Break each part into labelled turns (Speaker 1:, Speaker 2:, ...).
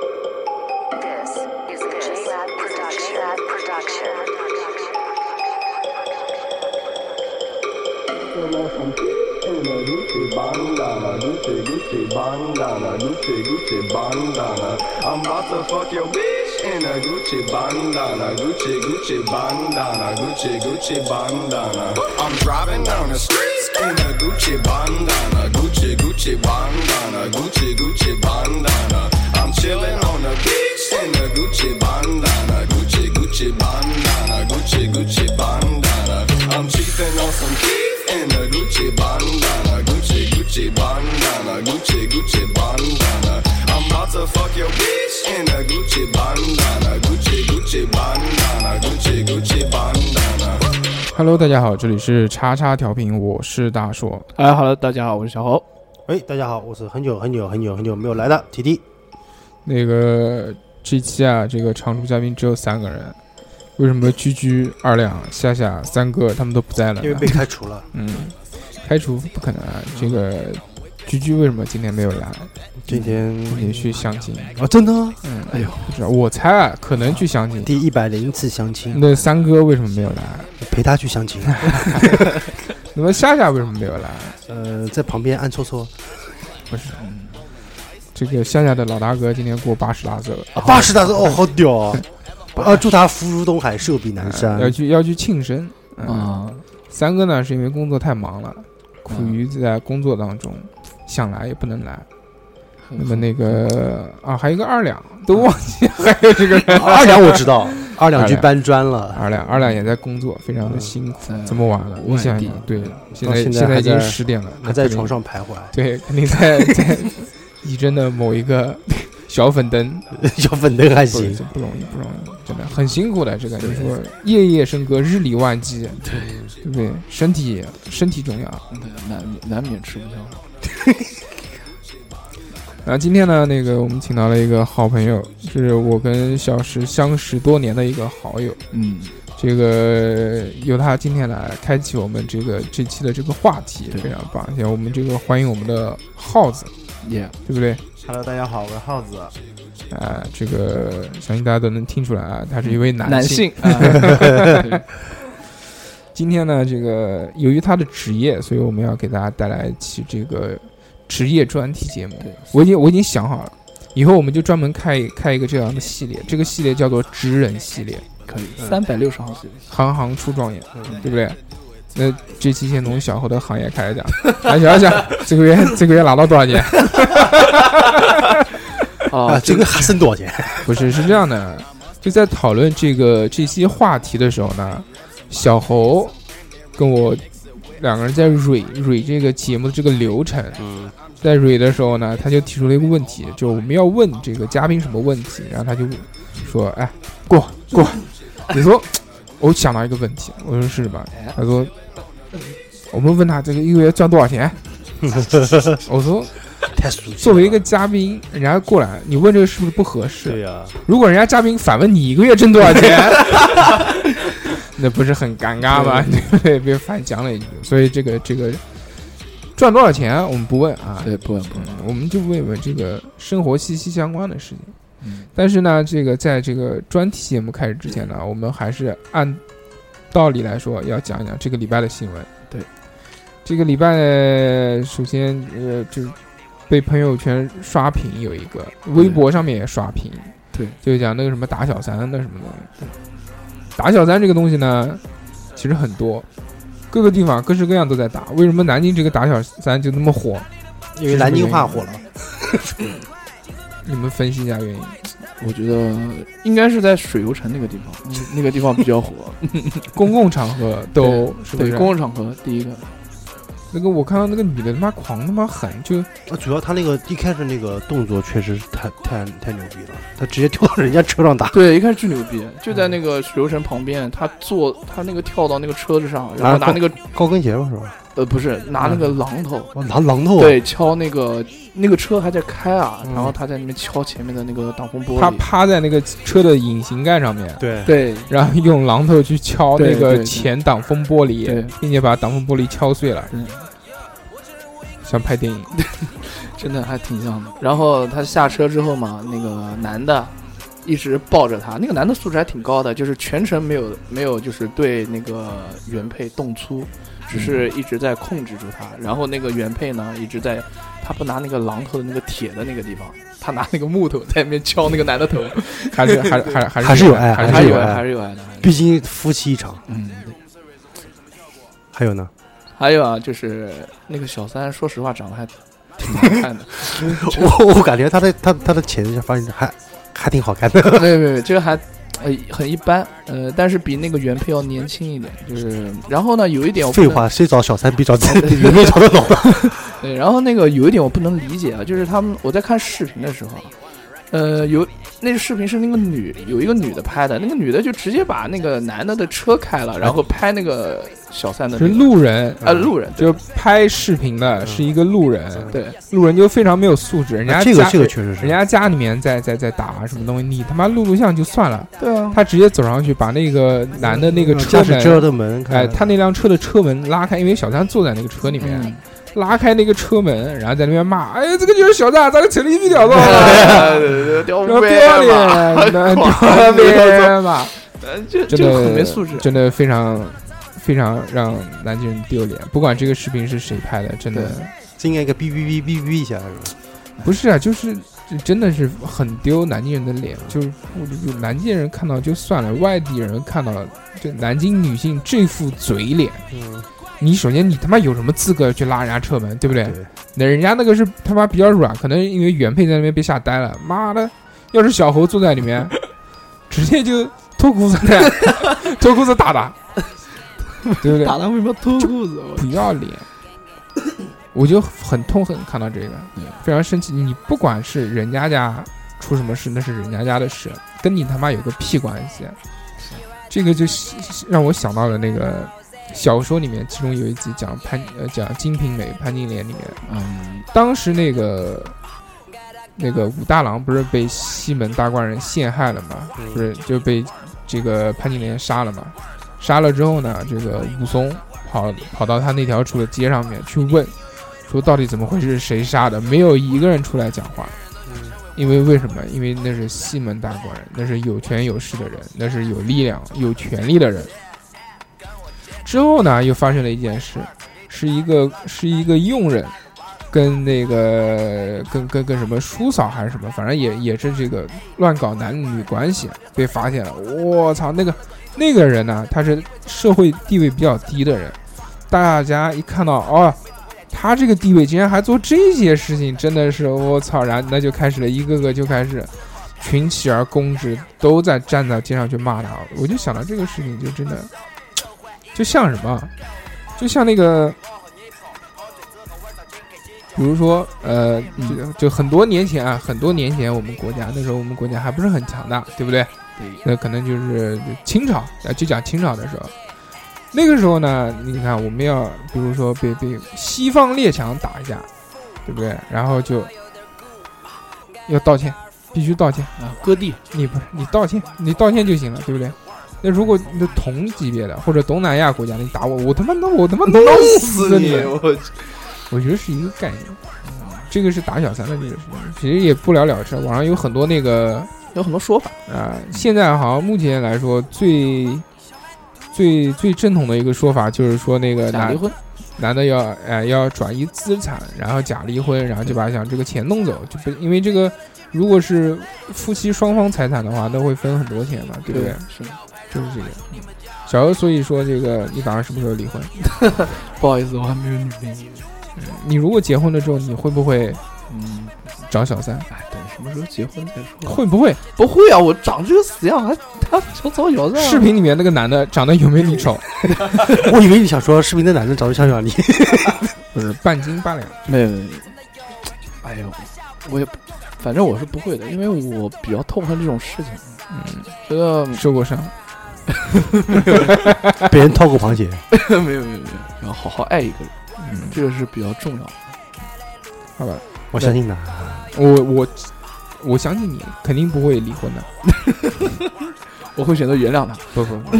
Speaker 1: This is a J-Lab production. J-Lab production.
Speaker 2: Gucci bandana, Gucci, Gucci bandana, Gucci, Gucci bandana. I'm about to fuck your bitch in a Gucci bandana, Gucci, Gucci bandana, Gucci, Gucci bandana. I'm driving down the street in a Gucci bandana, Gucci, Gucci bandana, Gucci, Gucci bandana. I'm chilling on the beach in a Gucci bandana, Gucci, Gucci bandana, Gucci, Gucci bandana. I'm cheating on some beef in a Gucci bandana, Gucci, Gucci bandana, Gucci, Gucci bandana. I'm about to fuck your bitch in a Gucci bandana, Gucci, Gucci bandana, Gucci, Gucci bandana.
Speaker 3: Hello，大家好，这里是叉叉调频，我是大硕。
Speaker 4: 哎哈喽，大家好，我是小侯。
Speaker 5: 哎，大家好，我是很久很久很久很久没有来的 T T。
Speaker 3: 那个这期啊，这个常驻嘉宾只有三个人，为什么居居、二两、夏夏、三哥他们都不在了
Speaker 5: 因为
Speaker 3: 呢？
Speaker 5: 被开除了，
Speaker 3: 嗯，开除不可能啊。这个居居为什么今天没有来？
Speaker 5: 今天
Speaker 3: 也去相亲？
Speaker 5: 啊，真的，
Speaker 3: 嗯，
Speaker 5: 哎呦，
Speaker 3: 不知道，我猜啊，可能去相亲。
Speaker 5: 第一百零一次相亲，
Speaker 3: 那三哥为什么没有来？
Speaker 5: 陪他去相亲，
Speaker 3: 那么夏夏为什么没有来？
Speaker 5: 呃，在旁边暗搓搓，
Speaker 3: 不是，这个夏夏的老大哥今天过八十大寿，
Speaker 5: 八十大寿哦，好屌 啊！啊，祝他福如东海，寿比南
Speaker 3: 哎 要
Speaker 5: 山。
Speaker 3: 去要去庆生。嗯，
Speaker 4: 啊，
Speaker 3: 三哥呢是因为工作太忙了，苦
Speaker 4: 嗯
Speaker 3: 于在工作当中，想来也不能来。那么那个啊，还有一个二两，都忘记还有这个人。
Speaker 5: 二两我知道，二两去
Speaker 3: 二两
Speaker 5: 搬砖了，
Speaker 3: 二两，二两也在工作，非常的辛苦。
Speaker 4: 嗯
Speaker 3: 这么晚了，你想
Speaker 4: 外地
Speaker 3: 想，对，现
Speaker 5: 到
Speaker 3: 在
Speaker 5: 现在
Speaker 3: 嗯现在
Speaker 5: 还
Speaker 3: 已经
Speaker 5: 在
Speaker 3: 十点了，
Speaker 5: 还
Speaker 3: 那
Speaker 5: 在
Speaker 3: 肯定
Speaker 5: 床，上徘徊，
Speaker 3: 对，肯定在在 仪征的某一个小粉灯。
Speaker 5: 要稳灯还
Speaker 3: 不
Speaker 5: 行。
Speaker 3: 这不容易，不容易，真的很辛苦的。这个你说夜夜笙歌，日理万机，对不对？身体身体重要。
Speaker 4: 难免难免吃不消。
Speaker 3: 然后今天呢，那个我们请到了一个好朋友，是我跟小石相识多年的一个好友。
Speaker 4: 嗯，
Speaker 3: 这个由他今天来开启我们这个这期的这个话题，
Speaker 4: 对
Speaker 3: 非常棒。也我们这个欢迎我们的耗子，
Speaker 4: 也
Speaker 3: 对不对？
Speaker 6: Hello，大家好，我是耗子。
Speaker 3: 啊、这个相信大家都能听出来啊，他是一位
Speaker 4: 男性，啊
Speaker 3: 今天呢，这个由于他的职业，所以我们要给大家带来一期这个职业专题节目
Speaker 4: 对。
Speaker 3: 我已经我已经想好了，以后我们就专门开一开一个这样的系列，这个系列叫做“职人系列
Speaker 4: 可以三百六十行情。”，
Speaker 3: 行行出状元，
Speaker 5: 嗯
Speaker 3: 对不对？那这期先从小侯的行业开始讲， 来小小这个月这个月拿到多少钱？
Speaker 4: 啊
Speaker 5: 啊，这个还剩多少 钱？
Speaker 3: 不是，是这样的，就在讨论这个这些话题的时候呢，小侯跟我两个人在蕊蕊这个节目的这个流程。
Speaker 5: 嗯，
Speaker 3: 在蕊的时候呢，他就提出了一个问题，就我们要问这个嘉宾什么问题，然后他就说：“哎，过过。”你说，我想到一个问题，我说是什么？他说，我们问他这个一个月赚多少钱？ 我说，
Speaker 5: 太俗气了。
Speaker 3: 作为一个嘉宾，人家过来，你问这个是不是不合适？
Speaker 5: 对呀，
Speaker 3: 如果人家嘉宾反问你一个月挣多少钱，那不是很尴尬吗？对不 对？被反讲了一句，所以这个这个赚多少钱我们不问啊，
Speaker 4: 对，不问不问。
Speaker 3: 嗯，我们就问问这个生活息息相关的事情。
Speaker 4: 嗯
Speaker 3: 但是呢，这个在这个专题节目开始之前呢，我们还是按道理来说要讲一讲这个礼拜的新闻。
Speaker 4: 对，
Speaker 3: 这个礼拜呃首先呃就是被朋友圈刷屏有一个，微博上面也刷屏，
Speaker 4: 对，
Speaker 3: 就讲那个什么打小三的什么东西。打小三这个东西呢，其实很多。各个地方各式各样都在打，为什么南京这个打小三就那么火？
Speaker 5: 因为南京话火了，
Speaker 3: 你们分析一下原因。
Speaker 4: 我觉得应该是在水游城那个地方，那那个地方比较火。
Speaker 3: 公共场合都是不
Speaker 4: 嗯对，
Speaker 3: 是
Speaker 4: 公共场合第一个，
Speaker 3: 那个我看到那个女的他妈狂他妈狠，就
Speaker 5: 啊，主要他那个一开始那个动作确实是太太太牛逼了，他直接跳到人家车上打，
Speaker 4: 对，一开始巨牛逼，就在那个水游城旁边，他坐他那个跳到那个车子上，然后拿那个
Speaker 5: 高跟鞋吧是吧？
Speaker 4: 呃不是拿那个榔头，
Speaker 5: 哇，拿榔头啊，
Speaker 4: 对，敲那个那个车还在开啊，
Speaker 3: 嗯
Speaker 4: 然后他在那边敲前面的那个挡风玻
Speaker 3: 他
Speaker 4: 璃，
Speaker 3: 趴在那个车的引擎盖上面，
Speaker 5: 对
Speaker 4: 对
Speaker 3: 然后用榔头去敲
Speaker 4: 对
Speaker 3: 那个
Speaker 4: 对
Speaker 3: 前挡风玻璃
Speaker 4: 对，
Speaker 3: 并且把挡风玻璃敲碎了
Speaker 4: 嗯，
Speaker 3: 像拍电影。
Speaker 4: 真的还挺像的。然后他下车之后嘛，那个男的一直抱着他，那个男的素质还挺高的，就是全程没有没有就是对那个原配动粗，只是一直在控制住他。然后那个原配呢，一直在他不拿那个榔头的那个铁的那个地方，他拿那个木头在那边敲那个男的头，
Speaker 3: 还是还是还是
Speaker 5: 还
Speaker 3: 是
Speaker 5: 是有爱
Speaker 3: 还
Speaker 4: 还
Speaker 3: 是
Speaker 4: 是
Speaker 3: 有啊
Speaker 4: 有哎
Speaker 3: 爱。
Speaker 4: 爱，还是有爱的。还是有爱
Speaker 5: 毕竟夫妻一场。
Speaker 4: 嗯，对
Speaker 5: 还 有呢，
Speaker 4: 还有啊，就是那个小三，说实话长得还挺好看的。
Speaker 5: 我我感觉他的他他的前任发现还还挺好看的，
Speaker 4: 没有没有没有，这个还呃很一般，呃，但是比那个原配要年轻一点，就是然后呢有一点我不
Speaker 5: 废
Speaker 4: 能
Speaker 5: 话，谁找小三比找自己没找得老的？
Speaker 4: 对，然后那个有一点我不能理解啊，就是他们我在看视频的时候啊，呃有那个视频是那个女有一个女的拍的，那个女的就直接把那个男的的车开了，然后拍那个小三的
Speaker 3: 是
Speaker 4: 那个
Speaker 3: 路人，
Speaker 4: 啊路人对
Speaker 3: 就拍视频的是一个路人，
Speaker 4: 对
Speaker 3: 路人就非常没有素质，人家
Speaker 5: 嗯啊这个
Speaker 3: 家
Speaker 5: 这个确实是
Speaker 3: 人家家里面在在在打什么东西，你他妈录录像就算了，
Speaker 4: 对啊，
Speaker 3: 他直接走上去把那个男的那个车
Speaker 5: 嗯驾驶车
Speaker 3: 门，
Speaker 5: 的门，看
Speaker 3: 哎，他那辆车的车门拉开，因为小三坐在那个车里面
Speaker 4: 嗯，
Speaker 3: 拉开那个车门，然后在那边骂，哎，这个就是小三，咱城里一屌了，
Speaker 4: 对对对，
Speaker 3: 说不要脸，那特别嘛，
Speaker 4: 这
Speaker 3: 真
Speaker 4: 这个很
Speaker 3: 的
Speaker 4: 没素质，
Speaker 3: 真的非常。非常让南京人丢脸，不管这个视频是谁拍的，真的
Speaker 4: 对
Speaker 5: 这应该给哔哔哔哔哔一下是吧？
Speaker 3: 不是啊，就是这真的是很丢南京人的脸，就是我就南京人看到就算了，外地人看到就南京女性这副嘴脸，
Speaker 5: 嗯，
Speaker 3: 你首先你他妈有什么资格去拉人家车门，对不对？
Speaker 5: 对
Speaker 3: 那人家那个是他妈比较软，可能因为原配在那边被吓呆了，妈的，要是小猴坐在里面，直接就脱裤子的， 脱裤子打打，对不对？
Speaker 4: 打他为什么脱裤子？我
Speaker 3: 不要脸，我就很痛恨看到这个，
Speaker 4: 嗯
Speaker 3: 非常生气。你不管是人家家出什么事，那是人家家的事，跟你他妈有个屁关系？啊这个就让我想到了那个小说里面，其中有一集讲潘呃讲《金瓶梅》潘金莲里面，
Speaker 4: 嗯，
Speaker 3: 当时那个那个武大郎不是被西门大官人陷害了嘛，
Speaker 5: 嗯
Speaker 3: 不是就被这个潘金莲杀了嘛？杀了之后呢，这个武松跑跑到他那条处的街上面去问，说到底怎么回事，谁杀的？没有一个人出来讲话，因为为什么？因为那是西门大官人，那是有权有势的人，那是有力量、有权力的人。之后呢，又发生了一件事，是一个是一个佣人，跟那个跟跟跟什么叔嫂还是什么，反正也也是这个乱搞男女关系被发现了。我操，那个那个人呢，他是社会地位比较低的人，大家一看到哦。他这个地位竟然还做这些事情，真的是我操！然后那就开始了，一个个就开始群起而攻之，都在站在街上去骂他。我就想到这个事情，就真的就像什么，就像那个，比如说呃，就就很多年前啊，很多年前我们国家那时候我们国家还不是很强大，对不对？那可能就是清朝啊，就讲清朝的时候，那个时候呢，你看我们要比如说被被西方列强打一下，对不对？然后就要道歉，必须道歉。
Speaker 4: 啊，割地，
Speaker 3: 你不是你道歉，你道歉就行了，对不对？那如果你的同级别的或者东南亚国家，你打我，我他妈弄我他妈弄死你！
Speaker 4: 我
Speaker 3: 我觉得是一个概念。这个是打小三的这个事情，其实也不了了之。网上有很多那个
Speaker 4: 有很多说法，
Speaker 3: 啊，现在好像目前来说最最最正统的一个说法就是说，那个
Speaker 4: 假离
Speaker 3: 男
Speaker 4: 婚，
Speaker 3: 男的要哎要转移资产，然后假离婚，然后就把想这个钱弄走，就不因为这个如果是夫妻双方财产的话，那会分很多钱嘛，对不对？
Speaker 4: 是的。
Speaker 3: 就是这个。小欧，所以说这个你打算什么时候离婚？
Speaker 4: 不好意思，我还没有女朋友。
Speaker 3: 你如果结婚了之后，你会不会
Speaker 4: 嗯，
Speaker 3: 找小三，
Speaker 4: 哎，等什么时候结婚再说。
Speaker 3: 会不会
Speaker 4: 不会啊，我长这个死样，还他想找小三啊？
Speaker 3: 视频里面那个男的长得有没有你丑？
Speaker 5: 我以为你想说视频的男的长得像小你，
Speaker 3: 不是 半斤八两，
Speaker 4: 没有没有，没有哎呦，我也不，反正我是不会的，因为我比较痛恨这种事情，
Speaker 3: 嗯，
Speaker 4: 觉得
Speaker 3: 受过伤，
Speaker 5: 被人掏过螃蟹。
Speaker 4: 没有没有没有，要好好爱一个人，
Speaker 3: 嗯，
Speaker 4: 这个是比较重要的。
Speaker 3: 好吧，
Speaker 5: 我相信他，
Speaker 3: 我我我相信你肯定不会离婚的，
Speaker 4: 我会选择原谅他。
Speaker 3: 不不不。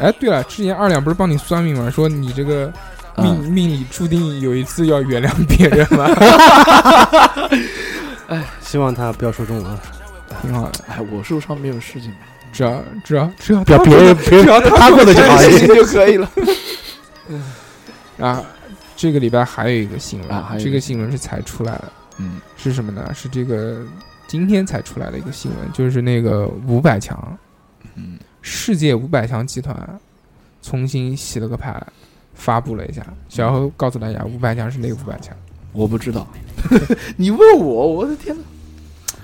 Speaker 3: 哎，对了，之前二两不是帮你算命吗？说你这个命、
Speaker 4: 嗯，
Speaker 3: 命里注定有一次要原谅别人吗？
Speaker 5: 希望他不要说中文，啊
Speaker 3: 挺好的，
Speaker 4: 哎，我手上没有 事情，
Speaker 3: 只要只要只要
Speaker 5: 不要别人别人他过得就好
Speaker 4: 开心
Speaker 5: 了。
Speaker 4: 就可以了。
Speaker 3: 啊，这个礼拜还有一个新闻，
Speaker 4: 啊还有一个
Speaker 3: 这个新闻是才出来的，
Speaker 4: 嗯，
Speaker 3: 是什么呢？是这个今天才出来的一个新闻，就是那个五百强，
Speaker 4: 嗯，
Speaker 3: 世界五百强集团重新洗了个牌，发布了一下。小何告诉大家，五百强是哪个五百强？
Speaker 4: 我不知道， 你问我，我的天哪！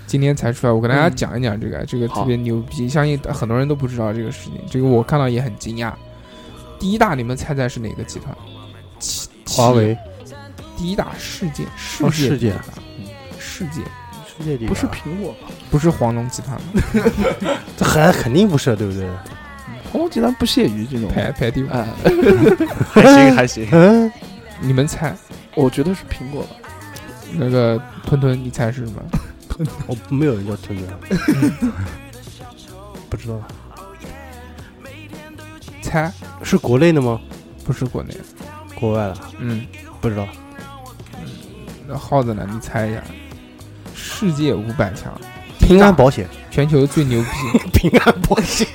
Speaker 3: 今天才出来，我跟大家
Speaker 4: 嗯
Speaker 3: 讲一讲这个，这个特
Speaker 4: 好
Speaker 3: 别牛逼，相信很多人都不知道这个事情。这个我看到也很惊讶。第一大，你们猜猜是哪个集团？企
Speaker 5: 华。为
Speaker 3: 企第一大世界世界、
Speaker 5: 哦世界
Speaker 3: 嗯世界
Speaker 5: 世界第一
Speaker 4: 不是
Speaker 5: 吧
Speaker 4: 苹果吧？
Speaker 3: 不是黄龙集团吗
Speaker 5: 这还肯定不是，对不对？
Speaker 4: 黄龙集团不屑于这 种。
Speaker 3: 排排第五。
Speaker 4: 哎，
Speaker 7: 还行还行，
Speaker 5: 嗯，
Speaker 3: 你们猜
Speaker 4: 我觉得是苹果吧。
Speaker 3: 那个吞吞，你猜是什么？
Speaker 5: 我没有人叫真的，不知道
Speaker 3: 猜
Speaker 5: 是国内的吗？
Speaker 3: 不是国内。
Speaker 5: 国外的
Speaker 3: 嗯，
Speaker 5: 不知道。
Speaker 3: 那耗子呢？你猜一下。世界五百强，
Speaker 5: 平安保险，
Speaker 3: 全球最牛 逼。
Speaker 5: 平安保 险，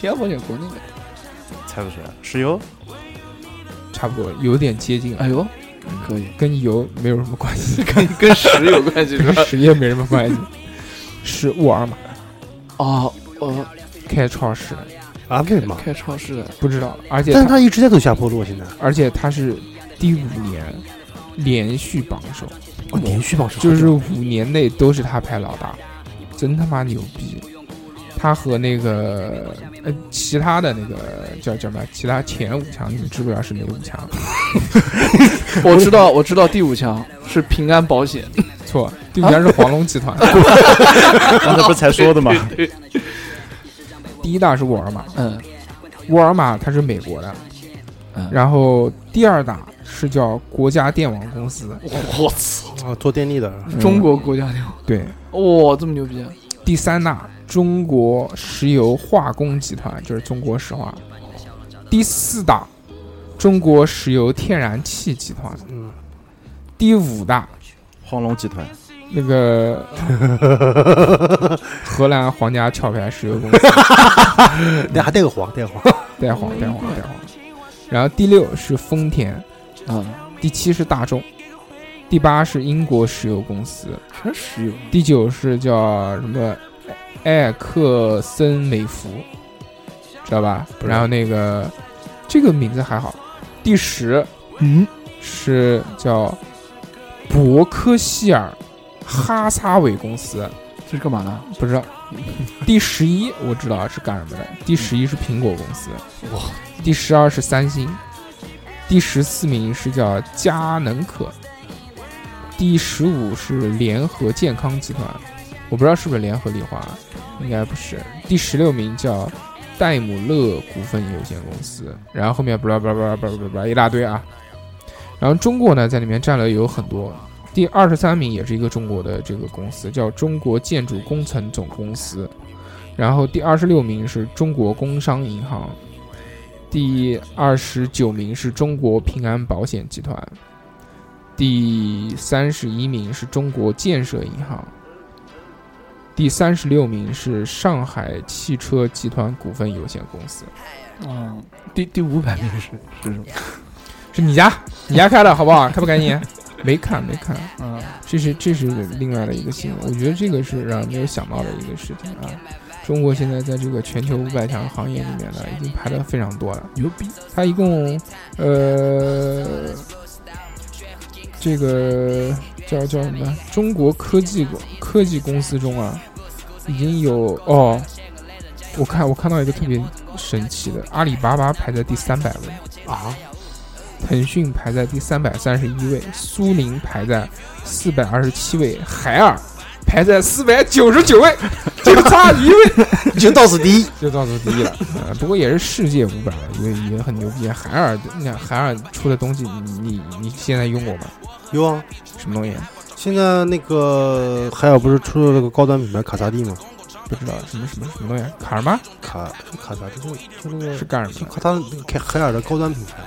Speaker 4: 平安保险国内的。
Speaker 7: 猜不出来，石油
Speaker 3: 差不多有点接近了，
Speaker 4: 哎呦，可以，
Speaker 3: 跟油没有什么关 系，
Speaker 4: 跟跟屎有关系
Speaker 3: 跟？实业没什么关系。是沃尔玛
Speaker 4: 哦，哦，
Speaker 3: 开超市，
Speaker 5: 啊？为什么？
Speaker 4: 开超市的，
Speaker 3: 不知道，而且
Speaker 5: 但是
Speaker 3: 它
Speaker 5: 他一直在走下坡路，现在
Speaker 3: 而且它是第五年连续榜首，
Speaker 5: 哦连续榜上
Speaker 3: 就是五年内都是他排老大，真他妈牛逼！他和那个呃其他的那个叫叫什么？其他前五强，你们知不知道是哪五强？
Speaker 4: 我知道，我知道第五强是平安保险，
Speaker 3: 错，第五强是黄龙集团，
Speaker 7: 刚才不是才说的吗？
Speaker 3: 第一大是沃尔玛，
Speaker 4: 嗯，
Speaker 3: 沃尔玛它是美国的，
Speaker 4: 嗯
Speaker 3: 然后第二大是叫国家电网公司，
Speaker 4: 我操，
Speaker 5: 啊，做电力的，
Speaker 3: 嗯
Speaker 4: 中国国家电话，
Speaker 3: 对，
Speaker 4: 哇，这么牛逼啊！
Speaker 3: 第三大中国石油化工集团就是中国石化，第四大中国石油天然气集团，
Speaker 5: 嗯，
Speaker 3: 第五大
Speaker 7: 黄龙集团，
Speaker 3: 那个荷兰皇家壳牌石油公司，
Speaker 5: 那还带个黄，带个黄，
Speaker 3: 带黄带黄带黄。然后第六是丰田，
Speaker 4: 啊，
Speaker 3: 第七是大众，第八是英国石油公司，
Speaker 4: 全是石油，
Speaker 3: 第九是叫什么埃克森美孚，知道吧？
Speaker 5: 不知道
Speaker 3: 然后那个这个名字还好。第十
Speaker 4: 嗯，
Speaker 3: 是叫伯克希尔哈撒韦公司，
Speaker 4: 这是干嘛的？
Speaker 3: 不知道。第十一我知道是干什么的，第十一是苹果公司，
Speaker 4: 哇，
Speaker 3: 第十二是三星，第十四名是叫佳能可，第十五是联合健康集团，我不知道是不是联合利华，应该不是。第十六名叫戴姆勒股份有限公司，然后后面巴拉巴拉巴拉巴拉巴拉一大堆啊。然后中国呢，在里面占了有很多。第二十三名也是一个中国的这个公司，叫中国建筑工程总公司。然后第二十六名是中国工商银行，第二十九名是中国平安保险集团，第三十一名是中国建设银行，第三十六名是上海汽车集团股份有限公司。
Speaker 4: 嗯，第第五百名是是什么？
Speaker 3: 是你家，你家开的好不好？ 开不开心？没看，没看。
Speaker 4: 嗯，
Speaker 3: 这是这是另外的一个新闻，我觉得这个是让人没有想到的一个事情啊。中国现在在这个全球五百强行业里面呢，已经排的非常多了。
Speaker 4: 牛逼，
Speaker 3: 它一共呃这个叫叫什么呢？中国科技公科技公司中啊，已经有哦，我看我看到一个特别神奇的，阿里巴巴排在第三百位，
Speaker 5: 啊，
Speaker 3: 腾讯排在第三百三十一位，苏宁排在四百二十七位，海尔排在四百九十九位，就差 一位
Speaker 5: 就到此第一。
Speaker 3: 就倒数第一了。 呃，不过也是世界五百了，因为也很牛逼。海尔，你看海尔出的东西，你你你现在用过吗？
Speaker 5: 有啊，
Speaker 3: 什么东西？
Speaker 5: 现在那个海尔不是出了那个高端品牌卡萨帝吗？
Speaker 3: 不知道什么什么什么东西？卡什么？
Speaker 5: 卡卡萨帝就那
Speaker 3: 是
Speaker 5: 个
Speaker 3: 干什
Speaker 5: 就
Speaker 3: 么的？
Speaker 5: 卡萨凯海尔的高端品牌，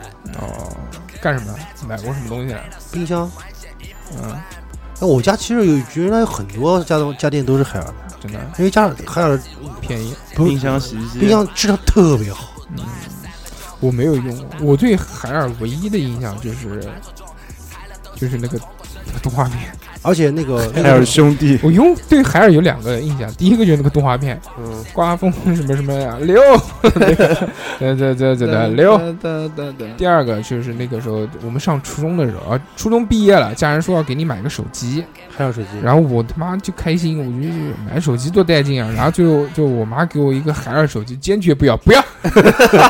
Speaker 3: 哦，干什么？买过什么东西来？
Speaker 5: 冰箱。
Speaker 3: 嗯，
Speaker 5: 哎，我家其实有原来有很多家都家电都是海尔的，
Speaker 3: 真的
Speaker 5: 因为家海尔
Speaker 3: 便宜。
Speaker 5: 不
Speaker 7: 冰箱、洗衣啊机、
Speaker 5: 冰箱质量特别好。
Speaker 3: 嗯，我没有用过。我对海尔唯一的印象就是，就是那个那个动画片。
Speaker 5: 而且那个那
Speaker 7: 海尔
Speaker 5: 个，
Speaker 7: 兄弟，
Speaker 3: 我用对海尔有两个印象，第一个就是那个动画片，
Speaker 5: 嗯，
Speaker 3: 刮风什么什么呀，溜， 对对对对对，溜。
Speaker 4: 哒哒哒
Speaker 3: 第二个就是那个时候我们上初中的时候，啊，初中毕业了，家人说要给你买个手机，
Speaker 5: 海尔手机，
Speaker 3: 然后我他妈就开心，我觉得买手机多带劲啊！然后最后就我妈给我一个海尔手机，坚决不要，不要，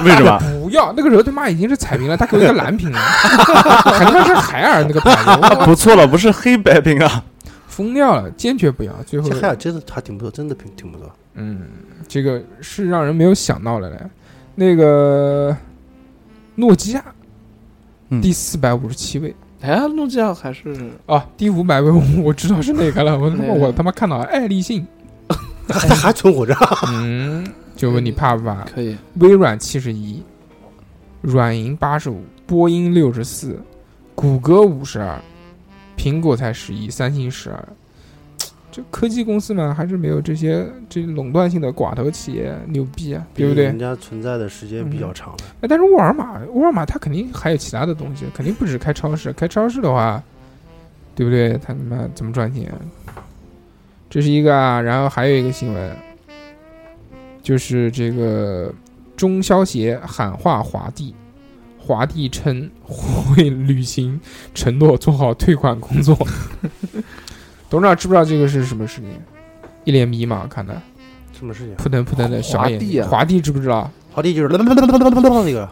Speaker 7: 为什么？
Speaker 3: 不要！那个时候他妈已经是彩屏了，她给我一个蓝屏了， 还他妈是海尔那个牌子，我
Speaker 7: 不错了，不是黑白屏啊，
Speaker 3: 疯掉了，坚决不要！最后
Speaker 5: 这，海尔真的还挺不错，真的挺挺不错。
Speaker 3: 嗯，这个是让人没有想到的嘞。那个诺基亚
Speaker 7: 嗯
Speaker 3: 第四百五十七位。
Speaker 4: 哎，诺基亚还是
Speaker 3: 啊，第五百位我我知道是哪个了，我他妈
Speaker 4: 哪个
Speaker 3: 我他妈看到了爱立信，
Speaker 5: 它还存活着，
Speaker 3: 嗯，就问你怕不怕？
Speaker 4: 可以。
Speaker 3: 微软七十一，软银八十五，波音六十四，谷歌五十二，苹果才十一，三星十二。这科技公司嘛，还是没有这些这垄断性的寡头企业牛逼啊，对不对
Speaker 5: 人？家存在的时间比较长了。
Speaker 3: 哎，但是沃尔玛，沃尔玛它肯定还有其他的东西，肯定不止开超市。开超市的话，对不对？它他妈怎么赚钱？这是一个啊，然后还有一个新闻，就是这个中消协喊话华帝，华帝称会履行承诺，做好退款工作。董事长知不知道这个是什么事情？一脸迷茫，看他
Speaker 5: 什么事情？
Speaker 3: 扑腾扑腾的小
Speaker 4: 华
Speaker 3: 眼
Speaker 4: 帝
Speaker 3: 睛。
Speaker 4: 啊
Speaker 3: 华帝知不知道？
Speaker 5: 华帝就是那个，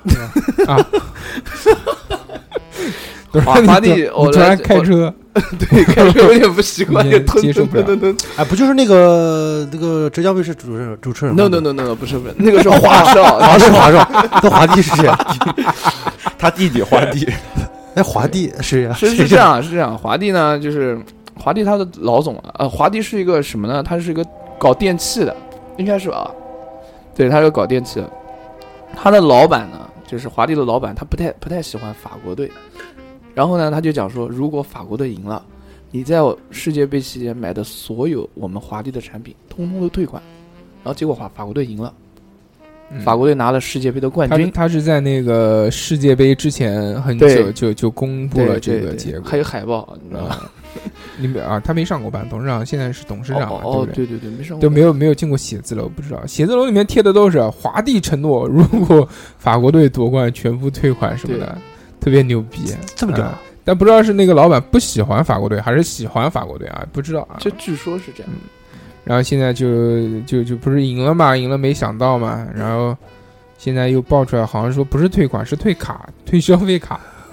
Speaker 3: 董事
Speaker 4: 华
Speaker 3: 长，
Speaker 4: 华
Speaker 3: 你突
Speaker 4: 帝
Speaker 3: 你
Speaker 4: 我
Speaker 3: 突
Speaker 4: 来
Speaker 3: 然开
Speaker 4: 我
Speaker 3: 车，
Speaker 4: 对，感觉有点不习惯，
Speaker 3: 你
Speaker 4: 有点吞
Speaker 3: 接受不了
Speaker 4: 吞吞吞
Speaker 5: 哎，不就是那个那个浙江卫视主持人主持人吗
Speaker 4: No no no no no，不是不是，那个是华少，
Speaker 5: 华是华少，跟华帝是谁 啊？
Speaker 7: 他弟弟花弟，
Speaker 5: 哎，华帝是谁啊？
Speaker 4: 是
Speaker 5: 谁
Speaker 4: 是这样，是这样。华帝呢，就是华帝他的老总啊，呃，华帝是一个什么呢？他是一个搞电器的，应该是吧？对，他是搞电器的。他的老板呢，就是华帝的老板，他不太不太喜欢法国队。然后呢，他就讲说，如果法国队赢了，你在我世界杯期间买的所有我们华帝的产品，通通都退款。然后结果法法国队赢了，
Speaker 3: 嗯
Speaker 4: 法国队拿了世界杯的冠
Speaker 3: 他是
Speaker 4: 军，
Speaker 3: 他是在那个世界杯之前很久
Speaker 4: 对
Speaker 3: 就就公布
Speaker 4: 对
Speaker 3: 了这
Speaker 4: 对
Speaker 3: 个
Speaker 4: 对
Speaker 3: 结果
Speaker 4: 还有海报，你知道吧？
Speaker 3: 啊， 你们啊，他没上过班，董事长现在是董事长嘛，啊
Speaker 4: 哦哦，
Speaker 3: 对不对？
Speaker 4: 对对对，没上过
Speaker 3: 就没有没有进过写字楼，不知道写字楼里面贴的都是华帝承诺，如果法国队夺冠，全部退款什么的，特别牛逼。
Speaker 5: 这么屌
Speaker 3: 啊但不知道是那个老板不喜欢法国队，还是喜欢法国队啊？不知道啊。
Speaker 4: 就据说是这样。
Speaker 3: 然后现在就就就不是赢了嘛，赢了没想到嘛，然后现在又爆出来，好像说不是退款，是退卡，退消费卡，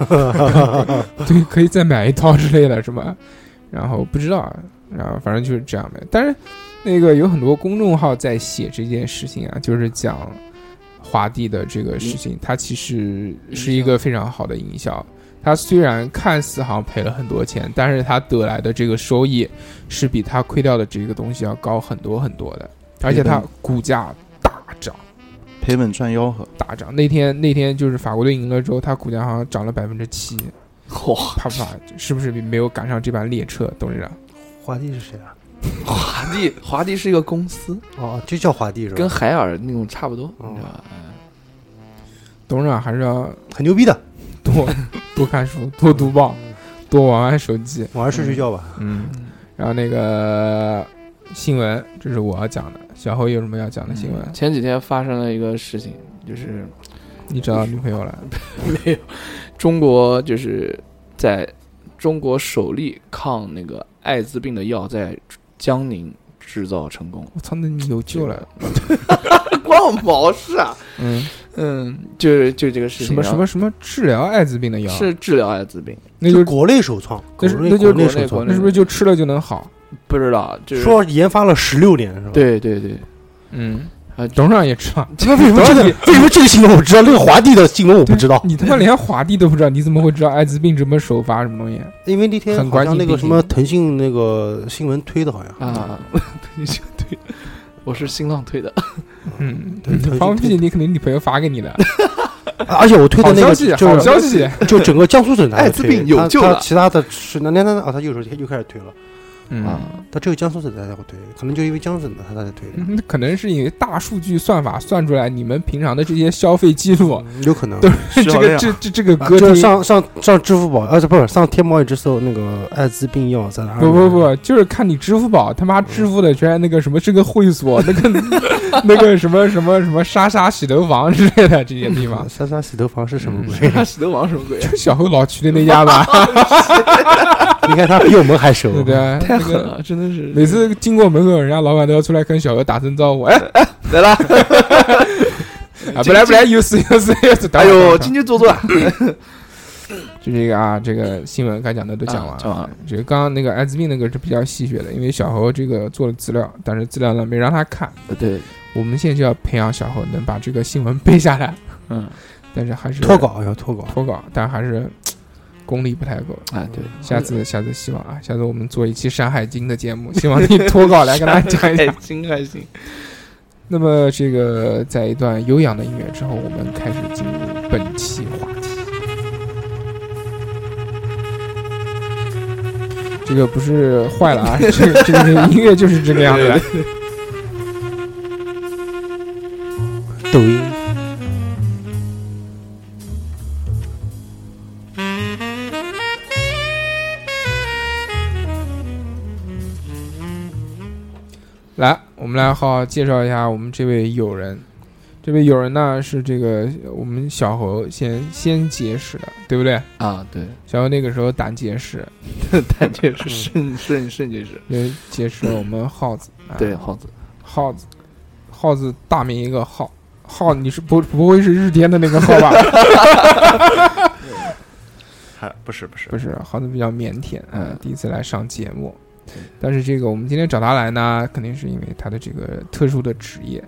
Speaker 3: 对，可以再买一套之类的，是吗？ 然后不知道，然后反正就是这样呗。但是那个有很多公众号在写这件事情啊，就是讲华帝的这个事情，它其实是一个非常好的营销。它虽然看似好像赔了很多钱，但是它得来的这个收益是比它亏掉的这个东西要高很多很多的，而且它股价大涨。
Speaker 7: 赔本赚吆喝，
Speaker 3: 大涨。那天那天就是法国队赢了之后，它股价好像涨了百分之七，
Speaker 4: 哇，
Speaker 3: 怕不怕？是不是没有赶上这班列车？董事长，
Speaker 5: 华帝是谁啊？
Speaker 4: 华帝，华帝是一个公司，
Speaker 5: 哦，就叫华帝是
Speaker 4: 跟
Speaker 5: 吧？
Speaker 4: 海尔那种差不多，
Speaker 5: 哦
Speaker 4: 你知道吧？
Speaker 3: 董事长还是要
Speaker 5: 很牛逼的。
Speaker 3: 多多看书，多读报，多玩玩手机。
Speaker 5: 晚上睡睡觉吧。
Speaker 3: 嗯，然后那个新闻，这是我要讲的。小侯有什么要讲的新闻？
Speaker 4: 前几天发生了一个事情，就是嗯
Speaker 3: 你找到女朋友了？
Speaker 4: 没有中国就是在中国首例抗那个艾滋病的药在江宁制造成功，
Speaker 3: 我操，那你有救了。
Speaker 4: 关我毛事啊！
Speaker 3: 嗯，
Speaker 4: 嗯，就是就这个事情，
Speaker 3: 什么什么什么治疗艾滋病的药
Speaker 4: 然后，是治疗艾滋病，
Speaker 3: 那就
Speaker 5: 国内首创，
Speaker 3: 那
Speaker 5: 国
Speaker 3: 是
Speaker 5: 内
Speaker 3: 那就是
Speaker 5: 国内
Speaker 4: 国内
Speaker 5: 首创
Speaker 4: 国，
Speaker 3: 那是不是就吃了就能好？
Speaker 4: 不知道就是
Speaker 5: 说研发了十六年是吧？，
Speaker 4: 对对对，
Speaker 3: 嗯
Speaker 4: 啊，
Speaker 3: 董事长也吃了。
Speaker 5: 这个为什么这个
Speaker 3: 等
Speaker 5: 为什么这个新闻我知道，那个华帝的新闻我不知道？
Speaker 3: 你他妈连华帝都不知道，你怎么会知道艾滋病什么首发什么东西？
Speaker 5: 因为那天
Speaker 3: 很
Speaker 5: 好
Speaker 3: 关
Speaker 5: 像
Speaker 3: 心
Speaker 5: 那个
Speaker 3: 毕
Speaker 5: 什
Speaker 3: 竟
Speaker 5: 么腾讯那个新闻推的，好像
Speaker 4: 啊， 推就推，我是新浪推的，
Speaker 3: 嗯，
Speaker 5: 对腾讯
Speaker 3: 放
Speaker 5: 推
Speaker 3: 屁！你肯定你朋友发给你的。
Speaker 5: 啊而且我推的
Speaker 3: 好
Speaker 5: 那
Speaker 3: 消
Speaker 5: 个
Speaker 3: 息，好
Speaker 5: 就是
Speaker 3: 消息。
Speaker 5: 就整个江苏省
Speaker 4: 艾滋病有救
Speaker 5: 了，
Speaker 4: 了
Speaker 5: 他其他的是那那那啊，他有时候又开始推了，
Speaker 3: 嗯，
Speaker 4: 啊，
Speaker 5: 他只有江苏省才会推，可能就因为江苏省的他才推的，
Speaker 3: 嗯可能是因为大数据算法算出来你们平常的这些消费记录，
Speaker 5: 嗯有可能
Speaker 3: 都。是
Speaker 7: 是
Speaker 3: 这
Speaker 7: 这
Speaker 3: 个
Speaker 7: 样
Speaker 3: 这这这个歌
Speaker 5: 啊就是
Speaker 3: 厅。
Speaker 5: 上上上支付宝，啊，不是上天猫一直搜那个艾滋病药在哪里？
Speaker 3: 不不不，就是看你支付宝他
Speaker 5: 嗯
Speaker 3: 妈支付的全是那个什么这个会所，那 个那个什么什么什么莎莎洗头房之类的这些地方
Speaker 5: 啊，，三三洗头房 是什么鬼？
Speaker 4: 他石头王什么鬼 啊？
Speaker 3: 就小侯老去的那家 吧，
Speaker 5: 你看他比我们还熟，
Speaker 3: 嗯
Speaker 5: 啊
Speaker 3: 对不对？
Speaker 4: 太
Speaker 3: 那
Speaker 4: 狠
Speaker 3: 个
Speaker 4: 了，真的是
Speaker 3: 每次经过门口，人家老板都要出来跟小何打声招呼。哎，
Speaker 4: 来了，
Speaker 3: 啊，不来不来，有事有事有事。
Speaker 4: 哎呦，进去坐坐啊，
Speaker 3: 就这个啊，这个新闻该讲的都讲
Speaker 4: 啊
Speaker 3: 完
Speaker 4: 讲完了。
Speaker 3: 这个刚刚那个艾滋病那个是比较戏谑的，因为小侯这个做了资料，但是资料呢没让他看。
Speaker 4: 对，
Speaker 3: 我们现在就要培养小侯能把这个新闻背下来，
Speaker 4: 嗯，
Speaker 3: 但是还是
Speaker 5: 脱稿要脱稿。
Speaker 3: 脱稿，但还是功力不太够。
Speaker 4: 哎对，
Speaker 3: 下次下次希望啊，下次我们做一期《山海经》的节目，希望你脱稿来跟大家讲一
Speaker 4: 还
Speaker 3: 讲。
Speaker 4: 行还行，
Speaker 3: 那么这个在一段悠扬的音乐之后，我们开始进入本期话题。这个不是坏了啊，这个这个音乐就是这个样子的。
Speaker 5: 抖音
Speaker 3: 来，我们来好好介绍一下我们这位友人。这位友人呢是这个我们小侯先先结识的，对不对？
Speaker 4: 啊对，
Speaker 3: 小侯那个时候胆结识，
Speaker 4: 但确实肾肾肾结石，
Speaker 3: 也结识了我们耗子。啊、
Speaker 4: 对，耗子，
Speaker 3: 耗子，耗子大名一个耗，耗你是不不会是日天的那个 耗吧？
Speaker 7: 还不是不是
Speaker 3: 不，是，耗子比较腼腆，嗯、
Speaker 4: 嗯
Speaker 3: 第一次来上节目。但是这个我们今天找他来呢，肯定是因为他的这个特殊的职业。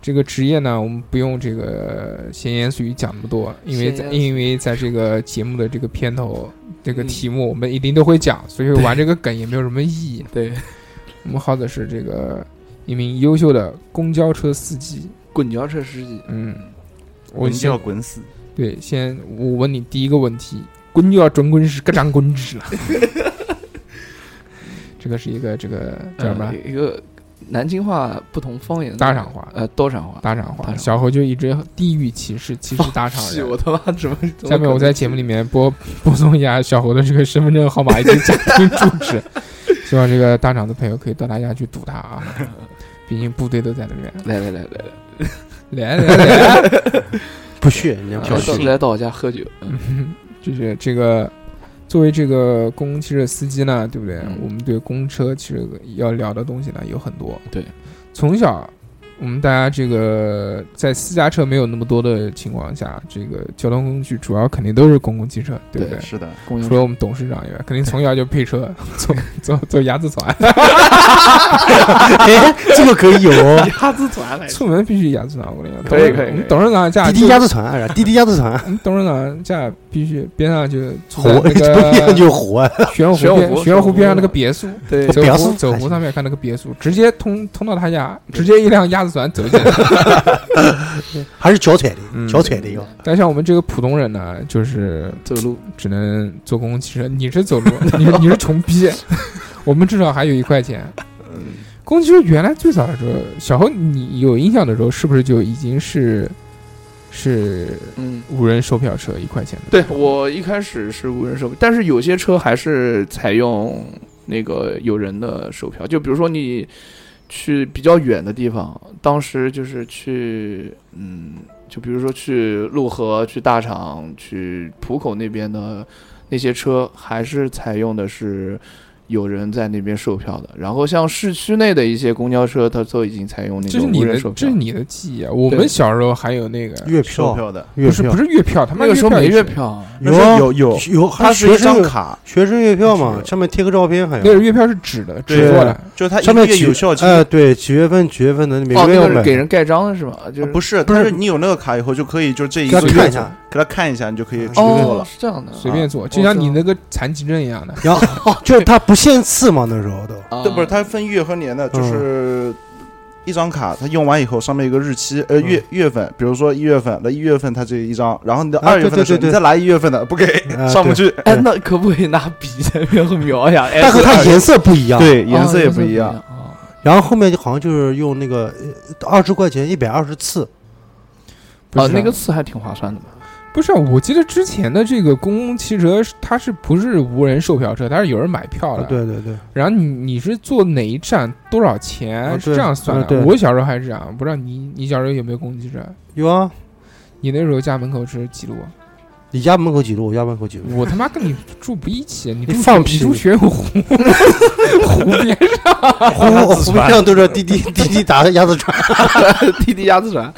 Speaker 3: 这个职业呢，我们不用这个闲言碎语讲那么多，因为在
Speaker 4: 闲言碎语
Speaker 3: 因为在这个节目的这个片头这个
Speaker 4: 嗯
Speaker 3: 题目，我们一定都会讲，所以玩这个梗也没有什么意义。
Speaker 4: 对，
Speaker 3: 我们耗子是这个一名优秀的公交车司机，
Speaker 4: 滚桥车司机，
Speaker 3: 嗯，我
Speaker 7: 我就
Speaker 3: 先
Speaker 7: 要滚死。
Speaker 3: 对，先我问你第一个问题，滚就要准滚是个张滚纸了。这个是一个这个叫什么
Speaker 4: 呃一个南京话不同方言的
Speaker 3: 大厂话
Speaker 4: 呃，多厂话。
Speaker 3: 搭场
Speaker 4: 搭
Speaker 3: 话？
Speaker 4: 场
Speaker 3: 小侯就一直地域歧视，歧视搭场
Speaker 4: 是
Speaker 3: 人
Speaker 4: 我。他妈怎么？
Speaker 3: 下面我在节目里面播播送一下小侯的这个身份证号码以及家庭住址， 希望这个大厂的朋友可以到他家去堵他啊，毕竟部队都在那边。
Speaker 4: 来来来来来，
Speaker 3: 来来来，
Speaker 5: 不屑，人家
Speaker 4: 来
Speaker 5: 不
Speaker 7: 小
Speaker 4: 到
Speaker 7: 心
Speaker 5: 屑。
Speaker 4: 来到我家喝酒，嗯
Speaker 3: 就是这个作为这个公共汽车司机呢，对不对？
Speaker 4: 嗯
Speaker 3: 我们对公车其实要聊的东西呢有很多。
Speaker 4: 对，
Speaker 3: 从小我们大家这个在私家车没有那么多的情况下，这个交通工具主要肯定都是公共汽车，对不对？
Speaker 4: 对嗯
Speaker 7: 是的，
Speaker 4: 公交
Speaker 3: 除
Speaker 4: 车
Speaker 3: 了我们董事长以外，肯定从小就配车， 坐坐坐鸭子船，
Speaker 5: 哎，这个可以有哦，
Speaker 4: 鸭子团来
Speaker 3: 出门必须鸭子船。我跟你讲，
Speaker 4: 可以
Speaker 3: 董
Speaker 4: 可以
Speaker 3: 我们董事长驾
Speaker 5: 滴滴鸭子船，哎滴滴鸭子船，
Speaker 3: 我们董事长驾必须边上就住
Speaker 5: 活，
Speaker 3: 在那
Speaker 5: 这
Speaker 3: 个
Speaker 5: 就活啊，
Speaker 3: 玄武
Speaker 4: 玄
Speaker 3: 湖
Speaker 4: 武
Speaker 3: 边
Speaker 4: 湖
Speaker 3: 玄武湖
Speaker 4: 玄武
Speaker 3: 边上
Speaker 4: 湖
Speaker 3: 那个别墅。
Speaker 4: 对哎
Speaker 3: 走
Speaker 5: 别
Speaker 3: 湖
Speaker 5: 墅
Speaker 3: 走
Speaker 5: 还
Speaker 3: 湖
Speaker 5: 行
Speaker 3: 上面看那个别墅，直接通通到他家，直接一辆鸭子船走进来。
Speaker 5: 还是脚踩
Speaker 3: 嗯
Speaker 5: 的，脚踩的要。
Speaker 3: 但像我们这个普通人呢，就是
Speaker 4: 走路，
Speaker 3: 只能坐公共汽车。你是走路，你是你是穷逼， 我们至少还有一块钱。
Speaker 4: 嗯
Speaker 3: 公共汽车原来最早的时候，小侯你有印象的时候，是不是就已经是是
Speaker 4: 嗯，
Speaker 3: 无人售票车一块钱的？
Speaker 4: 对我一开始是无人售票，但是有些车还是采用那个有人的售票，就比如说你去比较远的地方，当时就是去，嗯，就比如说去陆河、去大厂、去浦口那边的那些车还是采用的是有人在那边售票的。然后像市区内的一些公交车，它都已经采用那
Speaker 3: 这是
Speaker 4: 种
Speaker 3: 你
Speaker 4: 无
Speaker 3: 的
Speaker 4: 人售，
Speaker 3: 这
Speaker 4: 票
Speaker 3: 是。你的记忆啊！我
Speaker 4: 对
Speaker 3: 们小时候还有那个，
Speaker 5: 月
Speaker 7: 售
Speaker 5: 票，
Speaker 7: 票的，
Speaker 5: 月
Speaker 3: 不是
Speaker 5: 票
Speaker 3: 不是月票，他妈
Speaker 4: 那个时候没
Speaker 3: 月
Speaker 4: 月
Speaker 3: 票也是，
Speaker 7: 那
Speaker 4: 票，
Speaker 5: 有啊
Speaker 7: 是有有，
Speaker 5: 有，
Speaker 7: 它
Speaker 5: 还
Speaker 7: 是一
Speaker 5: 学生
Speaker 7: 张
Speaker 5: 月
Speaker 7: 卡，
Speaker 5: 学生月票嘛，
Speaker 3: 是
Speaker 5: 上面贴个照片，好
Speaker 3: 那个
Speaker 5: 像
Speaker 3: 月票是纸的，
Speaker 7: 对啊
Speaker 3: 纸做的，
Speaker 7: 就是它一
Speaker 5: 上
Speaker 7: 个
Speaker 5: 面
Speaker 7: 月
Speaker 5: 几
Speaker 7: 有效期。
Speaker 5: 哎，对，几月份几月份的，每
Speaker 4: 哦，
Speaker 5: 个月
Speaker 4: 那
Speaker 5: 要
Speaker 4: 个是
Speaker 5: 买
Speaker 4: 给。人盖章的是吧？就是
Speaker 7: 啊不是，但是你有那个卡以后，就可以就是这一
Speaker 5: 给他
Speaker 7: 个
Speaker 5: 看一
Speaker 7: 月
Speaker 5: 下，
Speaker 7: 给他看一下，你就可以
Speaker 5: 哦
Speaker 7: 知道
Speaker 4: 哦，
Speaker 7: 了。
Speaker 4: 是这样的，
Speaker 3: 随便做，就
Speaker 4: 我
Speaker 3: 像
Speaker 4: 知道
Speaker 3: 你那个残疾证一样的。
Speaker 7: 哦
Speaker 5: 然后哦就是他不限次嘛，那时候都
Speaker 4: 啊
Speaker 7: 对，不是，它分月和年的，
Speaker 5: 嗯
Speaker 7: 就是一张卡，它用完以后上面有个日期，呃，
Speaker 5: 嗯
Speaker 7: 月月份，比如说一月份，那一月份它这一张，然后你的
Speaker 5: 啊
Speaker 7: 二月份的时候，
Speaker 5: 对对对对
Speaker 7: 你再来一月份的，不给
Speaker 5: 啊
Speaker 7: 上不去，
Speaker 4: 哎，那可不可以拿笔在那边描一下？哎
Speaker 5: 但和它颜色不一样。，啊
Speaker 7: 对，
Speaker 4: 哦
Speaker 7: 颜色也不一
Speaker 4: 样
Speaker 7: 样。。
Speaker 4: 哦
Speaker 5: 然后后面就好像就是用那个呃二十块钱一百二十次，
Speaker 3: 不
Speaker 4: 哦
Speaker 3: 是，啊
Speaker 4: 那个次还挺划算的嘛。
Speaker 3: 不是啊，我记得之前的这个公共汽车是，它是不是无人售票车？它是有人买票的。。
Speaker 5: 啊对对对，
Speaker 3: 然后你你是坐哪一站多少钱、
Speaker 5: 啊
Speaker 3: 是这
Speaker 5: 对
Speaker 3: 样算
Speaker 5: 啊对
Speaker 3: 的？我小时候还是这样，不知道你你小时候有没有公共汽车？
Speaker 5: 有啊。
Speaker 3: 你那时候家门口是几路啊？
Speaker 5: 你家门口几路？我家门口几路？
Speaker 3: 我他妈跟你住不一起，你住
Speaker 5: 你放
Speaker 3: 学
Speaker 5: 屁
Speaker 3: 你住学友湖 湖边
Speaker 5: 湖湖上都是滴滴滴滴打的鸭子船。
Speaker 4: 滴滴鸭子船，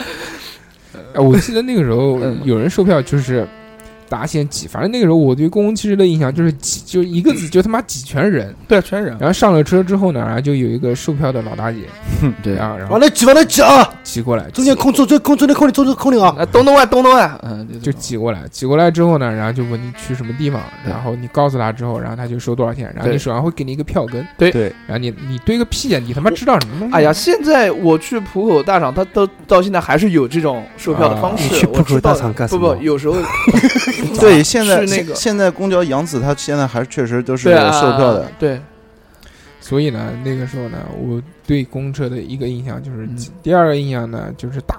Speaker 3: 哎，我记得那个时候
Speaker 4: 嗯
Speaker 3: 有人售票就是打线挤，反正那个时候我对公共汽车的印象就是挤，就一个字，就他妈挤全人。
Speaker 4: 对，全人。
Speaker 3: 然后上了车之后呢，然后就有一个售票的老大姐，
Speaker 7: 嗯
Speaker 3: 啊
Speaker 4: 对
Speaker 7: 啊
Speaker 3: 然后然后
Speaker 5: 往那挤，往那挤啊！
Speaker 3: 挤过来，
Speaker 5: 中间
Speaker 3: 挤
Speaker 5: 空，中间空，中间空里，中间空里啊！
Speaker 4: 啊，东东啊，东东啊，嗯，
Speaker 3: 就
Speaker 4: 就
Speaker 3: 挤过来，挤过来之后呢，然后就问你去什么地方，
Speaker 4: 对
Speaker 3: 然后你告诉他之后，然后他就收多少钱，然后
Speaker 4: 对
Speaker 3: 你手上会给你一个票根，
Speaker 4: 对
Speaker 7: 对
Speaker 3: 然后你你对个屁呀，你他妈知道什么东西？
Speaker 4: 哎呀，，现在我去浦口大厂，他都到现在还是有这种售票的方式。
Speaker 5: 啊你去浦口
Speaker 4: 我知道的
Speaker 5: 大厂干什
Speaker 4: 不
Speaker 5: 么
Speaker 4: 不，有时候
Speaker 7: 对，现在
Speaker 4: 是那
Speaker 7: 现
Speaker 4: 个
Speaker 7: 现在公交扬子，它现在还确实都是
Speaker 4: 对
Speaker 7: 有
Speaker 4: 啊
Speaker 7: 售票的，，
Speaker 4: 对，
Speaker 3: 所以呢，那个时候呢，我对公车的一个印象就是
Speaker 4: 嗯
Speaker 3: 挤，第二个印象呢就是大。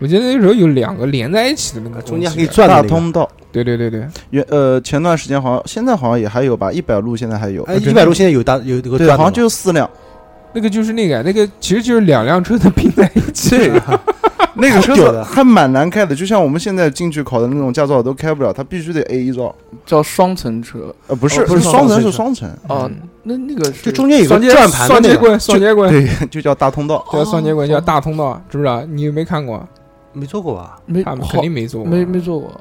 Speaker 3: 我记得那时候有两个连在一起的那个
Speaker 5: 中间还可
Speaker 3: 公
Speaker 5: 以
Speaker 3: 车
Speaker 5: 转
Speaker 7: 大
Speaker 5: 的那个。
Speaker 7: 通道。
Speaker 3: 对对对对，
Speaker 7: 原呃，前段时间好像现在好像也还有吧，一百路现在还有，
Speaker 5: 哎，一百路现在有大有有个
Speaker 7: 对，
Speaker 5: 转的
Speaker 7: 好
Speaker 5: 吗
Speaker 7: 像就四辆。
Speaker 3: 那个就是那个那个，其实就是两辆车的拼在一起。
Speaker 7: 对， 那个车
Speaker 5: 好屌
Speaker 7: 子
Speaker 5: 的
Speaker 7: 还蛮难开的，就像我们现在进去考的那种驾照都开不了，它必须得 A 一照。
Speaker 4: 叫双层车
Speaker 7: 呃，不是，
Speaker 5: 哦不是
Speaker 7: 双层
Speaker 5: 双层
Speaker 7: 是双层，
Speaker 4: 哦
Speaker 3: 嗯，
Speaker 4: 那那个是
Speaker 5: 就中间有个
Speaker 3: 双截
Speaker 5: 转盘的
Speaker 3: 双
Speaker 5: 那
Speaker 3: 截
Speaker 5: 个，
Speaker 3: 棍，双截棍，
Speaker 7: 对， 就叫大通道。
Speaker 3: 对，双截棍叫
Speaker 4: 哦
Speaker 3: 大通道，知不知道？你有没看过？
Speaker 5: 没坐过吧？
Speaker 4: 没
Speaker 3: 他们
Speaker 4: 好
Speaker 3: 肯定没做过。
Speaker 4: 没啊没坐过，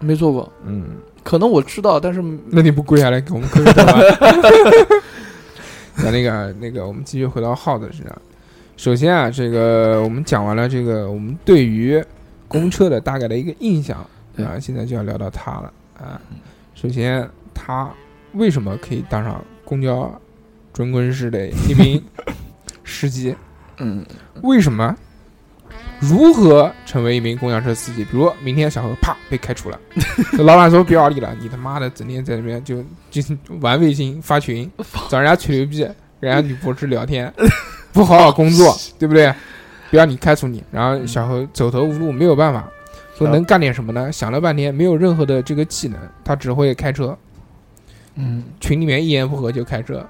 Speaker 4: 没坐过，
Speaker 3: 嗯，
Speaker 4: 可能我知道，但是
Speaker 3: 那你不跪下来给我们磕个头啊？ 那那个那个，我们继续回到耗子身上。首先啊，这个我们讲完了这个我们对于公车的大概的一个印象，
Speaker 4: 对
Speaker 3: 啊，现在就要聊到它了啊。首先，它为什么可以当上公交准滚石的一名司机？
Speaker 4: 嗯，
Speaker 3: 为什么？如何成为一名公交车司机？比如明天小何啪被开除了，老板说不要你了，你他妈的整天在那边就就玩微信发群，找人家吹牛逼，人家女博士聊天，不好好工作，对不对？不要你开除你，然后小何走投无路，没有办法，说能干点什么呢？想了半天，没有任何的这个技能，他只会开车，
Speaker 4: 嗯，
Speaker 3: 群里面一言不合就开车，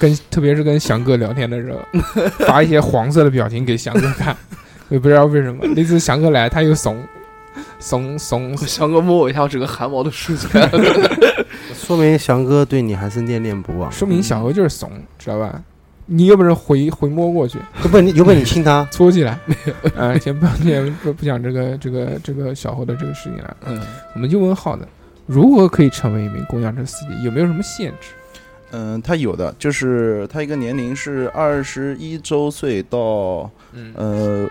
Speaker 3: 跟特别是跟翔哥聊天的时候，发一些黄色的表情给翔哥看，也不知道为什么。那次翔哥来，他又怂，怂怂
Speaker 4: 我，翔哥摸我一下，我整个汗毛都竖起来了。
Speaker 5: 说明翔哥对你还是念念不忘。
Speaker 3: 说明小何就是怂，知道吧？你有本事回回摸过去，
Speaker 5: 有本有本你亲 他，
Speaker 3: 搓起来。 啊、先不先不不讲这个这个这个小何的这个事情了，
Speaker 4: 嗯，
Speaker 3: 我们就问浩子，如何可以成为一名公交车司机？有没有什么限制？
Speaker 7: 嗯，它有的，就是它一个年龄是二十一周岁到
Speaker 3: 嗯，
Speaker 7: 呃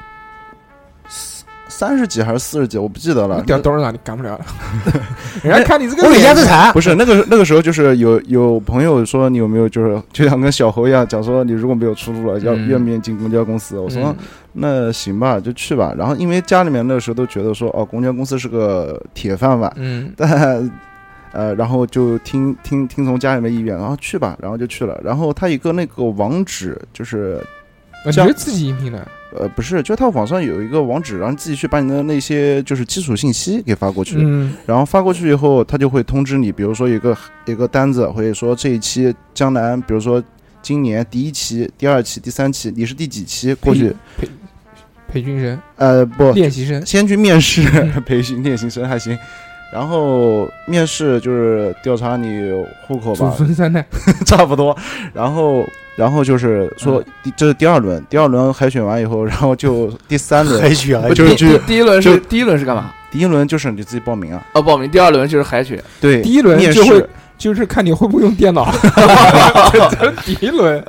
Speaker 7: 三三十几还是四十几，我不记得了。
Speaker 3: 掉 兜儿上你干不了了，人家看你这个
Speaker 5: 我给
Speaker 3: 脸
Speaker 5: 鸭子谈。
Speaker 7: 不是那个那个时候，就是有有朋友说你有没有就是就像跟小猴一样讲说你如果没有出路了，要
Speaker 3: 嗯
Speaker 7: 愿不愿意进公交公司？我说、
Speaker 3: 嗯
Speaker 7: 那行吧，就去吧。然后因为家里面那时候都觉得说哦，公交公司是个铁饭碗，
Speaker 3: 嗯，
Speaker 7: 但呃，然后就听听听从家里面意愿，然后去吧，然后就去了。然后他一个那个网址就是
Speaker 3: 啊你
Speaker 7: 像
Speaker 3: 是自己应聘的？
Speaker 7: 呃不是，就他网上有一个网址，然后自己去把你的那些就是基础信息给发过去。
Speaker 3: 嗯，
Speaker 7: 然后发过去以后，他就会通知你，比如说有个有个单子，或者说这一期江南，比如说今年第一期、第二期、第三期，你是第几期过去？
Speaker 3: 培培训生、
Speaker 7: 呃，不，
Speaker 3: 练习生，
Speaker 7: 先去面试培训练习生还行，然后面试就是调查你户口
Speaker 3: 祖
Speaker 7: 吧，
Speaker 3: 孙三代，
Speaker 7: 差不多。然后，然后就是说，
Speaker 3: 嗯
Speaker 7: 第这是第二轮，第二轮海选完以后，然后就第三轮，
Speaker 5: 海选
Speaker 7: 不就是去
Speaker 4: 第一轮是
Speaker 7: 就
Speaker 4: 第一轮是干嘛？
Speaker 7: 第一轮就是你自己报名啊，
Speaker 4: 哦，报名。第二轮就是海选，
Speaker 7: 对，
Speaker 3: 第一轮
Speaker 7: 面
Speaker 3: 就会
Speaker 7: 试，
Speaker 3: 就是看你会不会用电 脑。 第一轮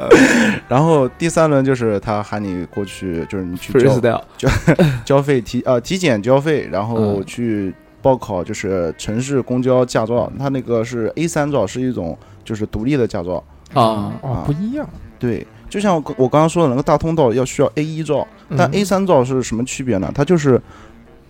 Speaker 7: 然后第三轮就是他喊你过去，就是你去交
Speaker 4: freestyle
Speaker 7: 交费体呃体检交费，然后
Speaker 4: 嗯
Speaker 7: 去报考就是城市公交驾照，他那个是 A 三照，是一种就是独立的驾照，
Speaker 4: 啊，
Speaker 3: 哦
Speaker 7: 啊，
Speaker 3: 不一样，
Speaker 7: 对。就像我刚我刚刚说的，那个大通道要需要 A 一照，
Speaker 3: 嗯
Speaker 7: 但 A 三照是什么区别呢？它就是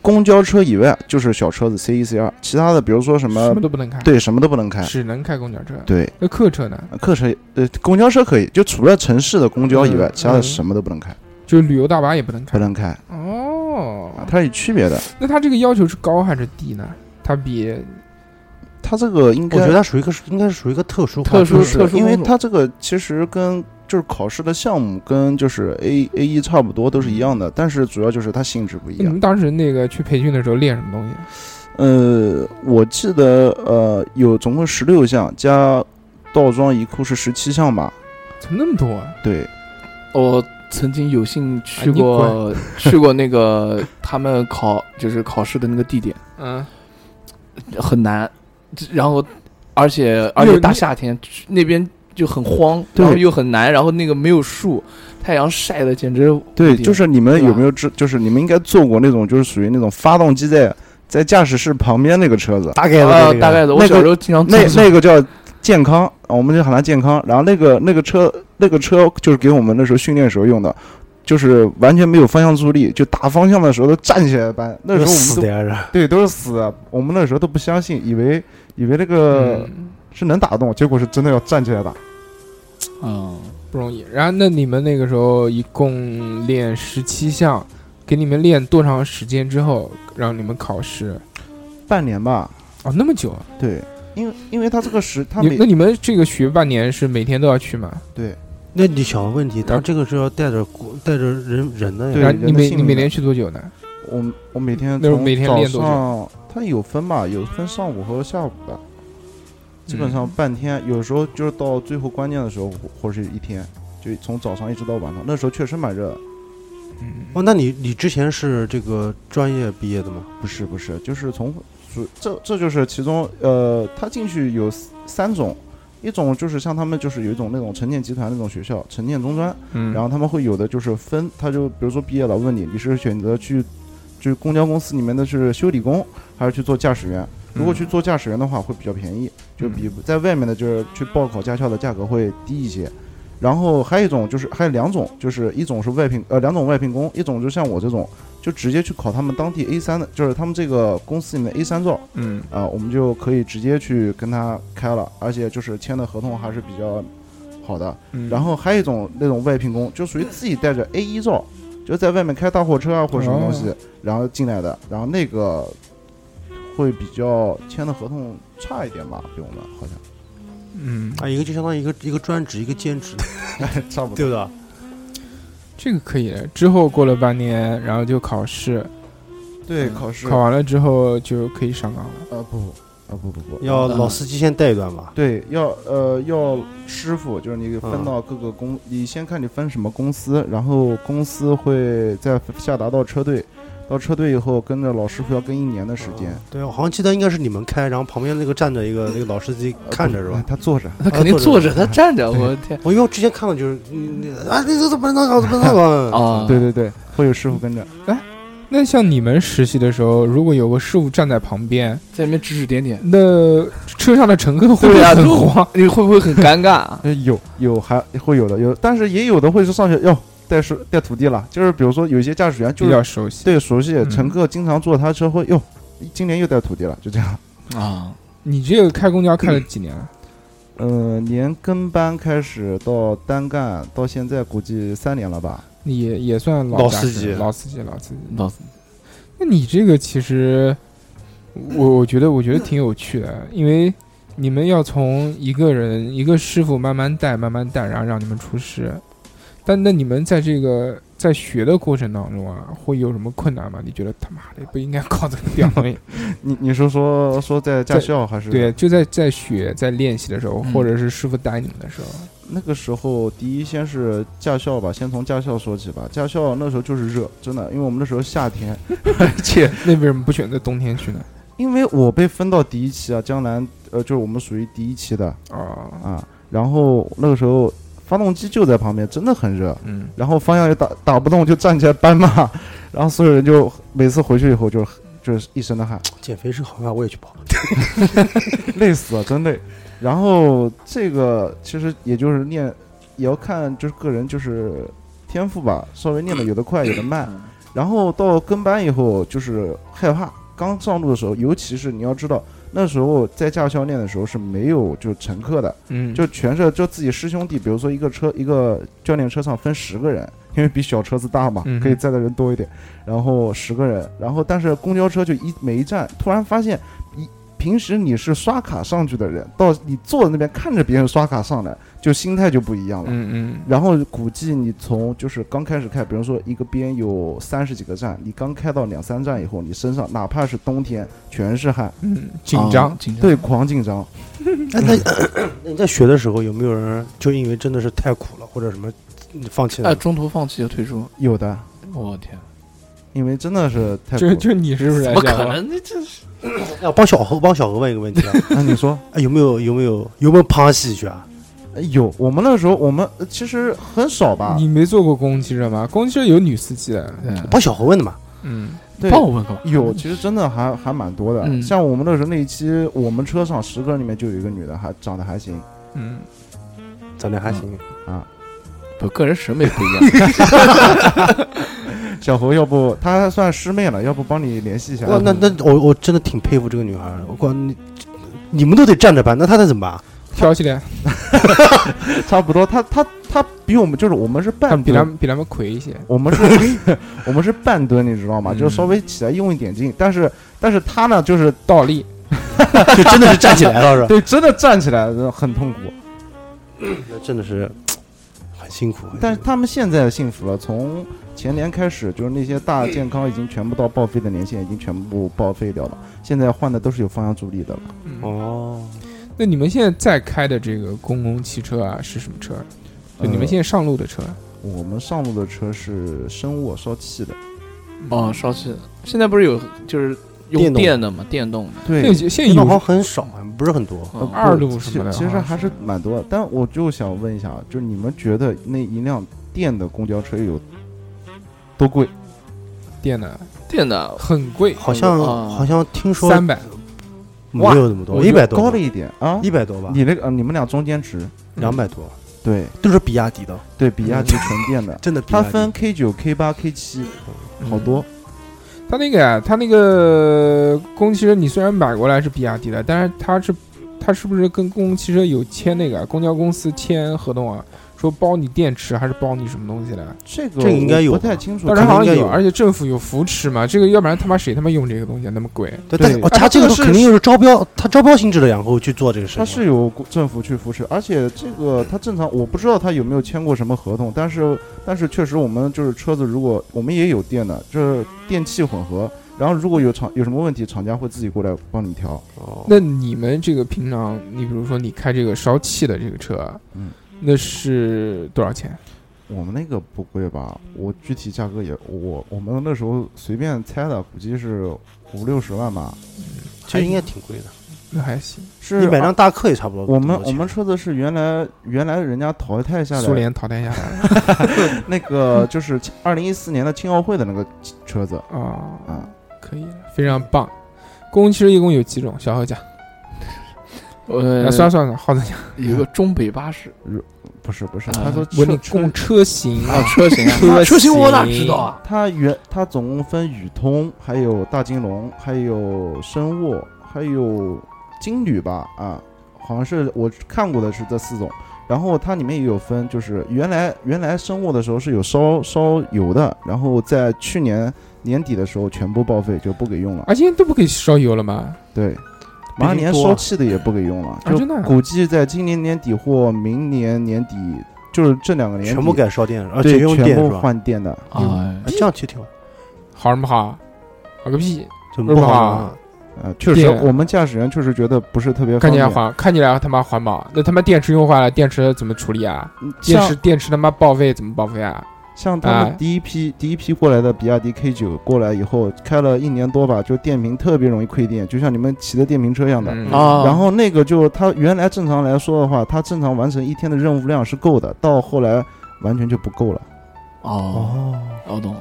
Speaker 7: 公交车以外就是小车子 C 一 C 二，其他的比如说什么
Speaker 3: 什么都不能开，，
Speaker 7: 对什么都不能开。
Speaker 3: 只能开公交车。
Speaker 7: 对，
Speaker 3: 那客车呢？
Speaker 7: 客车呃公交车可以，就除了城市的公交以外
Speaker 3: 嗯，
Speaker 7: 其他的
Speaker 3: 嗯
Speaker 7: 什么都不能开，
Speaker 3: 就是旅游大巴也不能
Speaker 7: 不
Speaker 3: 开。
Speaker 7: 能开
Speaker 3: 哦，
Speaker 7: 啊，它是有区别嗯的。
Speaker 3: 那他这个要求是高还是低呢？他比
Speaker 7: 它这个应
Speaker 5: 我
Speaker 7: 该
Speaker 5: 觉得它属于一个应该是属于一个特殊
Speaker 4: 特殊
Speaker 5: 环境
Speaker 7: 是
Speaker 4: 特殊
Speaker 7: 因为
Speaker 4: 工种
Speaker 7: 它这个其实跟就是考试的项目跟就是 A A 一差不多，都是一样的，但是主要就是它性质不一
Speaker 3: 你
Speaker 7: 样
Speaker 3: 们。当时那个去培训的时候练什么东西？
Speaker 7: 呃，我记得呃有总共十六项加倒装一库是十七项吧？
Speaker 3: 怎么那么多啊？
Speaker 7: 对，
Speaker 4: 我曾经有幸去
Speaker 3: 哎
Speaker 4: 过去过那个 他们考就是考试的那个地点，
Speaker 3: 嗯，
Speaker 4: 很难，然后而且而且大夏天那边就很荒，
Speaker 7: 对
Speaker 4: 然后又很难，然后那个没有树，太阳晒的简直啊
Speaker 7: 对，
Speaker 4: 点
Speaker 7: 就是你们
Speaker 4: 对吧
Speaker 7: 有没有知？就是你们应该坐过那种就是属于那种发动机在在驾驶室旁边那个车子，
Speaker 5: 啊大概的那
Speaker 4: 呃
Speaker 5: 个
Speaker 4: 大概的。我
Speaker 7: 那个
Speaker 4: 小时候经常坐
Speaker 7: 那那个叫健康，啊我们就喊它健康。然后那个那个车那个车就是给我们那时候训练时候用的，就是完全没有方向助力，就打方向的时候都站起来搬。那时候我们
Speaker 5: 死啊
Speaker 7: 都
Speaker 5: 的呀是吧，
Speaker 7: 对都是死的，我们那时候都不相信，以为以为那个
Speaker 3: 嗯
Speaker 7: 是能打动，结果是真的要站起来打。
Speaker 4: 嗯，
Speaker 3: 不容易。然后那你们那个时候一共练十七项，给你们练多长时间之后让你们考试？
Speaker 7: 半年吧，
Speaker 3: 哦，那么久啊？
Speaker 7: 对，因为因为他这个时他
Speaker 3: 你
Speaker 7: 每
Speaker 3: 那你们这个学半年是每天都要去吗？
Speaker 5: 那你想个问题，
Speaker 3: 然
Speaker 5: 他
Speaker 3: 后
Speaker 5: 这个是要带着带着人人的呀，
Speaker 7: 对
Speaker 3: 然后你
Speaker 7: 人的
Speaker 3: 每
Speaker 7: 性
Speaker 3: 你
Speaker 7: 命
Speaker 3: 每
Speaker 7: 的
Speaker 3: 天去多久呢？
Speaker 7: 我我每天
Speaker 3: 那时候
Speaker 7: 从
Speaker 3: 每天
Speaker 7: 早
Speaker 3: 练多久
Speaker 7: 上他有分吧，有分上午和下午的。基本上
Speaker 3: 嗯
Speaker 7: 半天，有时候就是到最后关键的时候，或或是一天，就从早上一直到晚上。那时候确实蛮热，
Speaker 3: 嗯
Speaker 7: 嗯
Speaker 5: 哦，那你你之前是这个专业毕业的吗？
Speaker 7: 不是不是，就是从属这这就是其中呃，他进去有三三种，一种就是像他们就是有一种那种城建集团那种学校，城建中专，
Speaker 3: 嗯，
Speaker 7: 然后他们会有的就是分，他就比如说毕业了，问你你是选择去就是公交公司里面的是修理工，还是去做驾驶员？如果去做驾驶员的话，会比较便宜，就比在外面的就是去报考驾校的价格会低一些。然后还有一种就是还有两种，就是一种是外聘呃两种外聘工，一种就像我这种就直接去考他们当地 A 三的，就是他们这个公司里面的 A 三照
Speaker 3: 嗯
Speaker 7: 啊、我们就可以直接去跟他开了，而且就是签的合同还是比较好的。
Speaker 3: 嗯，
Speaker 7: 然后还有一种那种外聘工，就属于自己带着 A 一照，就在外面开大货车啊或者什么东
Speaker 5: 哦
Speaker 7: 西，然后进来的，然后那个会比较签的合同差一点吧，比我们好像
Speaker 3: 嗯，
Speaker 5: 啊，一个就相当于一个一个专职，一个兼职，
Speaker 7: 差不多。
Speaker 5: 对不对？
Speaker 3: 这个可以的。之后过了半年，然后就考试，
Speaker 7: 对，
Speaker 3: 嗯
Speaker 7: 考试
Speaker 3: 考完了之后就可以上岗了。
Speaker 7: 呃不啊不不不，
Speaker 5: 要老司机先带一段吧。
Speaker 7: 对要呃要师傅，就是你
Speaker 5: 嗯
Speaker 7: 分到各个公，你先看你分什么公司，然后公司会再下达到车队，到车队以后跟着老师傅要跟一年的时间。
Speaker 5: 嗯对，我好像记得应该是你们开，然后旁边那个站着一个那个老司机
Speaker 7: 呃
Speaker 5: 看着
Speaker 7: 不
Speaker 5: 是
Speaker 7: 哎
Speaker 5: 吧？
Speaker 7: 他坐着，
Speaker 4: 他肯定
Speaker 5: 啊
Speaker 4: 坐
Speaker 5: 坐
Speaker 4: 着，
Speaker 5: 着
Speaker 4: 他站着，我的天
Speaker 5: 我因为我之前看到就是，嗯那啊，那个怎么能搞，怎么能搞？
Speaker 4: 啊！
Speaker 7: 对对对，会有师傅跟着。
Speaker 3: 那像你们实习的时候，如果有个师傅站在旁边，
Speaker 4: 在那边指指点点，
Speaker 3: 那车上的乘客会不
Speaker 4: 对
Speaker 3: 会
Speaker 4: 呀
Speaker 3: 很
Speaker 4: 都
Speaker 3: 慌？
Speaker 4: 啊你会不会很尴尬 啊？
Speaker 7: 呃，有有还会有的有，但是也有的会是上去哟带师带徒弟了，就是比如说有一些驾驶员就
Speaker 3: 比
Speaker 7: 是
Speaker 3: 较熟悉。
Speaker 7: 对熟悉
Speaker 3: 嗯
Speaker 7: 乘客经常坐他车会哟，今年又带徒弟了，就这样。
Speaker 4: 啊，
Speaker 3: 你这个开公交开了几年了？
Speaker 7: 呃，年跟班开始到单干到现在估计三年了吧，
Speaker 3: 你也也算
Speaker 5: 老
Speaker 3: 驾
Speaker 5: 司
Speaker 3: 驶
Speaker 5: 机
Speaker 3: 老司机，老司机。
Speaker 4: 老
Speaker 3: 那你这个其实，我我觉得我觉得挺有趣的，因为你们要从一个人一个师傅慢慢带慢慢带，然后让你们出师。但那你们在这个在学的过程当中啊，会有什么困难吗？你觉得他妈的不应该搞这个屌东西？
Speaker 7: 你你是说说在驾
Speaker 3: 在
Speaker 7: 校还是？
Speaker 3: 对，，就在在学在练习的时候，
Speaker 4: 嗯
Speaker 3: 或者是师傅带你们的时候，
Speaker 7: 那个时候第一先是驾校吧，先从驾校说起吧。驾校那时候就是热，真的，因为我们那时候夏天，而且
Speaker 3: 那为什么不选择冬天去呢？
Speaker 7: 因为我被分到第一期啊，江南呃就是我们属于第一期的
Speaker 3: 啊，
Speaker 7: 啊，然后那个时候发动机就在旁边，真的很热。
Speaker 3: 嗯，
Speaker 7: 然后方向也打打不动，就站起来斑马， 然后所有人就每次回去以后就就是一身的汗，
Speaker 5: 减肥是个好法，我也去跑。
Speaker 7: 累死了，真累。然后这个其实也就是练，也要看就是个人就是天赋吧，稍微练的有的 快有的慢。然后到跟班以后就是害怕，刚上路的时候，尤其是你要知道那时候在驾校练的时候是没有就乘客的，
Speaker 3: 嗯，
Speaker 7: 就全是就自己师兄弟，比如说一个车一个教练车上分十个人， 因为比小车子大嘛
Speaker 3: 嗯，哼
Speaker 7: 可以载的人多一点，然后十个人，然后但是公交车就一每一站，突然发现一平时你是刷卡上去的人，到你坐在那边看着别人刷卡上来，就心态就不一样了。
Speaker 3: 嗯
Speaker 7: 然后估计你从就是刚开始开，比如说一个边有三十几个站，你刚开到两三站以后，你身上哪怕是冬天全是汗，
Speaker 3: 嗯嗯，紧张，
Speaker 4: 啊紧张，
Speaker 7: 对，狂紧张。
Speaker 5: 哎，那那你在学的时候有没有人就因为真的是太苦了或者什么你放弃
Speaker 4: 哎，
Speaker 5: 了？
Speaker 4: 中途放弃就退出，
Speaker 7: 有的，
Speaker 4: 我天，
Speaker 7: 因为真的是太苦
Speaker 3: 就
Speaker 7: 了。
Speaker 3: 就你是不是来
Speaker 4: 怎么
Speaker 3: 讲
Speaker 4: 可
Speaker 3: 啊？
Speaker 4: 能？这这是
Speaker 5: 哎，我帮小何帮小何问一个问 题啊，
Speaker 7: 那你说。
Speaker 5: 哎，有没有有没有有没有趴戏去啊？
Speaker 7: 呃有，我们那时候我们呃其实很少
Speaker 3: 啊
Speaker 7: 吧，
Speaker 3: 你没坐过公共汽车吗？公共汽车有女司机的，
Speaker 4: 对
Speaker 5: 帮小何问的嘛？
Speaker 3: 嗯，
Speaker 7: 对
Speaker 4: 帮我问个吧，
Speaker 7: 有，其实真的还还蛮多的。
Speaker 4: 嗯
Speaker 7: 像我们那时候那一期，我们车上十个人里面就有一个女的，还长得还行
Speaker 3: 嗯，
Speaker 5: 长得还行，
Speaker 7: 啊。
Speaker 4: 不，个人审美不一样。
Speaker 7: 小侯，要不她算师妹了，要不帮你联系一下？
Speaker 5: 啊哇，那那我我真的挺佩服这个女孩儿的。我光你你们都得站着办，那她得怎么办？啊
Speaker 3: 挑起来，
Speaker 7: 差不多，她她她比我们就是我们是
Speaker 3: 他
Speaker 7: 半
Speaker 3: 们比他
Speaker 7: 蹲，
Speaker 3: 们比他们魁一些，
Speaker 7: 我们 是我们是半蹲，你知道吗？
Speaker 3: 嗯
Speaker 7: 就稍微起来用一点劲，但是但是她呢，就是
Speaker 3: 倒立，
Speaker 5: 就真的是站起来了是吧？
Speaker 7: 对真的站起来呃很痛苦。
Speaker 5: 那真的是很辛苦。
Speaker 7: 但是他们现在幸福了，从前年开始，就是那些大健康已经全部到报废的年限，已经全部报废掉了。现在换的都是有方向助力的了。
Speaker 3: 嗯，
Speaker 5: 哦，
Speaker 3: 那你们现在在开的这个公共汽车啊是什么车？就你们
Speaker 7: 呃
Speaker 3: 现在上路的车，
Speaker 7: 我们上路的车是深沃烧气的，
Speaker 4: 哦，烧气，现在不是有就是用
Speaker 5: 电动
Speaker 4: 电的嘛，电动的。
Speaker 3: 现
Speaker 7: 对，
Speaker 3: 在现在
Speaker 5: 电动
Speaker 3: 有
Speaker 5: 好像很少，啊不是很多。
Speaker 7: 呃
Speaker 4: 嗯
Speaker 3: 二路
Speaker 7: 其
Speaker 3: 什么的
Speaker 7: 其实
Speaker 3: 好像
Speaker 7: 还
Speaker 3: 是
Speaker 7: 是蛮多的。但我就想问一下，啊就是你们觉得那一辆电的公交车有多贵？
Speaker 3: 电的，
Speaker 4: 电的
Speaker 3: 很贵，
Speaker 5: 好像
Speaker 4: 啊
Speaker 5: 好像听说
Speaker 3: 三百，
Speaker 5: 没有那么多，一百多
Speaker 7: 高
Speaker 5: 吧
Speaker 7: 了，一点啊
Speaker 5: 一！百多吧，
Speaker 7: 你那个、呃你们俩中间值，
Speaker 5: 两百多，
Speaker 7: 对
Speaker 5: 都是比亚迪的，
Speaker 7: 对，比亚迪纯电的，
Speaker 5: 真的 比亚
Speaker 7: 它
Speaker 5: 迪。
Speaker 7: 分 K 九、K 八、K 七，好多。
Speaker 3: 它嗯那个呀，它那个公共汽车，你虽然买过来是比亚迪的，但是它是它是不是跟公共汽车有签那个啊公交公司签合同啊？说包你电池还是包你什么东西的？啊
Speaker 7: 这个
Speaker 5: 这个应该
Speaker 7: 我
Speaker 5: 有
Speaker 7: 不太
Speaker 5: 吧
Speaker 7: 清楚。
Speaker 3: 当
Speaker 5: 看
Speaker 3: 然好
Speaker 5: 应
Speaker 3: 像
Speaker 5: 该有
Speaker 3: 而且政府有扶持嘛。这个要不然他妈谁他妈用这个东西啊那么贵？
Speaker 5: 对，
Speaker 7: 对
Speaker 5: 但哦，
Speaker 7: 哎
Speaker 5: 他
Speaker 7: 这
Speaker 5: 这
Speaker 7: 个
Speaker 5: 个
Speaker 7: 是
Speaker 5: 肯定又是招标，他招标性质的，然后去做这个事
Speaker 7: 它
Speaker 5: 情。
Speaker 7: 是有政府去扶持，而且这个它正常，我不知道它有没有签过什么合同，但是但是确实我们就是车子，如果我们也有电的，就是电器混合，然后如果有厂有什么问题，厂家会自己过来帮你调。
Speaker 5: 哦，
Speaker 3: 那你们这个平常，你比如说你开这个烧气的这个车，啊
Speaker 7: 嗯，
Speaker 3: 那是多少钱？
Speaker 7: 我们那个不贵吧？我具体价格也我我们那时候随便猜的，估计是五六十万吧。
Speaker 5: 这应该挺贵的，
Speaker 3: 那还行，
Speaker 7: 是啊
Speaker 5: 你买辆大客也差不多。
Speaker 7: 我们我们车子是原来原来人家淘汰下来
Speaker 3: 苏联淘汰下来了
Speaker 7: 那个就是二零一四年的青奥会的那个车子
Speaker 3: 啊
Speaker 7: 啊。
Speaker 3: 可以了，非常棒。公共汽车一共有几种？小何讲，
Speaker 4: 呃
Speaker 3: 来，算算算，耗子讲。
Speaker 4: 有一个中北巴士
Speaker 7: 不是不是，
Speaker 4: 啊
Speaker 5: 嗯
Speaker 7: 他说
Speaker 3: 问你
Speaker 7: 车
Speaker 3: 供车型
Speaker 4: 啊，车 型
Speaker 3: 车
Speaker 4: 啊，车型我哪
Speaker 3: 型
Speaker 4: 知道啊？
Speaker 7: 它原它总共分宇通，还有大金龙，还有深沃，还有金旅吧啊，好像是我看过的是这四种。然后它里面也有分，就是原来原来深沃的时候是有烧烧油的，然后在去年年底的时候全部报废，就不给用了。
Speaker 3: 啊，现在都不给烧油了吗？
Speaker 7: 对，马上连
Speaker 5: 多啊
Speaker 7: 烧气的也不给用了，
Speaker 3: 啊真的啊
Speaker 7: 就估计在今年年底或明年年底就是这两个年底
Speaker 5: 全部改烧电是吧，而且
Speaker 7: 对
Speaker 5: 用电
Speaker 7: 全
Speaker 5: 是
Speaker 7: 部
Speaker 5: 吧？
Speaker 7: 换电的，
Speaker 4: 啊
Speaker 5: 啊，这样其实挺好，
Speaker 3: 好什么好？好个屁！
Speaker 5: 怎么不好啊？
Speaker 7: 呃，确实
Speaker 3: 电
Speaker 7: 我们驾驶员确实觉得不是特别
Speaker 3: 看
Speaker 7: 方
Speaker 3: 起来
Speaker 7: 便。
Speaker 3: 环，看起来他妈环保，那他妈电池用坏了，电池怎么处理啊？电池
Speaker 7: 像
Speaker 3: 电池他妈报废怎么报废啊？
Speaker 7: 像他
Speaker 3: 哎
Speaker 7: 们第一批第一批过来的比亚迪 K 九过来以后，开了一年多吧，就电瓶特别容易亏电，就像你们骑的电瓶车一样的。
Speaker 3: 嗯
Speaker 4: 啊！
Speaker 7: 然后那个就它原来正常来说的话，它正常完成一天的任务量是够的，到后来完全就不够了。
Speaker 4: 哦，
Speaker 5: 哦，
Speaker 4: 我懂了，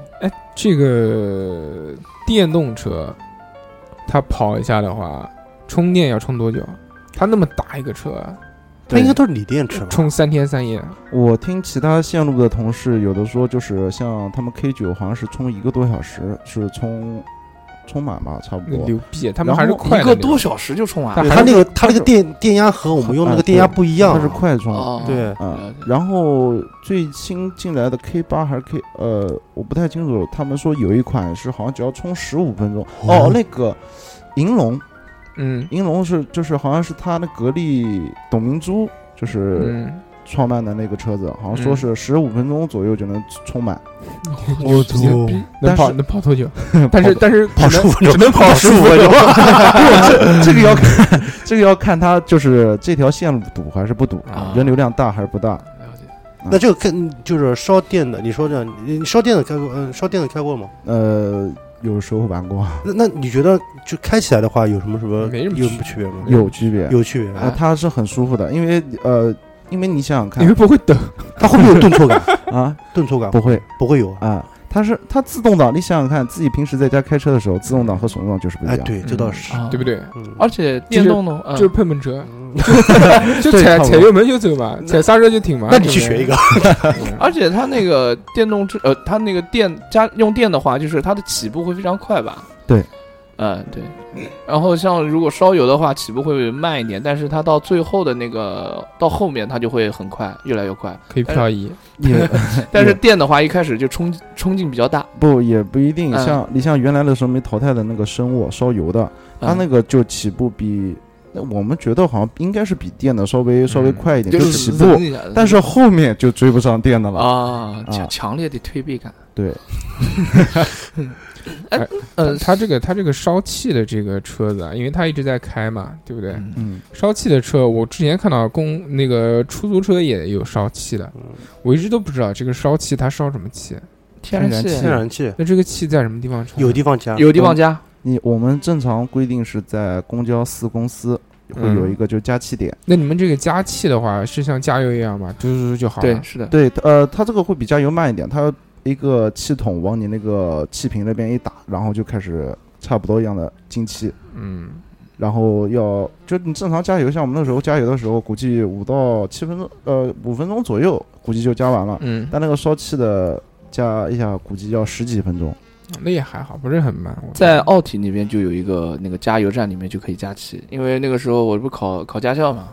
Speaker 3: 这个电动车，它跑一下的话，充电要充多久？它那么大一个车，
Speaker 5: 它应该都是锂电池吧？
Speaker 3: 充三天三夜，
Speaker 7: 我听其他线路的同事有的说，就是像他们 K 九好像是充一个多小时，是充充满吧，差不
Speaker 3: 那
Speaker 7: 多。
Speaker 3: 牛逼！啊他们
Speaker 7: 然后
Speaker 3: 还是快
Speaker 4: 一
Speaker 3: 的
Speaker 4: 个
Speaker 3: 那
Speaker 4: 多
Speaker 3: 种
Speaker 4: 小时就充完
Speaker 3: 它
Speaker 5: 对
Speaker 3: 还
Speaker 5: 它
Speaker 3: 是
Speaker 5: 那个啊它那个电电压和我们用那个电压不一样
Speaker 7: 它，是快充。
Speaker 4: 哦，
Speaker 5: 对
Speaker 7: 啊、
Speaker 4: 了解
Speaker 7: 然后最新进来的 K 八还是 K 呃，我不太清楚。他们说有一款是好像只要充十五分钟哦
Speaker 5: 哦
Speaker 7: 那个银龙，
Speaker 3: 嗯
Speaker 7: 银龙是就是好像是他的格力董明珠就是
Speaker 3: 嗯，
Speaker 7: 创办的那个车子，好像说
Speaker 3: 嗯
Speaker 7: 是十五分钟左右就能充满。
Speaker 5: 我操
Speaker 3: 牛逼能
Speaker 7: 但
Speaker 3: 跑
Speaker 7: 是
Speaker 3: 能跑多久？但是但是
Speaker 5: 跑
Speaker 3: 只
Speaker 5: 十
Speaker 3: 能
Speaker 5: 五分
Speaker 3: 只
Speaker 5: 钟，
Speaker 3: 能跑十
Speaker 5: 15
Speaker 3: 五分
Speaker 5: 分钟
Speaker 3: 钟。
Speaker 7: 这个要看，这个要看他就是这条线路堵还是不堵，
Speaker 4: 啊
Speaker 7: 人流量大还是不大。
Speaker 4: 了解，
Speaker 5: 那这个跟就是烧电的，你说这样，你你烧电的开过，嗯，烧电的开过吗？
Speaker 7: 呃，有时候玩过，
Speaker 5: 那那你觉得就开起来的话有什么什么
Speaker 3: 没什么
Speaker 5: 有
Speaker 3: 区
Speaker 5: 什么区别吗？
Speaker 7: 有区别。
Speaker 5: 有区别
Speaker 7: 呃，
Speaker 5: 啊，
Speaker 7: 它是很舒服的，因为呃，因为你想 想
Speaker 3: 你
Speaker 7: 看
Speaker 3: 们不会等
Speaker 5: 它会不会有顿挫 感？
Speaker 7: 啊，
Speaker 5: 顿挫感
Speaker 7: 不会
Speaker 5: 不会有啊？
Speaker 7: 啊，它是它自动挡，你想想看，自己平时在家开车的时候，自动挡和手动挡就是不一
Speaker 5: 哎，
Speaker 7: 样。
Speaker 5: 对，
Speaker 3: 嗯
Speaker 5: 这倒是，
Speaker 4: 啊
Speaker 3: 对不？对？
Speaker 5: 嗯，
Speaker 4: 而且电动的，
Speaker 3: 就
Speaker 4: 嗯
Speaker 3: 是碰碰车，
Speaker 5: 嗯
Speaker 3: 就
Speaker 7: 对
Speaker 3: 踩
Speaker 7: 差不
Speaker 3: 踩
Speaker 7: 多
Speaker 3: 油门就走嘛，踩刹车就停嘛。
Speaker 5: 那你去学一 个，
Speaker 3: 对不对，嗯
Speaker 4: 而且它那个电动车，呃，它那个电加用电的话，就是它的起步会非常快吧？
Speaker 7: 对，
Speaker 4: 嗯、对。然后像如果烧油的话，起步会慢一点，但是它到最后的那个到后面它就会很快，越来越快。
Speaker 3: 可以漂移。
Speaker 7: 也
Speaker 4: 但是
Speaker 7: 对
Speaker 4: 电的话，一开始就冲冲劲比较大，
Speaker 7: 不也不一定，
Speaker 4: 嗯
Speaker 7: 像你像原来的时候没淘汰的那个深沃烧油的，它
Speaker 4: 嗯
Speaker 7: 那个就起步比那我们觉得好像应该是比电的稍微稍微快一点，就起步，
Speaker 4: 一下
Speaker 7: 但是后面就追不上电的了。
Speaker 4: 啊，
Speaker 7: 啊
Speaker 4: 强强烈的推背感。
Speaker 7: 对，
Speaker 4: 哎，呃，
Speaker 3: 它这个它这个烧气的这个车子啊，因为它一直在开嘛，对不对？
Speaker 4: 嗯
Speaker 7: 嗯，
Speaker 3: 烧气的车，我之前看到公那个出租车也有烧气的，我一直都不知道这个烧气它烧什么气，
Speaker 4: 天
Speaker 7: 天
Speaker 4: 然
Speaker 7: 然
Speaker 4: 气啊
Speaker 5: 天然气啊
Speaker 3: 那这个气在什么地方产？
Speaker 5: 有地方加，
Speaker 4: 有地方加，
Speaker 7: 你我们正常规定是在公交四公司会有一个就加气点。
Speaker 3: 那你们这个加气的话，是像加油一样吗？嘟嘟嘟就好了。
Speaker 4: 对，是的，
Speaker 7: 对，呃，它这个会比加油慢一点，它一个气筒往你那个气瓶那边一打，然后就开始差不多一样的进气，
Speaker 3: 嗯，
Speaker 7: 然后要就你正常加油，像我们那时候加油的时候，估计五到七分钟，呃，五分钟左右估计就加完了，
Speaker 3: 嗯，
Speaker 7: 但那个烧气的加一下估计要十几分钟。
Speaker 3: 那也还好，不是很慢。我
Speaker 4: 在奥体那边就有一个那个加油站，里面就可以加气。因为那个时候我不考考驾校嘛，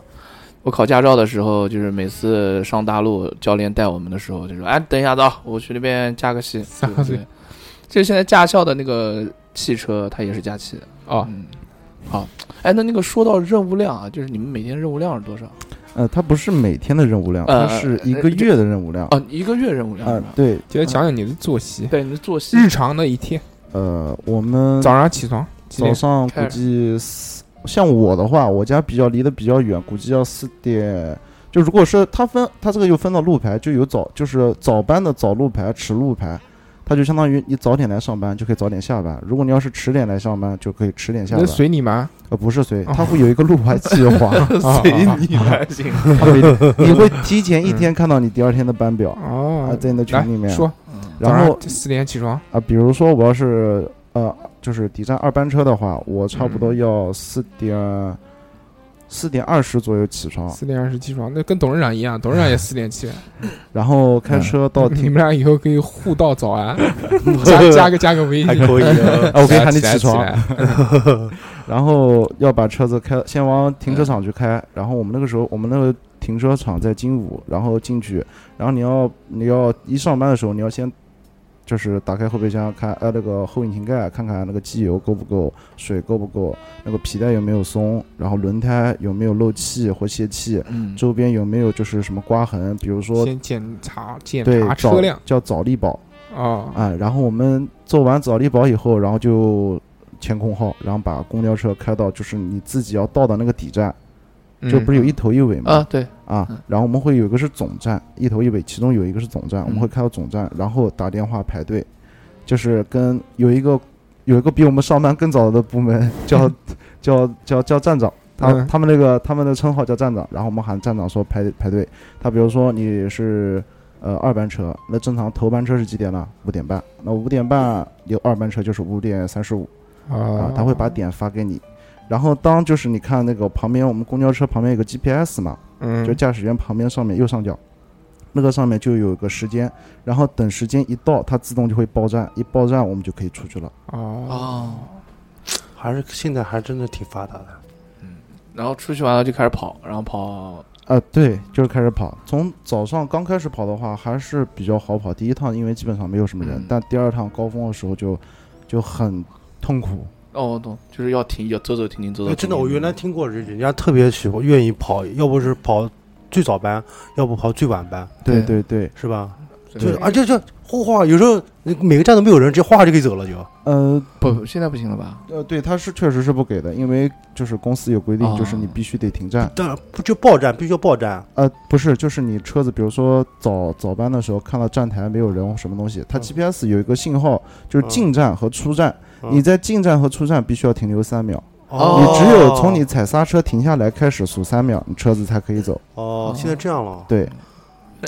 Speaker 4: 我考驾照的时候，就是每次上大路，教练带我们的时候就说：“哎，等一下子啊，我去那边加个气。”对不对？就现在驾校的那个汽车，它也是加气的。
Speaker 3: 哦，
Speaker 4: 嗯，好，哎，那那个说到任务量啊，就是你们每天任务量是多少？
Speaker 7: 呃，它不是每天的任务量，
Speaker 4: 呃
Speaker 7: 它是一个月的任务量。
Speaker 4: 哦，一个月任务量
Speaker 7: 呃
Speaker 4: 是吧？
Speaker 7: 对，
Speaker 3: 就来讲讲你的作息，
Speaker 4: 对，你的作息
Speaker 3: 日常的一天，
Speaker 7: 呃，我们
Speaker 3: 早上起床几
Speaker 7: 早
Speaker 3: 点？
Speaker 7: 上估计四，像我的话，我家比较离得比较远，估计要四点。就如果是它分，它这个又分到路牌，就有早，就是早班的早路牌、迟路牌，它就相当于你早点来上班就可以早点下班。如果你要是迟点来上班，就可以迟点下
Speaker 3: 那
Speaker 7: 班。
Speaker 3: 随你嘛，
Speaker 7: 呃，不是随，它会有一个路牌计划，
Speaker 3: 随
Speaker 7: 你
Speaker 4: 还行，
Speaker 7: 它会你会提前一天看到你第二天的班表啊，
Speaker 3: 哦，
Speaker 7: 在你的群
Speaker 3: 来
Speaker 7: 里面。
Speaker 3: 说，
Speaker 7: 然后
Speaker 3: 四点起床，
Speaker 7: 啊，比如说我要是呃，就是抵站二班车的话，我差不多要四点四点二十左右起床，
Speaker 3: 四点二十起床，那跟董事长一样，董事长也四点起。
Speaker 7: 然后开车 到
Speaker 3: 你
Speaker 7: 停
Speaker 3: 们俩以后可以互道早 安，加加个加个微
Speaker 5: 还
Speaker 3: 信。
Speaker 5: 可以啊，
Speaker 7: 啊，我可以喊你
Speaker 3: 起来
Speaker 7: 起床，
Speaker 3: 来来
Speaker 7: 然后要把车子开，先往停车场去开，然后我们那个时候我们那个停车场在金武，然后进去，然后你要你要一上班的时候，你要先就是打开后备箱看，呃，那个后引擎盖看看那个机油够不够，水够不够，那个皮带有没有松，然后轮胎有没有漏气或泄气，
Speaker 4: 嗯，
Speaker 7: 周边有没有就是什么刮痕，比如说
Speaker 3: 先检查检
Speaker 7: 对
Speaker 3: 查
Speaker 7: 找
Speaker 3: 车辆
Speaker 7: 叫早力保
Speaker 3: 啊，
Speaker 7: 啊、然后我们做完早力保以后，然后就前控号，然后把公交车开到就是你自己要到的那个底站，就不
Speaker 3: 嗯
Speaker 7: 是有一头一尾吗？
Speaker 4: 嗯啊，对，
Speaker 7: 啊
Speaker 4: 嗯，
Speaker 7: 然后我们会有一个是总站，一头一尾，其中有一个是总站，我
Speaker 4: 嗯
Speaker 7: 们会开到总站，然后打电话排队，就是跟有一个有一个比我们上班更早的部门 叫叫叫叫站长，他
Speaker 3: 嗯
Speaker 7: 他们那个他们的称号叫站长，然后我们喊站长说排排队，他比如说你是呃二班车，那正常头班车是几点呢？五点半，那五点半有二班车就是五点三十五，
Speaker 3: 啊
Speaker 7: 啊，，他会把点发给你。然后当就是你看那个旁边我们公交车旁边有个 GPS 嘛，
Speaker 3: 嗯
Speaker 7: 就驾驶员旁边上面右上角，那个上面就有个时间，然后等时间一到，它自动就会报站，一报站我们就可以出去了。
Speaker 3: 啊，
Speaker 4: 哦，
Speaker 5: 还是现在还真的挺发达的。
Speaker 4: 然后出去完了就开始跑，然后跑，
Speaker 7: 啊，对，就是开始跑。从早上刚开始跑的话，还是比较好跑。第一趟因为基本上没有什么人，
Speaker 4: 嗯
Speaker 7: 但第二趟高峰的时候就就很痛苦。
Speaker 4: 哦，我懂，就是要停，要走走停停，走走
Speaker 5: 哎，
Speaker 4: 停停。
Speaker 5: 真的，我原来听过人人家特别喜欢愿意跑，要不是跑最早班，要不跑最晚班，
Speaker 7: 对对
Speaker 4: 对
Speaker 7: 对，
Speaker 5: 是吧？
Speaker 4: 对
Speaker 5: 就是而啊且就哗哗，有时候每个站都没有人，直接哗哗就可以走了就。
Speaker 7: 呃
Speaker 4: 不，不现在不行了吧？
Speaker 7: 呃，对，它是确实是不给的，因为就是公司有规定，
Speaker 4: 哦
Speaker 7: 就是你必须得停站。
Speaker 5: 当然不就报站，必须要报站。
Speaker 7: 呃，不是，就是你车子，比如说早早班的时候看到站台没有人或什么东西，它
Speaker 5: 嗯
Speaker 7: GPS 有一个信号，就是
Speaker 5: 嗯
Speaker 7: 进站和出站。
Speaker 5: 嗯
Speaker 7: 你在进站和出站必须要停留三秒，
Speaker 4: 哦
Speaker 7: 你只有从你踩刹车停下来开始数三秒，你车子才可以走。
Speaker 5: 哦，现在这样了。
Speaker 7: 对，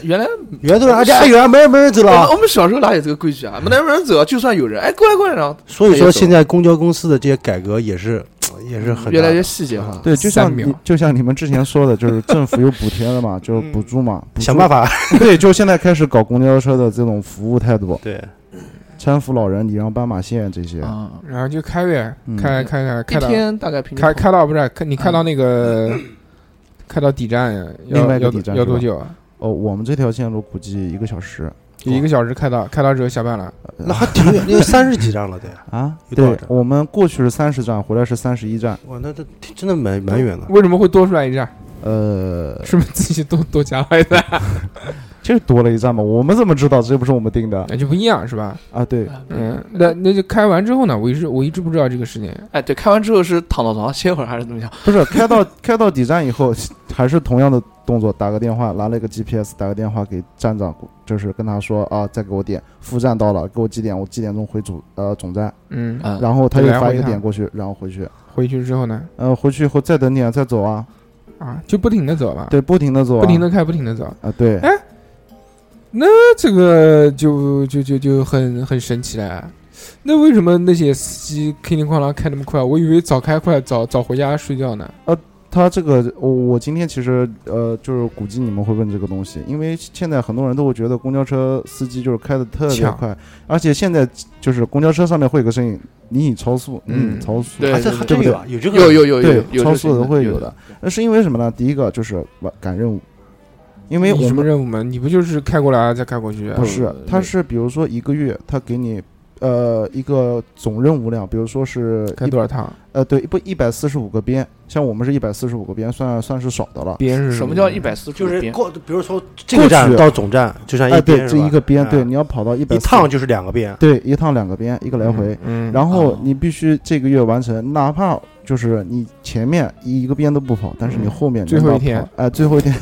Speaker 4: 原来
Speaker 5: 原来都是哎哎，原来没人没人走
Speaker 4: 我们
Speaker 5: 了。
Speaker 4: 我们小时候哪有这个规矩啊？没有人走啊，就算有人，哎，过来过来，然后
Speaker 5: 所以说现在公交公司的这些改革也是也是很
Speaker 4: 越来
Speaker 5: 大
Speaker 4: 越
Speaker 5: 的
Speaker 4: 细节化。
Speaker 7: 对，就
Speaker 3: 三
Speaker 7: 像你
Speaker 3: 秒
Speaker 7: 就像你们之前说的，就是政府有补贴的 嘛，就是补助嘛，补助
Speaker 5: 想办。法。
Speaker 7: 对，就现在开始搞公交车的这种服务态度，
Speaker 5: 对，
Speaker 7: 搀扶老人、礼让斑马线这些。
Speaker 4: 啊，
Speaker 3: 然后就开呗，
Speaker 7: 嗯
Speaker 3: 开开开
Speaker 4: 一
Speaker 3: 开
Speaker 4: 嗯
Speaker 3: 到
Speaker 4: 天大概平均
Speaker 3: 开
Speaker 4: 跑
Speaker 3: 开到不是开你开到那 个开到底站呀，要
Speaker 7: 另外一个
Speaker 3: 要
Speaker 7: 底站
Speaker 3: 要
Speaker 7: 是吧
Speaker 3: 多久啊？
Speaker 7: 哦，我们这条线路估计一个小时
Speaker 3: 就一个小时开到开到之后下班了，
Speaker 5: 那还挺远，那三十几站了得。
Speaker 7: 啊。
Speaker 5: 有多少
Speaker 7: 对
Speaker 5: 站，
Speaker 7: 我们过去是三十站，回来是三十一站。
Speaker 5: 哇，那这挺真的蛮蛮远的。
Speaker 3: 为什么会多出来一站？
Speaker 7: 呃，
Speaker 3: 是不是自己多多加了一站？
Speaker 7: 就是多了一站嘛。我们怎么知道这不是我们定的
Speaker 3: 啊那就不一样是吧？
Speaker 7: 啊？对，
Speaker 3: 嗯，那那就开完之后呢？我一直我一直不知道这个事情。
Speaker 4: 哎，对，开完之后是躺到床上歇会儿还是怎么样？
Speaker 7: 不是开到 开到底站以后，还是同样的动作，打个电话，拿了一个 GPS，打个电话给站长，就是跟他说啊，再给我点副站到了，给我几点？我几点钟回主呃总站？
Speaker 3: 嗯，
Speaker 4: 嗯，
Speaker 7: 然后他又
Speaker 3: 对来
Speaker 7: 发
Speaker 3: 回
Speaker 7: 一个
Speaker 3: 看
Speaker 7: 点过去，然后回去。
Speaker 3: 回去之后呢？
Speaker 7: 呃，回去以后再等点，再走啊，
Speaker 3: 啊，就不停的走吧，
Speaker 7: 对，不停的走、啊，
Speaker 3: 不停的开，不停的走。
Speaker 7: 啊，对
Speaker 3: 哎，那这个就就就就很很神奇了。那为什么那些司机叮叮哐啷开那么快？啊我以为早开快，早早回家睡觉呢。
Speaker 7: 他这个，我我今天其实呃，就是估计你们会问这个东西，因为现在很多人都会觉得公交车司机就是开的特别
Speaker 3: 抢
Speaker 7: 快，而且现在就是公交车上面会有个声音，你已超速，你
Speaker 3: 嗯
Speaker 7: 已超速，
Speaker 4: 对
Speaker 5: 还是还真
Speaker 7: 对
Speaker 5: 有啊，有这个
Speaker 4: 有有有有
Speaker 7: 对
Speaker 4: 有
Speaker 7: 超速
Speaker 4: 的
Speaker 7: 都会有
Speaker 4: 的。
Speaker 7: 的。那是因为什么呢？第一个就是完赶任务，因为
Speaker 3: 你
Speaker 7: 我
Speaker 3: 什么
Speaker 7: 们
Speaker 3: 任务嘛？你不就是开过来啊再开过去？
Speaker 7: 不是，他是比如说一个月，他给你呃一个总任务量，比如说是
Speaker 3: 开
Speaker 7: 一
Speaker 3: 多少趟？
Speaker 7: 呃对不一百四十五个边，像我们是一百四十五个边，算算是少的了。
Speaker 3: 别人是
Speaker 4: 什么叫一？百四？
Speaker 5: 嗯就是过，啊比如说这
Speaker 7: 过去
Speaker 5: 个站到总站就算
Speaker 7: 哎，
Speaker 5: 一
Speaker 7: 对，
Speaker 5: 边，
Speaker 7: 这
Speaker 5: 是吧
Speaker 7: 一个
Speaker 3: 啊
Speaker 7: 边，对，
Speaker 5: 哎
Speaker 7: 你要跑到一百
Speaker 5: 一趟就是两个边。
Speaker 7: 对，一趟两个边，一个来回。
Speaker 3: 嗯，
Speaker 7: 然后
Speaker 4: 哦
Speaker 7: 你必须这个月完成，哪怕就是你前面一个边都不跑，但是你
Speaker 3: 嗯
Speaker 7: 后面
Speaker 3: 最
Speaker 7: 能
Speaker 3: 后
Speaker 7: 到
Speaker 3: 一天
Speaker 7: 跑，哎，最后一天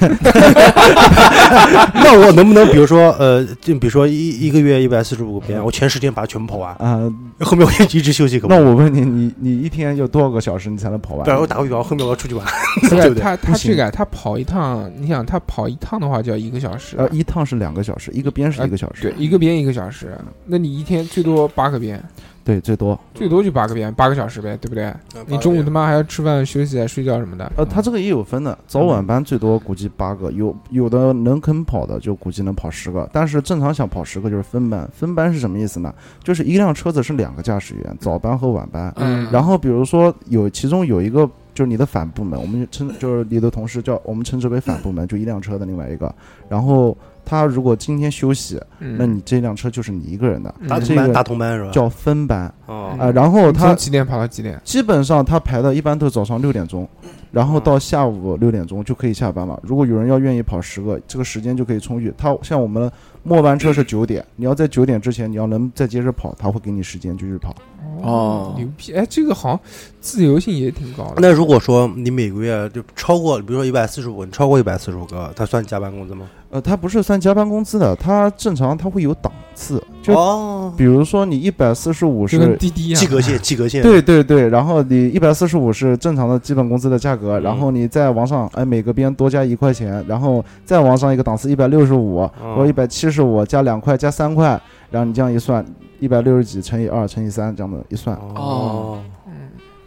Speaker 5: 那我能不能比如说呃，就比如说一一个月一百四十五个边，我前十天把它全部跑完，
Speaker 7: 啊，
Speaker 5: 后面我可以一直休息可不
Speaker 7: 那
Speaker 5: 可以？
Speaker 7: 我问你，你你一天有多少个小时你才能跑
Speaker 5: 比如
Speaker 7: 完？
Speaker 5: 我打个比方，后面我要出去玩，
Speaker 3: 不
Speaker 5: 对
Speaker 3: 是
Speaker 5: 不对
Speaker 3: 他他
Speaker 7: 不行
Speaker 3: 这个他跑一趟，你想他跑一趟的话就要一个小时，
Speaker 7: 呃，一趟是两个小时，一个边是一个小时，
Speaker 3: 对，一个边一个小时，那你一天最多八个边，
Speaker 7: 对，最多。
Speaker 3: 最多就八个边，八个小时呗，对不对？你中午他妈还要吃饭、休息、啊睡觉什么的。
Speaker 7: 呃，他这个也有分的，早晚班最多估计八个，有有的能肯跑的就估计能跑十个，但是正常想跑十个就是分班。分班是什么意思呢？就是一辆车子是两个驾驶员，早班和晚班。
Speaker 3: 嗯
Speaker 7: 然后比如说有其中有一个就是你的反部门，我们就称就是你的同事叫我们称之为反部门，就一辆车的另外一个，然后。他如果今天休息，
Speaker 3: 嗯
Speaker 7: 那你这辆车就是你一个人的，
Speaker 5: 打
Speaker 3: 嗯
Speaker 5: 同
Speaker 7: 这
Speaker 5: 班
Speaker 7: 个
Speaker 5: 打同班是吧？
Speaker 7: 叫分班
Speaker 5: 哦
Speaker 3: 嗯
Speaker 7: 啊、然后
Speaker 3: 你从
Speaker 7: 他
Speaker 3: 几点跑到几点？
Speaker 7: 基本上他排的一般都是早上六点钟，然后
Speaker 3: 嗯
Speaker 7: 到下午六点钟就可以下班了。如果有人要愿意跑十个，这个时间就可以充裕。他像我们末班
Speaker 3: 嗯
Speaker 7: 车是九点，你要在九点之前你要能在街上跑，他会给你时间就去跑。
Speaker 4: 哦
Speaker 3: 牛逼！哎，这个好像自由性也挺高的。
Speaker 5: 那如果说你每个月就超过，比如说一百四十五，你超过一百四十五个，他算加班工资吗？
Speaker 7: 呃，他不是算加班工资的，他正常他会有档次，就
Speaker 5: 哦，
Speaker 7: 比如说你一百四十五
Speaker 3: 就跟
Speaker 7: 是。
Speaker 3: 滴滴一样，
Speaker 5: 及格线，及格线。
Speaker 7: 对对对，然后你一百四十五是正常的基本工资的价格，然后
Speaker 4: 嗯
Speaker 7: 你再往上，哎，每个边多加一块钱，然后再往上一个档次一百六十五，
Speaker 4: 嗯
Speaker 5: 哦，
Speaker 7: 我一百七十五加两块加三块，然后你这样一算，一百六十几乘以二乘以三这样的一算，
Speaker 5: 哦，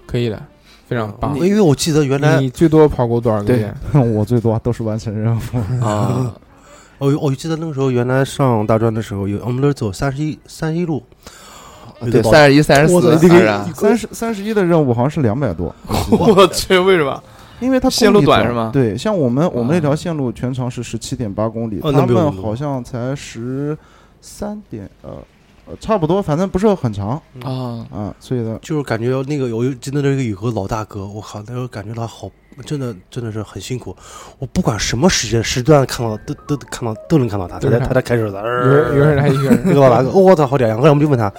Speaker 3: 可以的，非常棒。
Speaker 5: 因为我记得原来
Speaker 3: 你最多跑过多少个月？
Speaker 4: 哦
Speaker 7: 我最多都是完成任务。
Speaker 5: 哦
Speaker 4: 啊，
Speaker 5: 我哦我记得那个时候，原来上大专的时候，有我们都是走三十一三十一路，
Speaker 4: 对，三十一、三十
Speaker 5: 我
Speaker 4: 四、
Speaker 5: 操这
Speaker 4: 三
Speaker 5: 个
Speaker 4: 十 啊，
Speaker 7: 三十三十一的任务好像是两百 多，
Speaker 4: 我去，为什么？
Speaker 7: 因为它
Speaker 4: 线路
Speaker 7: 公里
Speaker 4: 短
Speaker 7: 长
Speaker 4: 是吗嗯
Speaker 7: 对，像我们我们那条线路全长是十七点八公里，
Speaker 5: 哦那
Speaker 7: 他
Speaker 5: 没有那
Speaker 7: 们
Speaker 5: 么多
Speaker 7: 好像才十三点呃呃差不多，反正不是很长
Speaker 5: 嗯
Speaker 4: 啊，
Speaker 7: 啊，所以呢，
Speaker 5: 就是感觉那个有真的那个有个老大哥，我靠，那时候感觉他好，真的真的是很辛苦。我不管什么时间时段看到都都都看到都能看到他，他
Speaker 3: 都能
Speaker 5: 在
Speaker 3: 看
Speaker 5: 他在开手的，呃
Speaker 3: 有人有人还一个
Speaker 5: 那
Speaker 3: 人，
Speaker 5: 个老大哥，我操，好屌！然后我们就问他，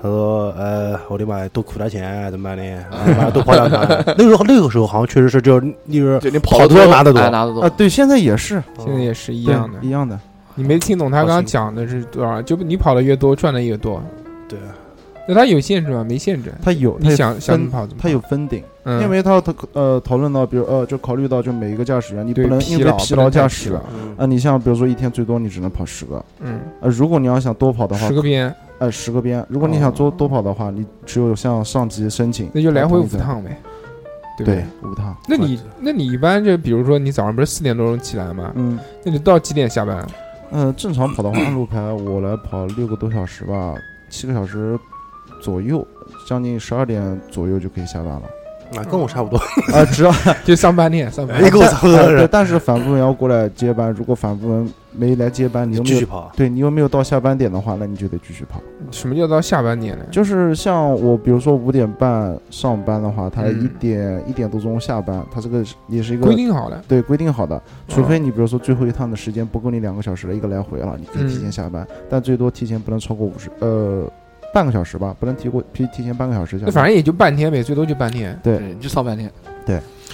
Speaker 5: 他说：“呃，我的妈，呀，多苦点钱怎么办呢？啊晚上多跑两趟。啊那个时候那个时候好像确实是就是就是
Speaker 4: 就你
Speaker 5: 跑
Speaker 4: 得
Speaker 5: 得多拿得多
Speaker 4: 哎拿得
Speaker 7: 啊
Speaker 4: 多，
Speaker 7: 对，现在也是
Speaker 3: 现在也是一
Speaker 7: 一
Speaker 3: 样的
Speaker 7: 一。样的，
Speaker 3: 你没听懂他刚刚讲的是多少？就你跑的越多，赚的越多。
Speaker 5: 对，
Speaker 3: 那他有限制吗？没限制。
Speaker 7: 它有它
Speaker 3: 你
Speaker 7: 有
Speaker 3: 想想怎么
Speaker 7: 分
Speaker 3: 跑怎么跑。
Speaker 7: 它有分顶。
Speaker 3: 嗯，
Speaker 7: 因为他讨呃讨论到，比如呃，就考虑到就每一个驾驶员，你不
Speaker 3: 对
Speaker 7: 能因为疲劳驾驶
Speaker 3: 了。
Speaker 5: 嗯
Speaker 7: 啊，你像比如说一天最多你只能跑十个，
Speaker 3: 嗯，
Speaker 7: 呃，如果你要想多跑的话
Speaker 3: 十，个边
Speaker 7: 呃，十个边，如果你想多多跑的话，你只有向上级申请，
Speaker 3: 那就来回
Speaker 7: 同
Speaker 3: 五
Speaker 7: 意才，
Speaker 3: 趟呗，对啊不
Speaker 7: 对？，五趟，
Speaker 3: 那你那你一般就比如说你早上不是四点多钟起来吗？
Speaker 7: 嗯
Speaker 3: 那你到几点下班？啊
Speaker 7: 呃，正常跑的话，按路牌我来跑六个多小时吧，七个小时左右，将近十二点左右就可以下班了，
Speaker 5: 啊，跟我差不多，
Speaker 7: 啊，只要
Speaker 3: 就上半天，上半
Speaker 5: 一
Speaker 3: 天。
Speaker 5: 跟我差不多
Speaker 7: 呃对
Speaker 5: 是，
Speaker 7: 但是反部门要过来接班，如果反部门没来接班，你又没
Speaker 5: 继
Speaker 7: 有
Speaker 5: 续跑。
Speaker 7: 对你又没有到下班点的话，那你就得继续跑。
Speaker 3: 什么叫到下半点呢？
Speaker 7: 就是像我，比如说五点半上班的话，他
Speaker 3: 嗯
Speaker 7: 一点一点多钟下班，他这个是也是一
Speaker 3: 规
Speaker 7: 个
Speaker 3: 定好的，
Speaker 7: 对规定好的，除
Speaker 3: 嗯
Speaker 7: 非你比如说最后一趟的时间不够你两个小时了，一个来回了，你可以提前下班，但最多提前不能超过五十呃半个小时吧，不能提过提提前半个小时下
Speaker 3: 那
Speaker 7: 班。
Speaker 3: 反正也就半天呗，最多就半天。
Speaker 7: 对
Speaker 4: 对，你就上半 天，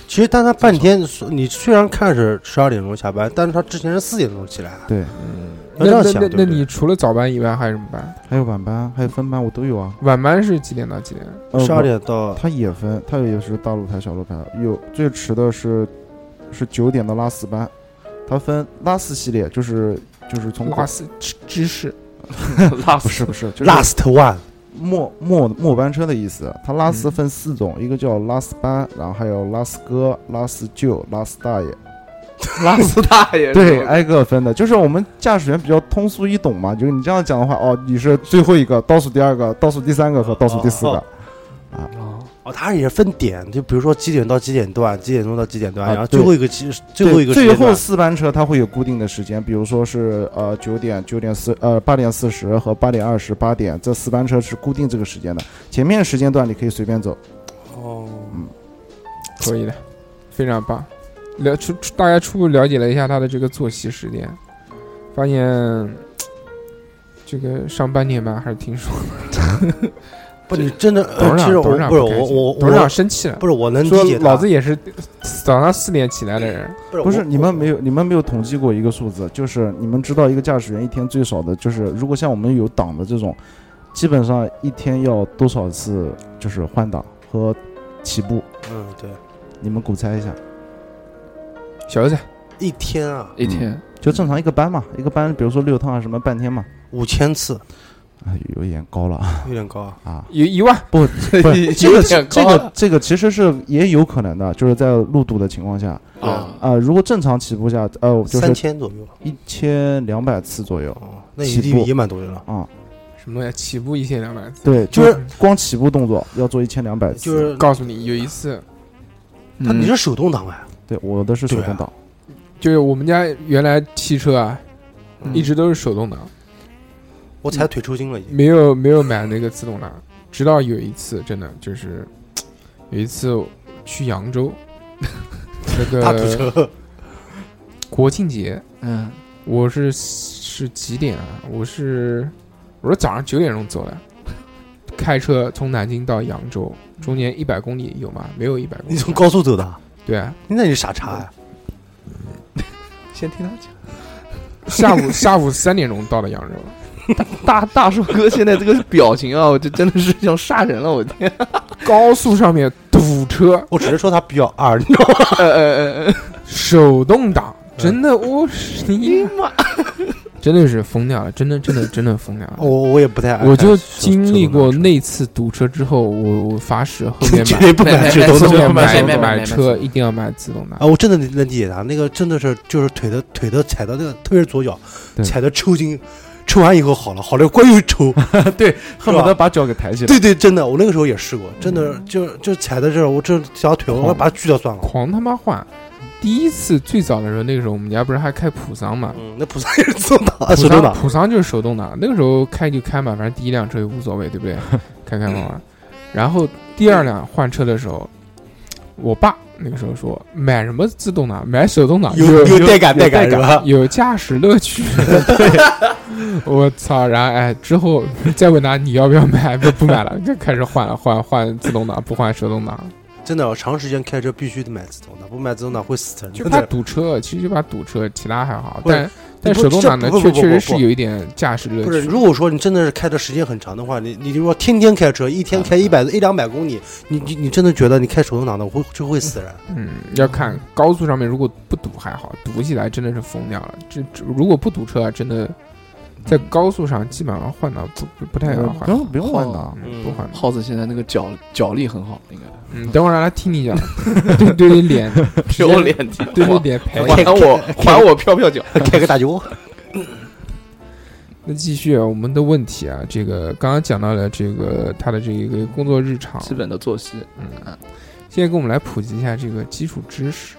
Speaker 5: 其实，但他半天，你虽然看是十二点钟下班，但是他之前是四点钟起来。啊
Speaker 7: 对，
Speaker 5: 要
Speaker 3: 那
Speaker 5: 这样
Speaker 3: 那
Speaker 5: 想，
Speaker 3: 那
Speaker 5: 对不
Speaker 3: 那
Speaker 5: 对
Speaker 3: 你除了早班以外还有什么班？
Speaker 7: 还有晚班，还有分班，我都有啊。
Speaker 3: 晚班是几点到几点？
Speaker 7: 呃
Speaker 5: 十二，点到
Speaker 3: 哦
Speaker 7: 我他也分，他也是大路牌、小路牌，有最迟的是是九点的拉四班，他分拉四系列，就是就是从
Speaker 3: 拉丝芝芝士，
Speaker 4: 拉
Speaker 7: 不
Speaker 4: 不
Speaker 7: 是不是，就是
Speaker 5: last one，
Speaker 7: 末末末班车的意思。它拉丝分四种，一个叫拉丝班，然后还有拉丝哥、拉丝舅、拉丝大爷，
Speaker 4: 拉斯大 爷，
Speaker 7: 对，
Speaker 4: 哎，
Speaker 7: 挨个分的。就是我们驾驶员比较通俗易懂嘛，就是你这样讲的话，哦，你是最后一个，倒数第二个，倒数第三个和倒数第四
Speaker 5: 哦
Speaker 7: 个，
Speaker 5: 哦，他也是分点，就比如说几点到几点段，几点钟到几点段，
Speaker 7: 啊
Speaker 5: 然后
Speaker 7: 对
Speaker 5: 最后一个其实最后
Speaker 7: 对
Speaker 5: 一个时
Speaker 7: 最
Speaker 5: 间段
Speaker 7: 后四班车它会有固定的时间，比如说是呃九点、九点四呃八点四十和八点二十、八点这四班车是固定这个时间的，前面时间段你可以随便走。
Speaker 5: 哦，
Speaker 3: 可以的，非常棒。了初初大概初步了解了一下他的这个作息时间，发现嘖这个上半天班还是挺爽的。
Speaker 5: 不，你真的，
Speaker 3: 董
Speaker 5: 呃
Speaker 3: 事
Speaker 5: 其
Speaker 3: 长
Speaker 5: 实我
Speaker 3: 董事长
Speaker 5: 不是
Speaker 3: 开
Speaker 5: 我
Speaker 3: 心
Speaker 5: 我
Speaker 3: 董事长
Speaker 5: 我
Speaker 3: 生气了，
Speaker 5: 不是我能理
Speaker 3: 说
Speaker 5: 解他，
Speaker 3: 老子也是早上四点起来的人，
Speaker 5: 不
Speaker 7: 不
Speaker 5: 是
Speaker 7: 是
Speaker 5: 我
Speaker 7: 你们没有，你们没有统计过一个数字，就是你们知道一个驾驶员一天最少的，就是如果像我们有档的这种，基本上一天要多少次就是换挡和起步？
Speaker 5: 嗯，对，
Speaker 7: 你们估猜一下，
Speaker 3: 小子，！
Speaker 5: 一天啊
Speaker 4: 一天
Speaker 7: 就正常一个班嘛，一个班比如说六趟啊什么半天嘛，
Speaker 5: 五千次，
Speaker 7: 啊有点高了啊
Speaker 5: 哎有点高啊，
Speaker 7: 啊
Speaker 3: 有一万
Speaker 7: 不是这个
Speaker 4: 有点
Speaker 7: 这
Speaker 4: 高
Speaker 7: 个这个其实是也有可能的，就是在路堵的情况下
Speaker 4: 啊，
Speaker 7: 啊、如果正常起步下，呃，就
Speaker 5: 啊三
Speaker 7: 是
Speaker 5: 千左右，
Speaker 7: 一千两百次左右
Speaker 5: 哦，那
Speaker 7: 起
Speaker 5: 也
Speaker 7: 步
Speaker 5: 也蛮多的了，
Speaker 7: 啊、
Speaker 3: 什么东西？起步一千两百次。
Speaker 7: 对，
Speaker 5: 就是
Speaker 7: 光起步动作要做一千两百次，
Speaker 5: 就是
Speaker 3: 告诉你，有一次，
Speaker 5: 他你
Speaker 4: 嗯
Speaker 5: 是手动挡哎，
Speaker 7: 对，我的是手
Speaker 5: 对
Speaker 7: 动
Speaker 5: 啊
Speaker 7: 挡，
Speaker 3: 就是我们家原来汽车啊，
Speaker 5: 嗯
Speaker 3: 一直都是手动挡，
Speaker 5: 我踩腿抽筋了已经。
Speaker 3: 没有没有买那个自动挡，直到有一次真的就是有一次去扬州，那
Speaker 5: 大堵
Speaker 3: 个
Speaker 5: 车，
Speaker 3: 国庆节，
Speaker 4: 嗯
Speaker 3: 我是是几点啊？我是我是早上九点钟走的，开车从南京到扬州，中间一百公里有吗？没有一百公
Speaker 5: 你
Speaker 3: 里。
Speaker 5: 从高速走的啊？
Speaker 3: 对啊，
Speaker 5: 那你傻叉呀！
Speaker 4: 先听他讲。
Speaker 3: 下午下午三点钟到的扬 州，
Speaker 4: 大大树哥现在这个表情啊，我就真的是想杀人了，我 天！
Speaker 3: 高速上面堵车，
Speaker 5: 我只是说他比较二，你知道吗？
Speaker 4: 呃呃呃，
Speaker 3: 手动挡，
Speaker 5: 嗯
Speaker 3: 真的我是你妈，真的是疯掉了，真的真的真的疯掉了。
Speaker 5: 我我也不太爱开手，
Speaker 3: 我就经历过
Speaker 5: 哎手动挡车
Speaker 3: 那次堵车之后，我我发誓后 面
Speaker 5: 绝
Speaker 3: 买
Speaker 5: 对 不敢去
Speaker 4: 买
Speaker 5: 动
Speaker 4: 买
Speaker 3: 后
Speaker 5: 车
Speaker 3: 面
Speaker 4: 买
Speaker 3: 买
Speaker 4: 买买买
Speaker 3: 买
Speaker 4: 买
Speaker 3: 车一定要买自动挡
Speaker 5: 啊！。我真的能理解他，那个真的是就是腿的腿的踩到那个，特别是左脚
Speaker 3: 对
Speaker 5: 踩的抽筋，抽完以后好了，好了关又 抽，
Speaker 6: 恨不得把脚给抬起来。嗯
Speaker 5: 对对，真的，我那个时候也试过，真的就就踩在这儿，我这小腿我要把它锯掉算了。
Speaker 3: 狂他妈换。第一次最早的时候，那个时候我们家不是还开普桑嘛，
Speaker 5: 嗯，那不算 是自动挡啊，
Speaker 3: 普
Speaker 5: 手动
Speaker 3: 桑
Speaker 5: 挡。
Speaker 3: 普桑就是手动挡，那个时候开就开嘛，反正第一辆车也无所谓，对不 对？开开玩玩。然后第二辆换车的时候，我爸那个时候说买什么自动挡，买手动挡
Speaker 5: 有
Speaker 3: 有
Speaker 5: 带感带感是吧？
Speaker 3: 有驾驶乐趣。我操！然后哎，之后再问他你要不要买，不不买了，就开始换了，换换自动挡，不换手动挡，
Speaker 5: 真的，长时间开车必须得买自动挡，不买自动挡会死人。
Speaker 3: 就
Speaker 5: 真
Speaker 3: 怕
Speaker 5: 的，
Speaker 3: 堵车，其实就怕堵车，其他还好。
Speaker 5: 不是
Speaker 3: 但但
Speaker 5: 不
Speaker 3: 手动挡呢，
Speaker 5: 这
Speaker 3: 确
Speaker 5: 不不不
Speaker 3: 确
Speaker 5: 不
Speaker 3: 实
Speaker 5: 不
Speaker 3: 是有一点驾驶乐
Speaker 5: 不是，
Speaker 3: 趣。
Speaker 5: 如果说你真的是开的时间很长的话，你你如果天天开车，一天开一百一两百公里，你你你真的觉得你开手动挡的会就会死人。
Speaker 3: 嗯，要看高速上面如果不堵还好，堵起来真的是疯掉了。这这如果不堵车，啊，真的在高速上基本上换挡不不不太要
Speaker 5: 啊
Speaker 3: 换
Speaker 7: 嗯不
Speaker 3: 挡，
Speaker 7: 用不用换挡，
Speaker 3: 嗯
Speaker 5: 嗯
Speaker 3: 不换挡。
Speaker 4: 耗子现在那个脚脚力很好，应 该
Speaker 3: 嗯，等会儿让他听你讲， 对对你脸，
Speaker 4: 有脸挺
Speaker 3: 对对脸赔。
Speaker 4: 还我还我飘飘脚。
Speaker 5: 开个大酒窝，
Speaker 3: 那继续我们的问题啊，这个刚刚讲到了这个他的这个工作日常，
Speaker 4: 基本的作息，
Speaker 3: 嗯，现在给我们来普及一下这个基础知识，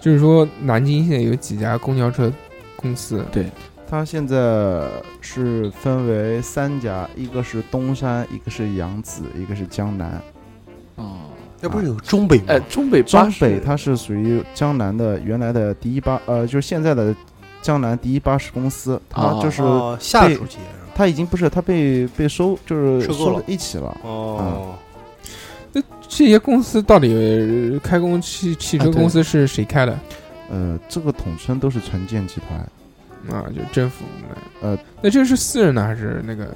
Speaker 3: 就是说南京现在有几家公交车公司，
Speaker 7: 它现在是分为三家，一个是东山，一个是扬子，一个是江南。
Speaker 4: 哦，
Speaker 5: 那不是有中北
Speaker 4: 哎
Speaker 5: 吗，？
Speaker 4: 中北
Speaker 7: 中
Speaker 4: 巴士
Speaker 7: 北它是属于江南的原来的第一巴，呃，就是现在的江南第一巴士公司，它
Speaker 4: 哦
Speaker 7: 就是、
Speaker 5: 哦，下属级是吧？
Speaker 7: 它已经不是它被被收，就是
Speaker 5: 收购
Speaker 7: 收
Speaker 5: 了
Speaker 7: 到一起了。
Speaker 5: 哦，
Speaker 3: 这些公司到底呃开工汽汽车
Speaker 4: 啊对
Speaker 3: 公司是谁开的？
Speaker 7: 呃，这个统称都是城建集团，
Speaker 3: 啊，就政府来。
Speaker 7: 呃，
Speaker 3: 那这是私人的还是那个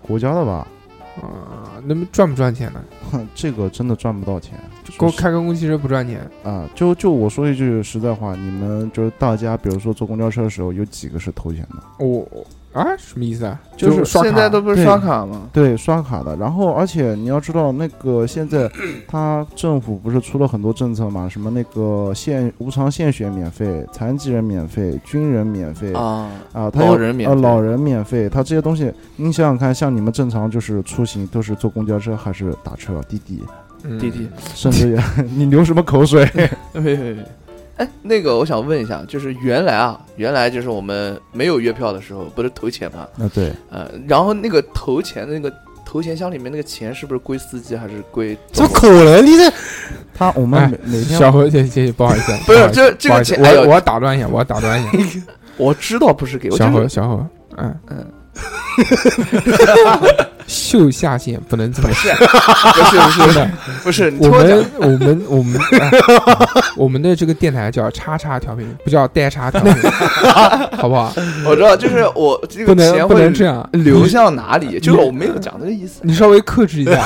Speaker 7: 国家的吧？
Speaker 3: 啊、那么赚不赚钱呢？
Speaker 7: 哼，这个真的赚不到钱。
Speaker 3: 公
Speaker 7: 说实
Speaker 3: 开公共汽车不赚钱，
Speaker 7: 啊，就就我说一句实在话，你们就是大家，比如说坐公交车的时候，有几个是投钱的？
Speaker 3: 我、啊什么意思啊？
Speaker 7: 就是
Speaker 3: 刷卡
Speaker 4: 现在都不是
Speaker 7: 对
Speaker 4: 刷卡吗？
Speaker 7: 对，刷卡的。然后，而且你要知道，那个现在他政府不是出了很多政策嘛，什么那个限无偿献血免费，残疾人免费，军人免费
Speaker 4: 啊，
Speaker 7: 啊，他
Speaker 4: 老
Speaker 7: 有
Speaker 4: 人免
Speaker 7: 呃
Speaker 4: 费
Speaker 7: 老人免费，他这些东西，你想想看，像你们正常就是出行都是坐公交车还是打车、滴滴，
Speaker 3: 嗯
Speaker 4: 滴滴。
Speaker 7: 甚至也 你流什么口 水？
Speaker 4: 没没没。哎，那个我想问一下，就是原来啊，原来就是我们没有月票的时候，不是投钱吗？
Speaker 7: 啊，对，
Speaker 4: 呃，然后那个投钱的那个投钱箱里面那个钱是不是归司机还是归总
Speaker 5: 怎么
Speaker 4: 公司？
Speaker 5: 可能？你这
Speaker 7: 他我们
Speaker 3: 哎
Speaker 7: 每每天
Speaker 3: 小何姐姐，姐不好意思，
Speaker 4: 不是
Speaker 3: 好意思
Speaker 4: 这这个
Speaker 3: 不好意思
Speaker 4: 钱哎呦
Speaker 3: 我我要打断一下，我要打断一下，
Speaker 4: 我知道不是 给，我就
Speaker 3: 小何
Speaker 4: 是
Speaker 3: 小何，嗯
Speaker 4: 嗯，
Speaker 3: 秀下限不能这么说，
Speaker 4: 不是不
Speaker 3: 真
Speaker 4: 是
Speaker 3: 的。
Speaker 4: 不是，你
Speaker 3: 我
Speaker 4: 听我讲
Speaker 3: 们我们我们、哎我们的这个电台叫叉叉调频，不叫带叉 调频，好不好？
Speaker 4: 我知道，就是我这
Speaker 3: 不
Speaker 4: 个
Speaker 3: 能
Speaker 4: 钱
Speaker 3: 不
Speaker 4: 会
Speaker 3: 能这样，
Speaker 4: 流向哪里，就是我没有讲这个意思，
Speaker 3: 你稍微克制一下。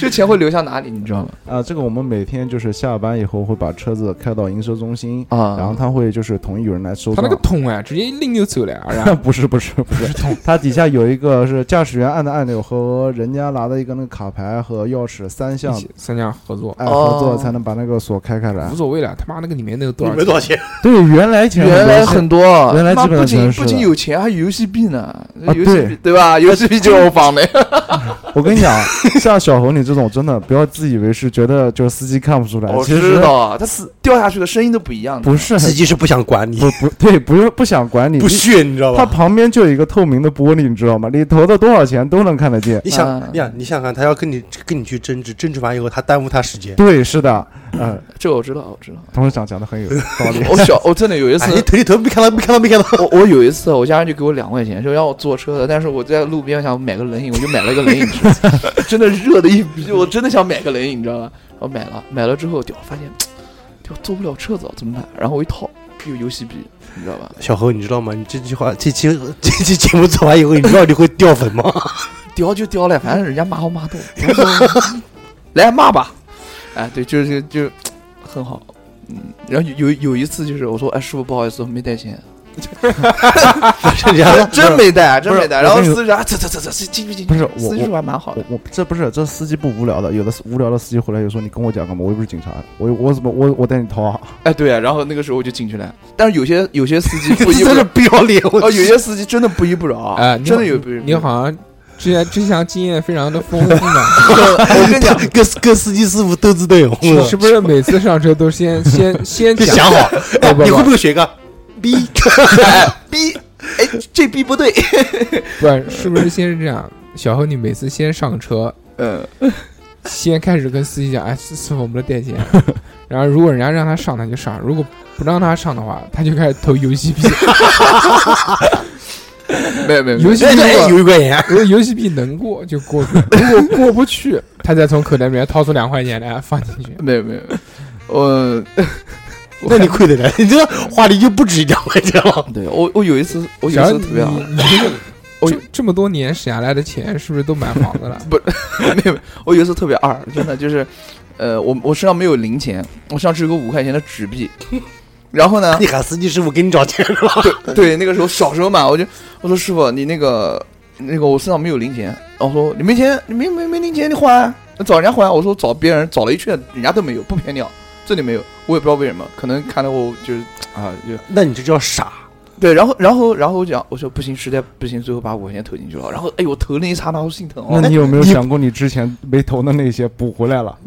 Speaker 4: 这钱会流向哪里，你知道吗？
Speaker 7: 啊，这个我们每天就是下班以后会把车子开到营收中心，
Speaker 4: 啊
Speaker 7: 然后他会就是统一有人来收
Speaker 3: 他
Speaker 7: 账
Speaker 3: 那个。桶哎，直接一拎就走了呀，然
Speaker 7: 不是不是不是， 它底下有一个是驾驶员按的按钮和人家拿的一个那个卡牌和钥匙三项
Speaker 3: 后一，起三家合作，
Speaker 7: 哎
Speaker 4: 哦
Speaker 7: 合作才能把那个锁开开来
Speaker 3: 无。所谓了。他妈那个里面那个多
Speaker 5: 你
Speaker 3: 少
Speaker 5: 没
Speaker 3: 钱？
Speaker 5: 多少钱？
Speaker 7: 对，原来钱
Speaker 4: 原来
Speaker 7: 很
Speaker 4: 很多，啊
Speaker 7: 原来
Speaker 4: 妈
Speaker 7: 基本上
Speaker 4: 不仅
Speaker 7: 全是
Speaker 4: 不仅有钱，还有游戏币呢，
Speaker 7: 啊
Speaker 4: 游戏币对吧？游戏币就是我放的，
Speaker 7: 我跟你讲，像小红 你这种真的不要自以为是，觉得就是司机看不出来，
Speaker 4: 我
Speaker 7: 其
Speaker 4: 知
Speaker 7: 实
Speaker 4: 道，哦它掉下去的声音都不一样的。
Speaker 7: 不是
Speaker 5: 司
Speaker 7: 很
Speaker 5: 机是不想管你，
Speaker 7: 不不 对，不是不想管你，
Speaker 5: 不
Speaker 7: 你
Speaker 5: 屑，你知道
Speaker 7: 它
Speaker 5: 吧？
Speaker 7: 旁边就有一个透明的玻璃，你知道吗？你投的多少钱都能看得 见。
Speaker 5: 你
Speaker 4: 嗯
Speaker 5: 想，你想，你想想看，他要跟你跟你去争执，争执完以后，他耽误他时间。
Speaker 7: 对，是的，嗯，
Speaker 4: 这个我知道，我知道。
Speaker 7: 董事长讲的很有道理。
Speaker 4: 我哦小，我真的有一
Speaker 5: 哎，你
Speaker 4: 次，
Speaker 5: 腿里头没看到，没看到，没看到。
Speaker 4: 我我有一次，我家人就给我两块钱，说让我坐车的，但是我在路边想买个冷饮，我就买了一个冷饮吃， 真的热的一逼，我真的想买个冷饮，你知道吧？然后买了，买了之后，屌，发现，屌坐不了车子，怎么办？然后我一套有游戏币，你知道吧？
Speaker 5: 小侯，你知道吗？你这句话，这期 这期节目做完以后，你知道你会掉粉吗？
Speaker 4: 屌就屌了，反正人家骂我骂多，然后来骂吧。哎，对，就是就很好。嗯，然后有有有一次就是我说，哎，师傅不好意思，我没带钱，
Speaker 5: 人家
Speaker 4: 真没带，真
Speaker 7: 不是
Speaker 4: 没带。
Speaker 7: 我
Speaker 4: 然后
Speaker 7: 跟你
Speaker 4: 司机说，啊走走走走，进去进去。
Speaker 7: 不是我
Speaker 4: 司机说还蛮好的
Speaker 7: 我，我这不是这司机不无聊的，有的司无聊的司机回来就说：“你跟我讲干嘛？我又不是警察，我我怎么我我带你掏啊
Speaker 4: 哎，对啊。然后那个时候我就进去了，但是有些有些司机不依不饶
Speaker 5: 真是，不要脸！我
Speaker 4: 哦，有些司机真的不依不饶啊
Speaker 3: 哎，你
Speaker 4: 真
Speaker 3: 好
Speaker 4: 的有不依不饶。
Speaker 3: 你好像之前之前经验非常的丰富 嘛。
Speaker 4: 我跟你讲，
Speaker 5: 跟跟司机师傅斗智斗勇，
Speaker 3: 你是不是每次上车都先 先先
Speaker 5: 就想
Speaker 3: 讲？
Speaker 5: 好，
Speaker 3: 哎 不
Speaker 5: 你会
Speaker 3: 不
Speaker 5: 不会学个逼？
Speaker 4: 哎逼，哎，这逼不对。
Speaker 3: 不是，是不是先是这样？小何，你每次先上车，
Speaker 4: 嗯，
Speaker 3: 先开始跟司机讲，哎，师师傅，我们的带钱。然后如果人家让他上，他就上；如果不让他上的话，他就开始投游戏 币。
Speaker 4: 没有没有，没
Speaker 3: 游戏币
Speaker 5: 哎
Speaker 3: 过
Speaker 5: 有一块钱，
Speaker 3: 如果游戏币能过就过 去，如果过不去，他再从口袋里面掏出两块钱来放进去。
Speaker 4: 没有没有，我。
Speaker 5: 那你亏得了，你这个话题就不止两块钱了。
Speaker 4: 对我，我有一次，我有
Speaker 3: 小
Speaker 4: 一
Speaker 3: 何，
Speaker 4: 次
Speaker 3: 你
Speaker 4: 特别好，
Speaker 3: 你这个
Speaker 4: 我
Speaker 3: 这这么多年省下来的钱，是不是都买房子了？
Speaker 4: 没有，没有我有一次特别二，真的就是，呃，我我身上没有零钱，我身上只有个五块钱的纸 币，然后呢
Speaker 5: 你，喊司机师傅给你找钱是吧？
Speaker 4: 对对，那个时候小时候嘛，我就我说师傅，你那个那个我身上没有零钱，然后说你没钱，你没没没零钱，你还啊，找人家还啊，我说找别人找了一圈，人家都没有，不便鸟，这里没有，我也不知道为什么，可能看到我就是啊就
Speaker 5: 那你这叫傻。
Speaker 4: 对，然后然后然后我讲，我说不行，实在不行，最后把五块钱投进去了，然后哎呦，我投那一刹那我心疼？”哦
Speaker 7: 那，你有没有
Speaker 5: 你
Speaker 7: 想过你之前没投的那些补回来了？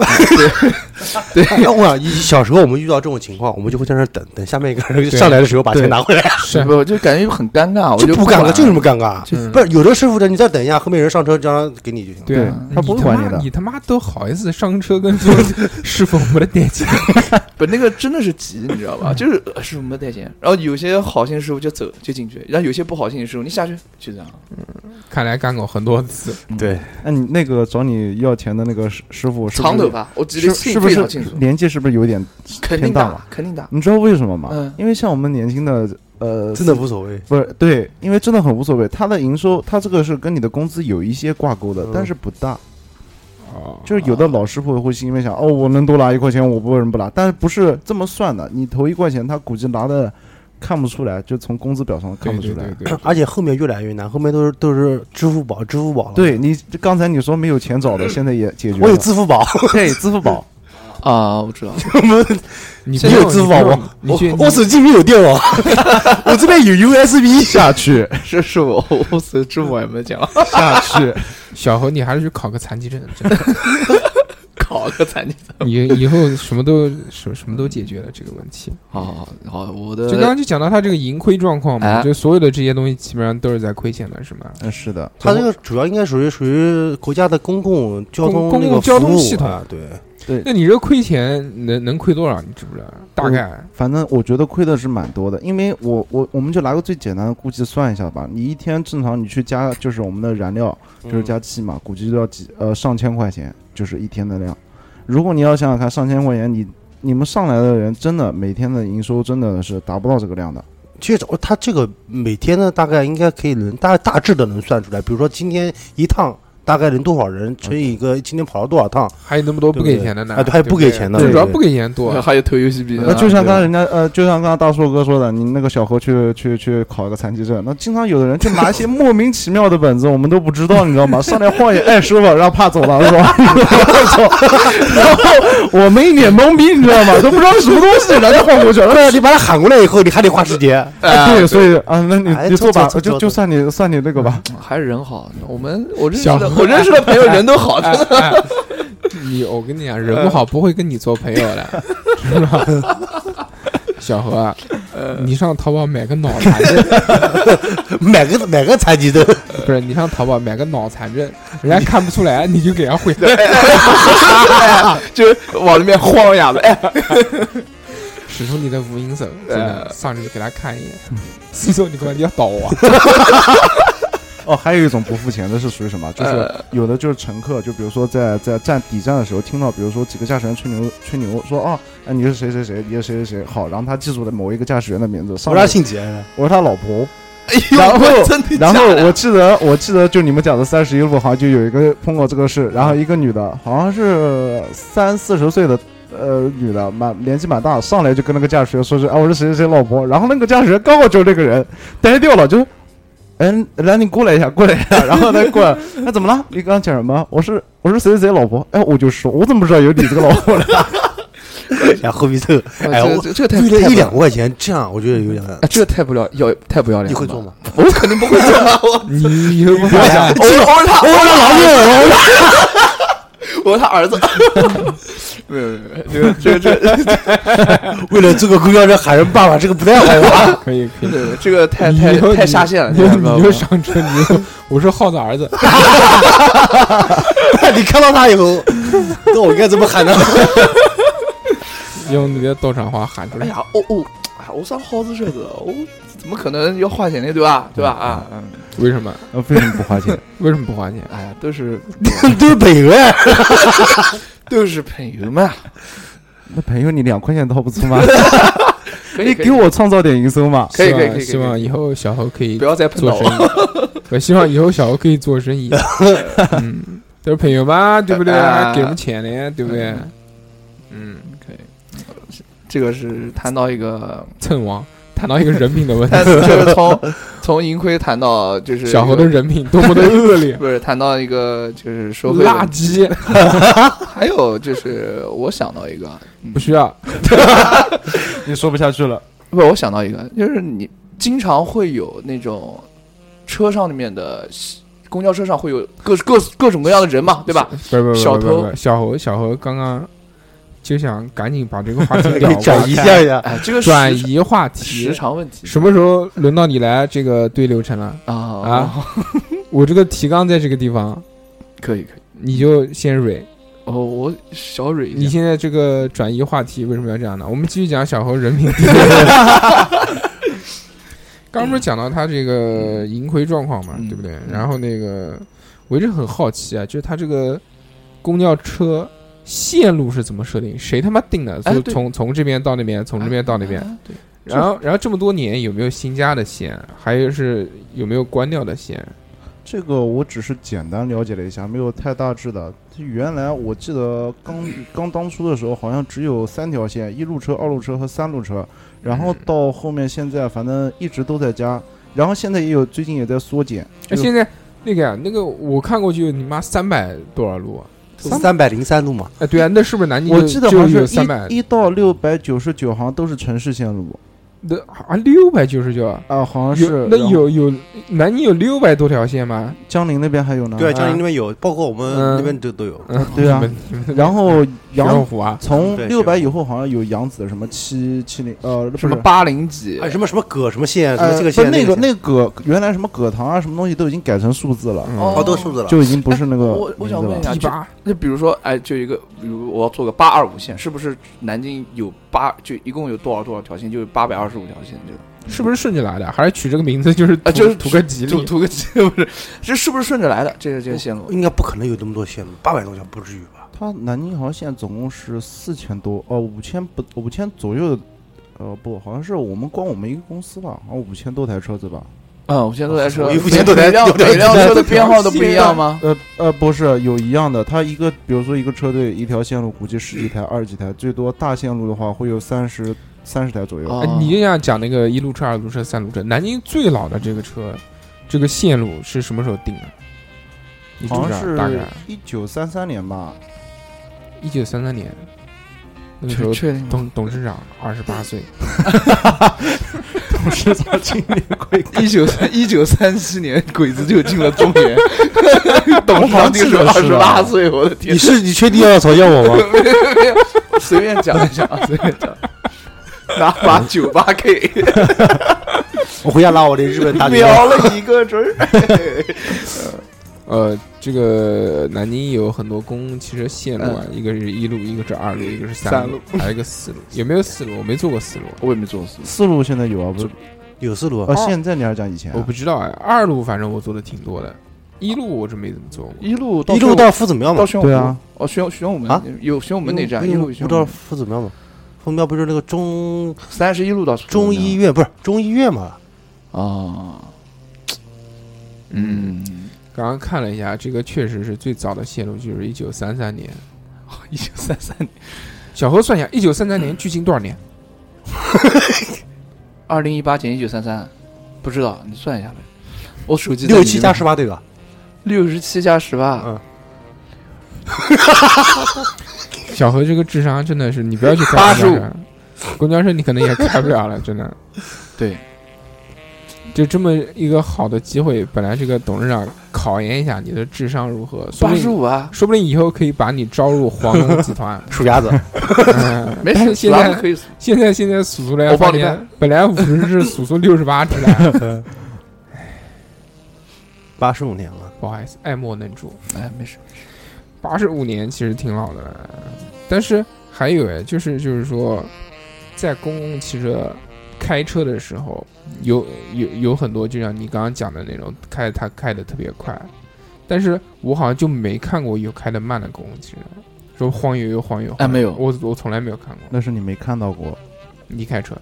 Speaker 5: 哎我想小时候我们遇到这种情况，我们就会在那儿等等下面一个人上来的时候把钱
Speaker 3: 对
Speaker 5: 拿回来，
Speaker 3: 是
Speaker 4: 不就感觉很尴尬，我
Speaker 5: 就不尴
Speaker 4: 敢
Speaker 5: 尬，
Speaker 4: 了，
Speaker 5: 这有什么尴尬？
Speaker 3: 嗯
Speaker 5: 不是有的师傅的，你再等一下，后面人上车让他给你就行。
Speaker 3: 对
Speaker 7: 对
Speaker 3: 啊，
Speaker 7: 他不会管
Speaker 3: 你
Speaker 7: 你的
Speaker 3: 妈你他妈都好意思上车跟说师傅，我们的电器
Speaker 4: 不，那个真的是急，你知道吧？就是呃师傅没带钱，然后有些好心师傅就走就进去，然后有些不好心的师傅你下去就这样。
Speaker 3: 看来干过很多次，
Speaker 5: 对，
Speaker 7: 那你那个找你要钱的那个师师傅是不是
Speaker 4: 长头发，我记得
Speaker 7: 是
Speaker 4: 清
Speaker 7: 是不
Speaker 4: 非常清
Speaker 7: 是
Speaker 4: 楚，
Speaker 7: 年纪是不是有点？
Speaker 4: 肯定
Speaker 7: 偏大
Speaker 4: 打
Speaker 7: 嘛，
Speaker 4: 肯定打。
Speaker 7: 你知道为什么吗？
Speaker 4: 嗯
Speaker 7: 因为像我们年轻的呃，
Speaker 5: 真的无所谓。
Speaker 7: 不是对，因为真的很无所谓。他的营收，他这个是跟你的工资有一些挂钩的，
Speaker 5: 嗯
Speaker 7: 但是不大。
Speaker 3: 哦，
Speaker 7: 就是有的老师傅会心里面想，哦，我能多拿一块钱，我为什么不拿？但是不是这么算的？你投一块钱，他估计拿的看不出来，就从工资表上看
Speaker 3: 对
Speaker 7: 不出
Speaker 3: 对
Speaker 7: 来。
Speaker 3: 对 对，
Speaker 5: 而且后面越来越难，后面都是都是支付宝，支付宝了。
Speaker 7: 对你刚才你说没有钱找的，现在也解决了。
Speaker 5: 我有支付宝，
Speaker 7: 对支付宝，
Speaker 4: 啊，我知道，
Speaker 3: 你
Speaker 5: 现在有支付宝吗？
Speaker 3: 你去，
Speaker 5: 我手机没有电网， 我这边有 USB 下去。
Speaker 4: 是是我，我手支付宝也没讲，
Speaker 3: 下去。 小何，你还是去考个残疾证，真的
Speaker 4: 考个残疾。
Speaker 3: 以以后什么都什么什么都解决了这个问题。
Speaker 4: 好好好，我
Speaker 3: 就刚
Speaker 4: 的
Speaker 3: 刚就讲到他这个盈亏状况嘛，
Speaker 4: 呃哎
Speaker 3: 就所有的这些东西基本上都是在亏钱的，是吗？
Speaker 7: 嗯，是的，
Speaker 5: 它这个主要应该属于属于国家的公共交
Speaker 3: 公
Speaker 5: 通
Speaker 3: 公
Speaker 5: 那
Speaker 3: 共
Speaker 5: 个
Speaker 3: 交通
Speaker 5: 服务
Speaker 3: 系统
Speaker 5: 啊对，
Speaker 3: 那你这亏钱能能亏多少？你知不知道？大概
Speaker 7: 反正我觉得亏的是蛮多的，因为我我我们就拿个最简单的估计算一下吧。你一天正常你去加就是我们的燃料，就是加气嘛，估计都要几呃上千块钱，就是一天的量。如果你要想想看，上千块钱，你你们上来的人真的每天的营收真的是达不到这个量的。
Speaker 5: 其实它这个每天呢，大概应该可以能大大致的能算出来，比如说今天一趟大概能多少人乘以一个今天跑了多少趟，
Speaker 3: 还有那么多不给钱的呢
Speaker 5: 对不对哎，对还有不给钱的
Speaker 3: 对
Speaker 5: 对
Speaker 3: 主要不给钱多。
Speaker 4: 还有投游戏币的，
Speaker 7: 那就像刚才人家呃，就像刚才大硕哥说的，你那个小何去去去考个残疾证，那经常有的人就拿一些莫名其妙的本子，我们都不知道，你知道吗？上来晃眼，哎，师傅，让怕走了，是吧？ 然后我们一脸懵逼，你知道吗？都不知道是什么东西，然后就晃过去了。
Speaker 5: 对，啊你把他喊过来以后，你还得花时间。
Speaker 7: 哎对，所以啊，那你
Speaker 5: 哎
Speaker 7: 你
Speaker 5: 坐
Speaker 7: 坐吧，
Speaker 5: 坐坐
Speaker 7: 就
Speaker 5: 坐
Speaker 7: 就算你算你那个吧。
Speaker 4: 还是人好。我们我认识
Speaker 3: 小
Speaker 4: 的我认识的朋友人都好，
Speaker 3: 哎哎你我跟你讲，人不好不会跟你做朋友 的，是吧？小何啊，
Speaker 5: 呃
Speaker 3: 你上淘宝买个脑残 针，
Speaker 5: 买个买个残疾的，
Speaker 3: 不是你上淘宝买个脑残针，人家看不出来，你就给人家毁了。
Speaker 4: 就是往那边晃呀的，哎，
Speaker 3: 使出你的无影手，真的上去给他看一眼， 谁说你他妈你要倒 我啊？
Speaker 7: 哦，还有一种不付钱的是属于什么？就是
Speaker 4: 呃
Speaker 7: 有的就是乘客，就比如说在在站底站的时候，听到比如说几个驾驶员吹牛吹牛，说哦，哎你是谁谁谁，你是谁谁谁，好，然后他记住了某一个驾驶员的名字，上
Speaker 5: 我
Speaker 7: 面
Speaker 5: 让姓杰，
Speaker 7: 我是他老婆，
Speaker 4: 然
Speaker 7: 然后
Speaker 4: 哎真的
Speaker 7: 然后
Speaker 4: 假的
Speaker 7: 我记得，我记得就你们讲的三十一路，好像就有一个碰过这个事，然后一个女的，好像是三四十岁的。呃，女的蛮年纪蛮大，上来就跟那个驾驶员说是啊，我是谁谁谁老婆，然后那个驾驶员刚好就是那个人，呆掉了，就是， 嗯，来你过来一下，过来一下，然后他过来，那、怎么了？你刚刚讲什么？我是我是谁谁谁老婆，哎，我就说，我怎么不知道有你这个老婆 呢？
Speaker 5: 然后后面这个，哎，
Speaker 4: 这
Speaker 5: 我
Speaker 4: 这这个太
Speaker 5: 为了一
Speaker 4: 太
Speaker 5: 两
Speaker 4: 不了
Speaker 5: 块钱，这样我觉得有点，
Speaker 4: 哎这个太不了要太不要脸了，
Speaker 5: 你会做？吗？
Speaker 4: 我肯定不会做， 我
Speaker 3: 你以后 不要想，
Speaker 4: 我是他，我是 他老婆，我是他儿子， 没有没有没有，这个这个这个
Speaker 5: 为了这个公交车喊人爸爸，这个不太 好吧？
Speaker 3: 可以可以。
Speaker 4: 对这个太
Speaker 3: 你以后
Speaker 4: 太
Speaker 3: 你
Speaker 4: 太下线了，
Speaker 3: 你以后
Speaker 4: 知道
Speaker 3: 你
Speaker 4: 吗
Speaker 3: 就上车，你就我是耗子儿 子，
Speaker 5: 你看到他以后，那我该怎么喊呢？
Speaker 3: 用你的豆场话喊出
Speaker 4: 哎
Speaker 3: 来。
Speaker 4: 呀，我我啊，我上耗子车子，我哦怎么可能要花钱呢？对吧？对吧？啊，嗯，
Speaker 3: 为什么？
Speaker 7: 啊为什么不花钱？
Speaker 3: 为什么不花钱？
Speaker 4: 哎呀，都是
Speaker 5: 都是北邮哎，
Speaker 4: 都是朋友嘛，
Speaker 7: 那朋友，你两块钱掏不出 吗？
Speaker 4: 可以
Speaker 7: 你
Speaker 4: 可
Speaker 7: 给
Speaker 4: 以，
Speaker 7: 我创造点营收嘛？
Speaker 4: 可以
Speaker 3: 希望
Speaker 4: 可以可以可以
Speaker 3: 希望以后小猴可以
Speaker 4: 不要再碰
Speaker 3: 啊做
Speaker 4: 到
Speaker 3: 生
Speaker 4: 我。
Speaker 3: 意。我希望以后小猴可以做生 意。嗯，都是朋友嘛，对不对？
Speaker 4: 啊
Speaker 3: 给什么钱呢？对不对？
Speaker 4: 嗯
Speaker 3: 嗯，
Speaker 4: 这个是谈到一个，
Speaker 3: 蹭王谈到一个人品的问
Speaker 4: 但
Speaker 3: 题，
Speaker 4: 是这个从从盈亏谈到就是
Speaker 3: 小猴的
Speaker 4: 一个
Speaker 3: 人品多么的恶劣，
Speaker 4: 不是谈到一个就是社会
Speaker 3: 垃，圾，
Speaker 4: 还有就是我想到一个，嗯
Speaker 3: 不需要。
Speaker 7: 你说不下去了。
Speaker 4: 不，我想到一个，就是你经常会有那种车上里面的公交车上会有各各各种各样的人嘛，对吧？
Speaker 3: 不不不
Speaker 4: 小
Speaker 3: 不
Speaker 4: 偷
Speaker 3: 不不，小猴小猴刚刚就想赶紧把这个 话题聊过
Speaker 5: 转
Speaker 3: 来
Speaker 5: 移一下呀，
Speaker 4: 哎，这个时
Speaker 3: 转移话题
Speaker 4: 时。长问题
Speaker 3: 什么时候轮到你来这个对流程了？
Speaker 4: 啊
Speaker 3: 啊，我这个提纲在这个地方，
Speaker 4: 可以可以。
Speaker 3: 你就先蕊。
Speaker 4: 哦，我小蕊一
Speaker 3: 你
Speaker 4: 下，
Speaker 3: 现在这个转移话题为什么要这样呢？我们继续讲小猴人品。 刚不是讲到他这个盈亏状况嘛，
Speaker 4: 嗯
Speaker 3: 对不对？
Speaker 4: 嗯
Speaker 3: 然后那个我一直很好奇啊，就是他这个公交车线路是怎么设定？谁他妈定的？
Speaker 4: 哎
Speaker 3: 从
Speaker 4: 对
Speaker 3: 从从这边到那边，从这边到那边。
Speaker 4: 啊，对，
Speaker 3: 然后然后这么多年有没有新加的线？还有是有没有关掉的线？
Speaker 7: 这个我只是简单了解了一下，没有太大致的。原来我记得刚刚当初的时候，好像只有三条线：一路车、二路车和三路车。然后到后面现在，反正一直都在加。然后现在也有，最近也在缩减。
Speaker 3: 哎，
Speaker 7: 就
Speaker 3: 现在那个呀，那个我看过去，你妈三百多少路啊？
Speaker 7: 三
Speaker 5: 三百零三路嘛，
Speaker 3: 哎，对啊，那是不是南京就？
Speaker 7: 我记得
Speaker 3: 就
Speaker 7: 好
Speaker 3: 有
Speaker 7: 像
Speaker 3: 三百
Speaker 7: 是一一到六百九十九，好像都是城市线路
Speaker 3: 那啊，六百九十九，
Speaker 7: 啊，好像
Speaker 3: 有
Speaker 7: 是。
Speaker 3: 那
Speaker 7: 然后
Speaker 3: 有有南京有六百多条线吗？
Speaker 7: 江陵那边还有呢。
Speaker 5: 对啊，江宁那边有，包括
Speaker 3: 嗯
Speaker 5: 我们那边都都有。
Speaker 3: 嗯，
Speaker 7: 对啊
Speaker 3: 你们你们
Speaker 7: 然
Speaker 3: 玄
Speaker 7: 后
Speaker 3: 武
Speaker 7: 扬
Speaker 3: 湖啊，
Speaker 7: 从
Speaker 5: 对
Speaker 7: 六百
Speaker 5: 是
Speaker 7: 以后，好像有扬子什么七七零呃，不
Speaker 4: 什
Speaker 7: 是
Speaker 4: 么八零几
Speaker 5: 哎，，什么什么葛什么线，什么
Speaker 7: 呃，
Speaker 5: 这
Speaker 7: 不
Speaker 5: 个
Speaker 7: 是
Speaker 5: 线
Speaker 7: 那
Speaker 5: 个线
Speaker 7: 那个原来什么葛堂啊，什么东西都已经改成数字了，
Speaker 3: 嗯
Speaker 4: 哦
Speaker 5: 好多数字了，
Speaker 7: 就已经不是那个
Speaker 4: 哎我我想问
Speaker 7: 名字
Speaker 4: 一下
Speaker 7: 了
Speaker 3: 第八
Speaker 4: 那比如说，哎，就一个，比如我要做个八二五线，是不是南京有八，就一共有多少多少条线，就是八百二十五条线，这个
Speaker 3: 是不是顺着来的？还是取这个名字就是
Speaker 4: 啊就是
Speaker 3: 图个吉
Speaker 4: 图
Speaker 3: 利？
Speaker 4: 图个吉利不 是？这是不是顺着来的？这个这个线路，
Speaker 5: 应该不可能有那么多线路，八百多条不至于吧？
Speaker 7: 他南京好像现在总共是四千多，哦，五千不五千左右的，呃，不，好像是我们光我们一个公司吧，好像五千多台车子吧。
Speaker 4: 嗯，我现在都在车，
Speaker 5: 我一付钱都
Speaker 4: 每
Speaker 5: 在
Speaker 4: 辆
Speaker 5: 都在
Speaker 4: 每辆车的编号都不一样吗？
Speaker 7: 呃呃，不是有一样的，他一个比如说一个车队一条线路，估计十几台、二十几台，最多大线路的话会有三十三十台左右。
Speaker 4: 哦
Speaker 3: 哎你就像讲那个一路车、二路车、三路车，南京最老的这个车，这个线路是什么时候定的？你知不
Speaker 7: 好
Speaker 3: 知
Speaker 7: 像
Speaker 3: 道？大
Speaker 7: 是
Speaker 3: 概
Speaker 7: 一九三三年吧，
Speaker 3: 一九三三年。那个时
Speaker 4: 确
Speaker 3: 候
Speaker 4: 确定吗？
Speaker 3: 董董事长二十八岁，
Speaker 5: 董事长今年贵
Speaker 4: 一九三一九三七年，鬼子就进了中原， 董事长就是
Speaker 5: 我好
Speaker 4: 二十
Speaker 5: 像记得是吧
Speaker 4: 八岁，我的天
Speaker 5: 你！是你确定要嘲笑我吗？
Speaker 4: 随便讲一讲啊，随便讲。嗯拿把九八 K
Speaker 5: 我回家拿我的日本 大哥。
Speaker 4: 瞄了一个准儿，
Speaker 3: 呃，这个南京有很多公共汽车线路啊，一个是一路，一个是二路，一个是
Speaker 4: 三
Speaker 3: 路，还有一个四路。有没有四路？我没坐过四路，
Speaker 4: 我也没做死。
Speaker 7: 四路现在有啊，不是？
Speaker 5: 有四路
Speaker 7: 啊，
Speaker 5: 啊，
Speaker 7: 现在你还是讲以前啊？
Speaker 3: 我不知道哎。二路反正我坐的挺多的，一路我是没怎么坐过。
Speaker 4: 一路
Speaker 5: 一路哦到夫子庙嘛
Speaker 4: 到，宣武
Speaker 7: 对啊，
Speaker 4: 哦，宣宣武
Speaker 5: 啊
Speaker 4: 门有宣武门那站，
Speaker 5: 一
Speaker 4: 一
Speaker 5: 路
Speaker 4: 路
Speaker 5: 不到夫子庙嘛，夫子庙不是那个中
Speaker 4: 三十一路到
Speaker 5: 中医院不是中医院嘛？
Speaker 4: 啊，嗯，
Speaker 3: 刚刚看了一下，这个确实是最早的线路，就是一九三三年。
Speaker 4: 一九三三年，
Speaker 3: 小何算一下，一九三三年距今多少年？
Speaker 4: 二零一八减一九三三，不知道你算一下呗。我手机在
Speaker 5: 六
Speaker 4: 你
Speaker 5: 七
Speaker 4: 那
Speaker 5: 加
Speaker 4: 边
Speaker 5: 十八对吧？
Speaker 4: 六十七加十八，
Speaker 5: 嗯，
Speaker 3: 小何这个智商真的是，你不要去开公交车，公交车你可能也开不了了，真的。
Speaker 4: 对，
Speaker 3: 就这么一个好的机会，本来这个董事长考验一下你的智商如何，说
Speaker 4: 八
Speaker 3: 不
Speaker 4: 十
Speaker 3: 定
Speaker 4: 五啊，
Speaker 3: 说不定以后可以把你招入黄龙集 团。
Speaker 5: 数鸭子，
Speaker 3: 嗯
Speaker 4: 没
Speaker 3: 但
Speaker 4: 事，
Speaker 3: 是现
Speaker 4: 拉
Speaker 3: 在
Speaker 4: 可以死
Speaker 3: 现在现在数出来，
Speaker 4: 我帮你
Speaker 3: 发现
Speaker 4: 办
Speaker 3: 本来五十是数出六十八出来，
Speaker 5: 八十五年了，
Speaker 3: 不好意思，爱莫能助。
Speaker 4: 哎，没事，
Speaker 3: 八十五年其实挺老的了，但是还有哎，就是就是说，在公共汽车开车的时候，有有有很多就像你刚刚讲的那种开它开的特别快，但是我好像就没看过有开的慢的公共汽车，说晃悠悠晃悠，
Speaker 4: 哎没有
Speaker 3: 我我从来没有看过。
Speaker 7: 那是你没看到过。
Speaker 3: 你开车，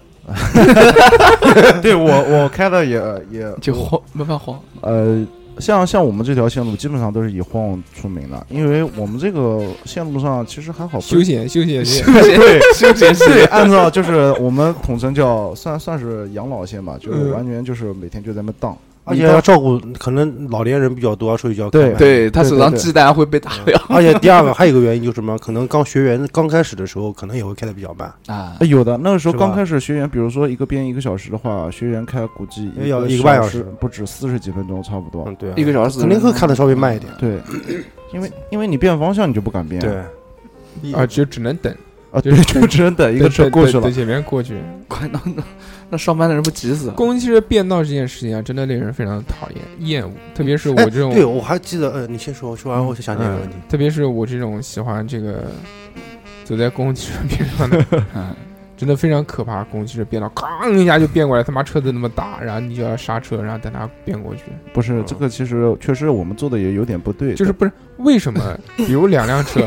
Speaker 7: 对我，我开的也也
Speaker 4: 就慌，慢慢 慌，
Speaker 7: 呃，像像我们这条线路基本上都是以晃出名的，因为我们这个线路上其实还好，
Speaker 3: 休闲休闲 去，
Speaker 7: 对
Speaker 4: 休闲
Speaker 7: 对，按照就是我们统称叫算算是养老线吧，就是
Speaker 3: 嗯
Speaker 7: 完全就是每天就在那荡，
Speaker 5: 而且要照顾可能老年人比较多，所以就要
Speaker 7: 对
Speaker 5: 开慢
Speaker 4: 对他手上
Speaker 7: 对对对
Speaker 4: 鸡蛋会被打掉
Speaker 5: 而且第二个还有一个原因就是什么？可能刚学员刚开始的时候，可能也会开的比较慢，
Speaker 4: 啊
Speaker 7: 呃。有的那个时候
Speaker 5: 是吧
Speaker 7: 刚开始学员，比如说一个编一个小时的话，学员开估计
Speaker 5: 要
Speaker 7: 个
Speaker 5: 一个半小
Speaker 7: 时
Speaker 5: 时，
Speaker 7: 不止四十几分钟，差不多。
Speaker 5: 嗯，对啊，
Speaker 4: 一个小时
Speaker 5: 肯定会看的稍微慢一点，
Speaker 7: 对，因为因为你变方向你就不敢变，
Speaker 5: 对，
Speaker 3: 啊，就只能等
Speaker 7: 啊，
Speaker 3: 就
Speaker 7: 对，就只能等一个车
Speaker 3: 等
Speaker 7: 过去
Speaker 3: 等
Speaker 7: 了
Speaker 3: 等。前面过去。
Speaker 4: 快那那那上班的人不急死了？
Speaker 3: 公共汽车变道这件事情啊，真的令人非常讨厌厌恶，特别是我
Speaker 5: 哎
Speaker 3: 这种
Speaker 5: 对，我还记得，呃，你先说，我说完我就想起来一个问题，
Speaker 3: 嗯特别是我这种喜欢这个走在公共汽车边上的，
Speaker 4: 嗯
Speaker 3: 真的非常可怕。公共汽车变道，哐一下就变过来，他妈车子那么大，然后你就要刹车，然后等它变过去。
Speaker 7: 不是这个，其实确实我们做的也有点不对，
Speaker 3: 就是不是为什么？比如两辆车，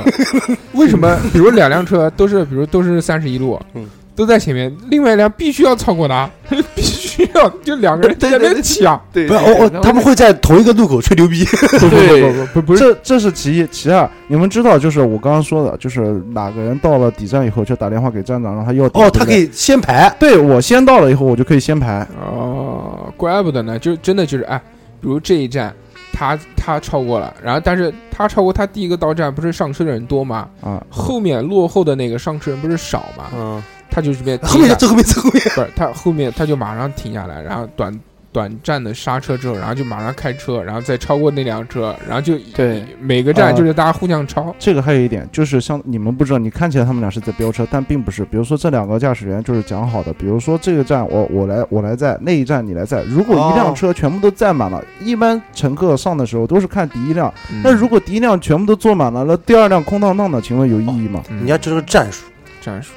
Speaker 3: 为什么？比如两辆车都是，比如都是三十一路
Speaker 5: 嗯，
Speaker 3: 都在前面，另外一辆必须要超过它，必须要就两个人在那边抢。
Speaker 4: 对，
Speaker 5: 不是，我我哦他们会在同一个路口吹牛逼，
Speaker 3: 不
Speaker 4: 对
Speaker 3: 不不不不是
Speaker 7: 这这是其一，其二，你们知道，就是我刚刚说的，就是哪个人到了底站以后，就打电话给站长，让他要点
Speaker 5: 哦，
Speaker 7: 对不
Speaker 5: 他可
Speaker 7: 对
Speaker 5: 以先排，
Speaker 7: 对我先到了以后，我就可以先排。
Speaker 3: 哦，怪不得呢，就真的就是哎，比如这一站，他他超过了，然后但是他超过他第一个到站，不是上车的人多吗？
Speaker 7: 啊，
Speaker 3: 后面落后的那个上车人不是少吗？
Speaker 5: 嗯，
Speaker 3: 他就这边
Speaker 5: 后
Speaker 3: 停
Speaker 5: 面
Speaker 3: 下，
Speaker 5: 走后面走后面，
Speaker 3: 不是他后面他就马上停下来，然后短短暂的刹车之后，然后就马上开车，然后再超过那辆车，然后就
Speaker 4: 对
Speaker 3: 每个站
Speaker 7: 啊
Speaker 3: 就是大家互相超。
Speaker 7: 这个还有一点就是像你们不知道，你看起来他们俩是在飙车，但并不是。比如说这两个驾驶员就是讲好的，比如说这个站我我来我来载，那一站你来载。如果一辆车全部都载满了，一般乘客上的时候都是看第一辆，
Speaker 3: 嗯
Speaker 7: 那如果第一辆全部都坐满了，那第二辆空荡荡的，请问有意义吗？
Speaker 3: 人
Speaker 5: 人家这是战术，
Speaker 3: 嗯战术，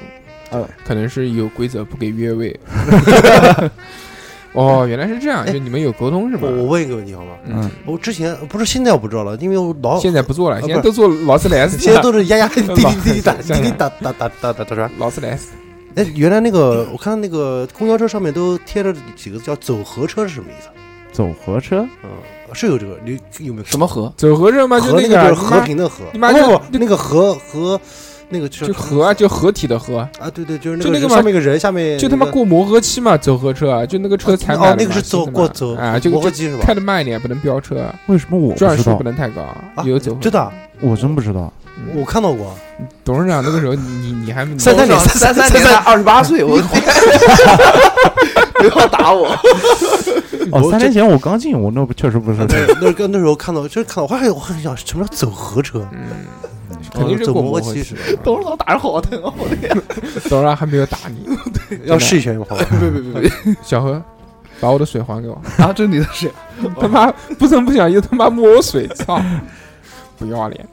Speaker 7: 呃
Speaker 3: 可能是有规则不给越位。哦，原来是这样，就你们有沟通是吧？
Speaker 5: 我我问一个问题好吗？
Speaker 3: 嗯，
Speaker 5: 我之前不是现在我不知道了，因为我老
Speaker 3: 现在不做了，
Speaker 5: 啊
Speaker 3: 现在
Speaker 5: 不是
Speaker 3: 都做劳斯莱斯去
Speaker 5: 现在
Speaker 3: 了，
Speaker 5: 都是压压滴滴滴滴滴打滴
Speaker 3: 想想
Speaker 5: 滴打打打打打打转。
Speaker 3: 劳斯莱斯
Speaker 5: 哎，原来那个我看那个公交车上面都贴着几个叫走合车是什么意思？
Speaker 7: 走合车，
Speaker 5: 嗯，是有这个，你有没有？
Speaker 4: 什么河？
Speaker 3: 走合着嘛，就
Speaker 5: 和
Speaker 3: 个
Speaker 5: 就是
Speaker 3: 你妈
Speaker 5: 和平的和，
Speaker 3: 你妈
Speaker 5: 啊
Speaker 3: 就
Speaker 5: 不不，那个和和那个车
Speaker 3: 就合啊，就合体的合啊，
Speaker 5: 啊，对对，就是
Speaker 3: 就那
Speaker 5: 那
Speaker 3: 个
Speaker 5: 人
Speaker 3: 嘛
Speaker 5: 上面一个人，下面
Speaker 3: 就他妈
Speaker 5: 一个
Speaker 3: 过摩合期嘛，走合车啊，就那个车才买的，
Speaker 5: 哦那
Speaker 3: 嘛
Speaker 5: 个是走
Speaker 3: 新的嘛
Speaker 5: 过走
Speaker 3: 啊，就
Speaker 5: 摩
Speaker 3: 就
Speaker 5: 诃机是吧？
Speaker 3: 开的慢一点，不能飙车啊，
Speaker 7: 为什么我不
Speaker 3: 转
Speaker 7: 知
Speaker 3: 速
Speaker 7: 道
Speaker 3: 不？能太高啊，有走合
Speaker 5: 真的啊，
Speaker 7: 我真不知道。
Speaker 3: 嗯
Speaker 5: 我看到 过，
Speaker 3: 董事长那个时候，你你还没
Speaker 5: 三三年
Speaker 4: 三
Speaker 5: 三
Speaker 4: 三年
Speaker 5: 三
Speaker 4: 才二十八岁，我不要打我，
Speaker 5: 我
Speaker 7: 哦，三
Speaker 5: 这
Speaker 7: 年前我刚进，我那不确实不是
Speaker 5: 啊。对，那个那时候看到，就是看到，我还我很想什么叫走 合车，
Speaker 3: 嗯，肯定是
Speaker 5: 走
Speaker 3: 过
Speaker 5: 摩
Speaker 3: 摩
Speaker 5: 诃
Speaker 3: 合
Speaker 5: 骑
Speaker 3: 期
Speaker 5: 士，
Speaker 3: 的，
Speaker 4: 董事长打人好疼啊！我的天，
Speaker 3: 董事长还没有打 你，
Speaker 5: 要试一圈好吧？
Speaker 4: 别别别别
Speaker 3: 小何，把我的水还给我，
Speaker 4: 啊！这是你的事，
Speaker 3: 他妈不曾不想又他妈摸我水，操，不要脸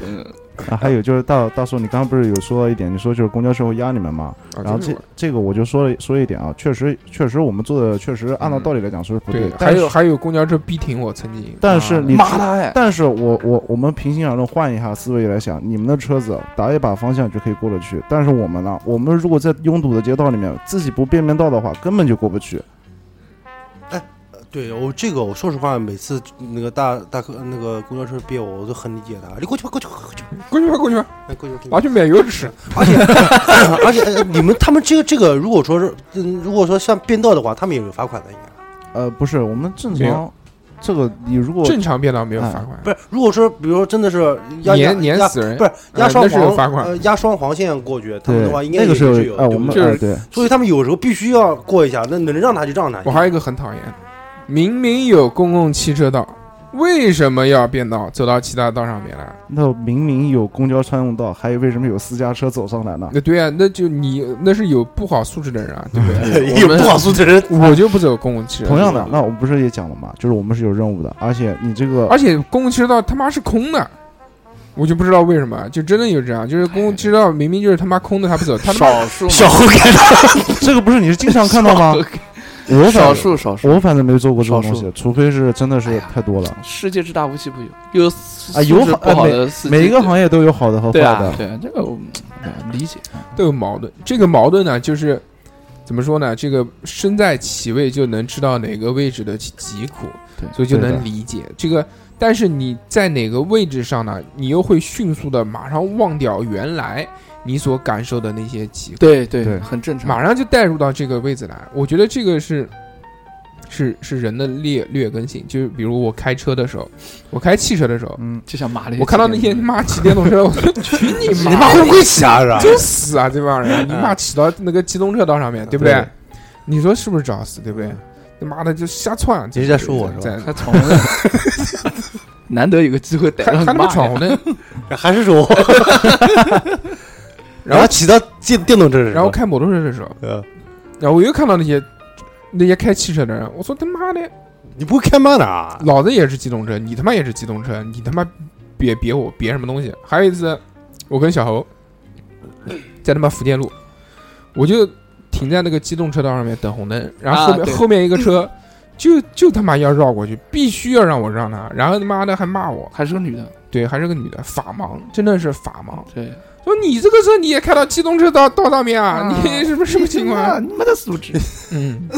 Speaker 4: 嗯，
Speaker 7: 啊，还有就是大大叔，你刚刚不是有说到一点，你说就是公交车会压你们嘛？
Speaker 3: 啊！
Speaker 7: 然后
Speaker 3: 就是
Speaker 7: 这
Speaker 3: 我
Speaker 7: 这个我就说了说一点啊，确实确实我们做的确实按照
Speaker 3: 嗯
Speaker 7: 道理来讲说是不
Speaker 3: 对，
Speaker 7: 但
Speaker 3: 还有
Speaker 7: 是
Speaker 3: 还有公交车逼停我，曾经，啊
Speaker 7: 但是你
Speaker 4: 骂他哎，
Speaker 7: 但是我我我们平心而论换一下思维来想，你们的车子打一把方向就可以过得去，但是我们呢，我们如果在拥堵的街道里面自己不变变道的话，根本就过不去。
Speaker 5: 对我这个，我说实话，每次那个大大客那个公交车逼我，我都很理解他。你过去吧，过去吧，过去吧，
Speaker 3: 过去吧，过去吧，
Speaker 5: 哎过去吧。过去
Speaker 3: 我
Speaker 5: 吧
Speaker 3: 要去买油吃。
Speaker 5: 而且 而且呃你们他们这个这个，如果说是嗯如果说像变道的话，他们也有罚款的，应该。
Speaker 7: 呃，不是，我们正
Speaker 3: 没
Speaker 7: 常
Speaker 3: 有，
Speaker 7: 这个你如果
Speaker 3: 正常变道没有罚款，
Speaker 5: 不是，如果说比如说真的是压压
Speaker 3: 碾碾
Speaker 5: 压
Speaker 3: 死人
Speaker 5: 不是压
Speaker 3: 呃
Speaker 5: 双
Speaker 3: 那是有罚
Speaker 5: 黄
Speaker 3: 款
Speaker 5: 呃压双黄线过去，他们
Speaker 7: 对
Speaker 5: 的话应该
Speaker 7: 那个
Speaker 5: 也
Speaker 7: 是
Speaker 5: 是有
Speaker 3: 呃
Speaker 7: 哎，
Speaker 5: 对
Speaker 7: 我
Speaker 5: 不
Speaker 7: 们
Speaker 5: 对
Speaker 3: 就是
Speaker 7: 哎对
Speaker 5: 所以他们有时候必须要过一下，那能让他就让他。
Speaker 3: 我还有一个很讨厌的，明明有公共汽车道，为什么要变道走到其他道上面来？
Speaker 7: 那明明有公交专用道，还有为什么有私家车走上来呢？
Speaker 3: 那对啊，那就你那是有不好素质的人啊，对不对？
Speaker 5: 也有不好素质的人，
Speaker 3: 我就不走公共汽车道，
Speaker 7: 嗯同样的，那我不是也讲了嘛，就是我们是有任务的，而且你这个
Speaker 3: 而且公共汽车道他妈是空的。我就不知道为什么，啊就真的有这样，就是
Speaker 7: 哎
Speaker 3: 公共汽车道明明就是他妈空的，他不走，他他妈
Speaker 4: 少数嘛
Speaker 5: 小猴干的。
Speaker 7: 这个不是你是经常看到吗？我
Speaker 4: 少
Speaker 7: 反
Speaker 4: 数少数，
Speaker 7: 我反正没做过这种
Speaker 4: 少
Speaker 7: 东
Speaker 4: 数
Speaker 7: 西，除非是真的是太多了。
Speaker 4: 世界之大无奇不有，有
Speaker 7: 啊有
Speaker 4: 素质
Speaker 7: 好
Speaker 4: 不好的司机，
Speaker 7: 每一个行业都有好的和坏
Speaker 4: 对啊
Speaker 7: 的，
Speaker 4: 对啊，这个我们哎理解，
Speaker 3: 都有矛盾。这个矛盾呢，就是怎么说呢？这个身在其位就能知道哪个位置的疾苦，
Speaker 4: 对
Speaker 3: 所以就
Speaker 7: 对的
Speaker 3: 能理解这个。但是你在哪个位置上呢？你又会迅速的马上忘掉原来你所感受的那些疾苦，
Speaker 4: 对对，
Speaker 7: 对
Speaker 4: 很正常，
Speaker 3: 马上就带入到这个位置来。我觉得这个是。是是人的劣劣根性，就是比如我开车的时候，我开汽车的时候，
Speaker 7: 嗯，
Speaker 4: 就像马里，
Speaker 3: 我看到那些他妈骑电动车，我说去你
Speaker 5: 你
Speaker 3: 妈！
Speaker 5: 妈会不会骑啊？是吧？
Speaker 3: 就死啊！这帮人，你妈骑到那个机动车道上面，对不对
Speaker 5: 对？
Speaker 3: 你说是不是找死？对不对？他妈的就瞎窜！啊
Speaker 5: 你是在说我是吧
Speaker 3: 在
Speaker 4: 他闯红灯，难得有个机会逮
Speaker 3: 还
Speaker 4: 上
Speaker 3: 还他妈
Speaker 4: 骂呀
Speaker 3: 闯红灯，
Speaker 5: 还是说我，然后骑到电电动车上，
Speaker 3: 然后开摩托车的时候，
Speaker 5: 呃，
Speaker 3: 然后我又看到那些那些开汽车的人，我说他妈的，
Speaker 5: 你不会开慢的啊？
Speaker 3: 老子也是机动车，你他妈也是机动车，你他妈别别我别什么东西。还有一次，我跟小猴在他妈福建路，我就停在那个机动车道上面等红灯，然后后面、
Speaker 4: 啊对
Speaker 3: 后面一个车就就他妈要绕过去，必须要让我让他，然后他妈的还骂我，
Speaker 4: 还是个女的，
Speaker 3: 对，还是个女的，法盲，真的是法盲。
Speaker 4: 对，
Speaker 3: 说你这个车你也开到机动车道道上面啊？
Speaker 4: 啊
Speaker 3: 你什么什么情 况？啊
Speaker 4: 你没得素质。
Speaker 3: 嗯，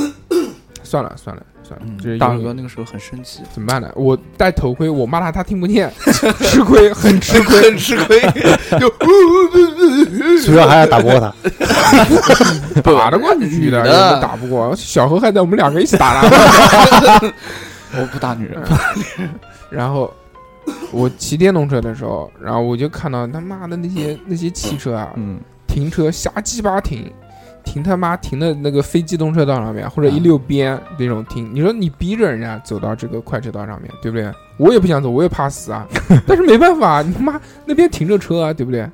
Speaker 3: 算了算了算了，这是一
Speaker 4: 大
Speaker 3: 个
Speaker 4: 哥那个时候很生气，
Speaker 3: 怎么办呢？我戴头盔，我骂他，他听不见， 吃亏， 很吃亏。呃
Speaker 4: 吃亏，
Speaker 5: 主要还要打不过他。
Speaker 3: 打得过女的，
Speaker 4: 女的
Speaker 3: 有什么打不过。小何还在我们两个一起打 他。
Speaker 4: 我不打女人，
Speaker 3: 然后我骑电动车的时候，然后我就看到他妈的那些那些汽车啊，
Speaker 7: 嗯，
Speaker 3: 停车瞎鸡巴停，停他妈停的那个非机动车道上面，或者
Speaker 4: 啊
Speaker 3: 一溜边那种停。你说你逼着人家走到这个快车道上面，对不
Speaker 4: 嗯
Speaker 3: 对？我也不想走，我也怕死 啊，但是没办法，你他妈那边停着车啊，对不对？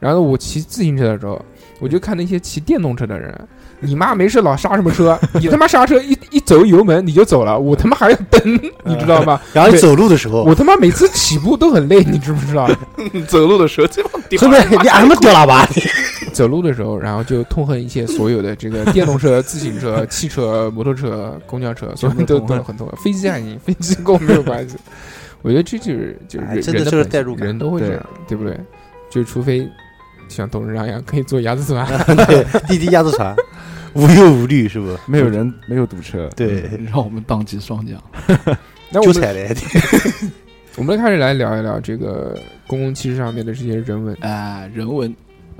Speaker 3: 然后我骑自行车的时候，我就看那些骑电动车的人，你妈没事老刹什么车，你他妈刹 车一一走油门你就走了，我他妈还要蹬，你知道
Speaker 4: 嗯
Speaker 3: 吗？
Speaker 5: 然后你走路的时候，
Speaker 3: 我他妈每次起步都很累，你知不知道？
Speaker 4: 走路的时候最怕丢
Speaker 5: 后面你按什么掉喇叭？
Speaker 3: 走路的时候，然后就痛恨一切所有的这个电动车、自行车、汽车、摩托车、公交车，所有都都很痛恨。飞机还行，飞机跟我没有 关系。我觉得这就是就是
Speaker 5: 哎
Speaker 3: 人
Speaker 5: 真的
Speaker 3: 人
Speaker 5: 就
Speaker 3: 本
Speaker 5: 是
Speaker 3: 性
Speaker 5: 代入感
Speaker 3: 人都会这样，对不对？就除非像董事长一样可以做鸭子船，
Speaker 5: 啊对，滴滴鸭子船，无忧无虑是不？
Speaker 7: 没有人没有堵车，嗯
Speaker 5: 对，
Speaker 4: 让我们当机双桨。
Speaker 3: 那我
Speaker 5: 就
Speaker 3: 们
Speaker 5: 踩雷。
Speaker 3: 我们开始来聊一聊这个公共汽车上面的这些人文。
Speaker 4: 哎，人文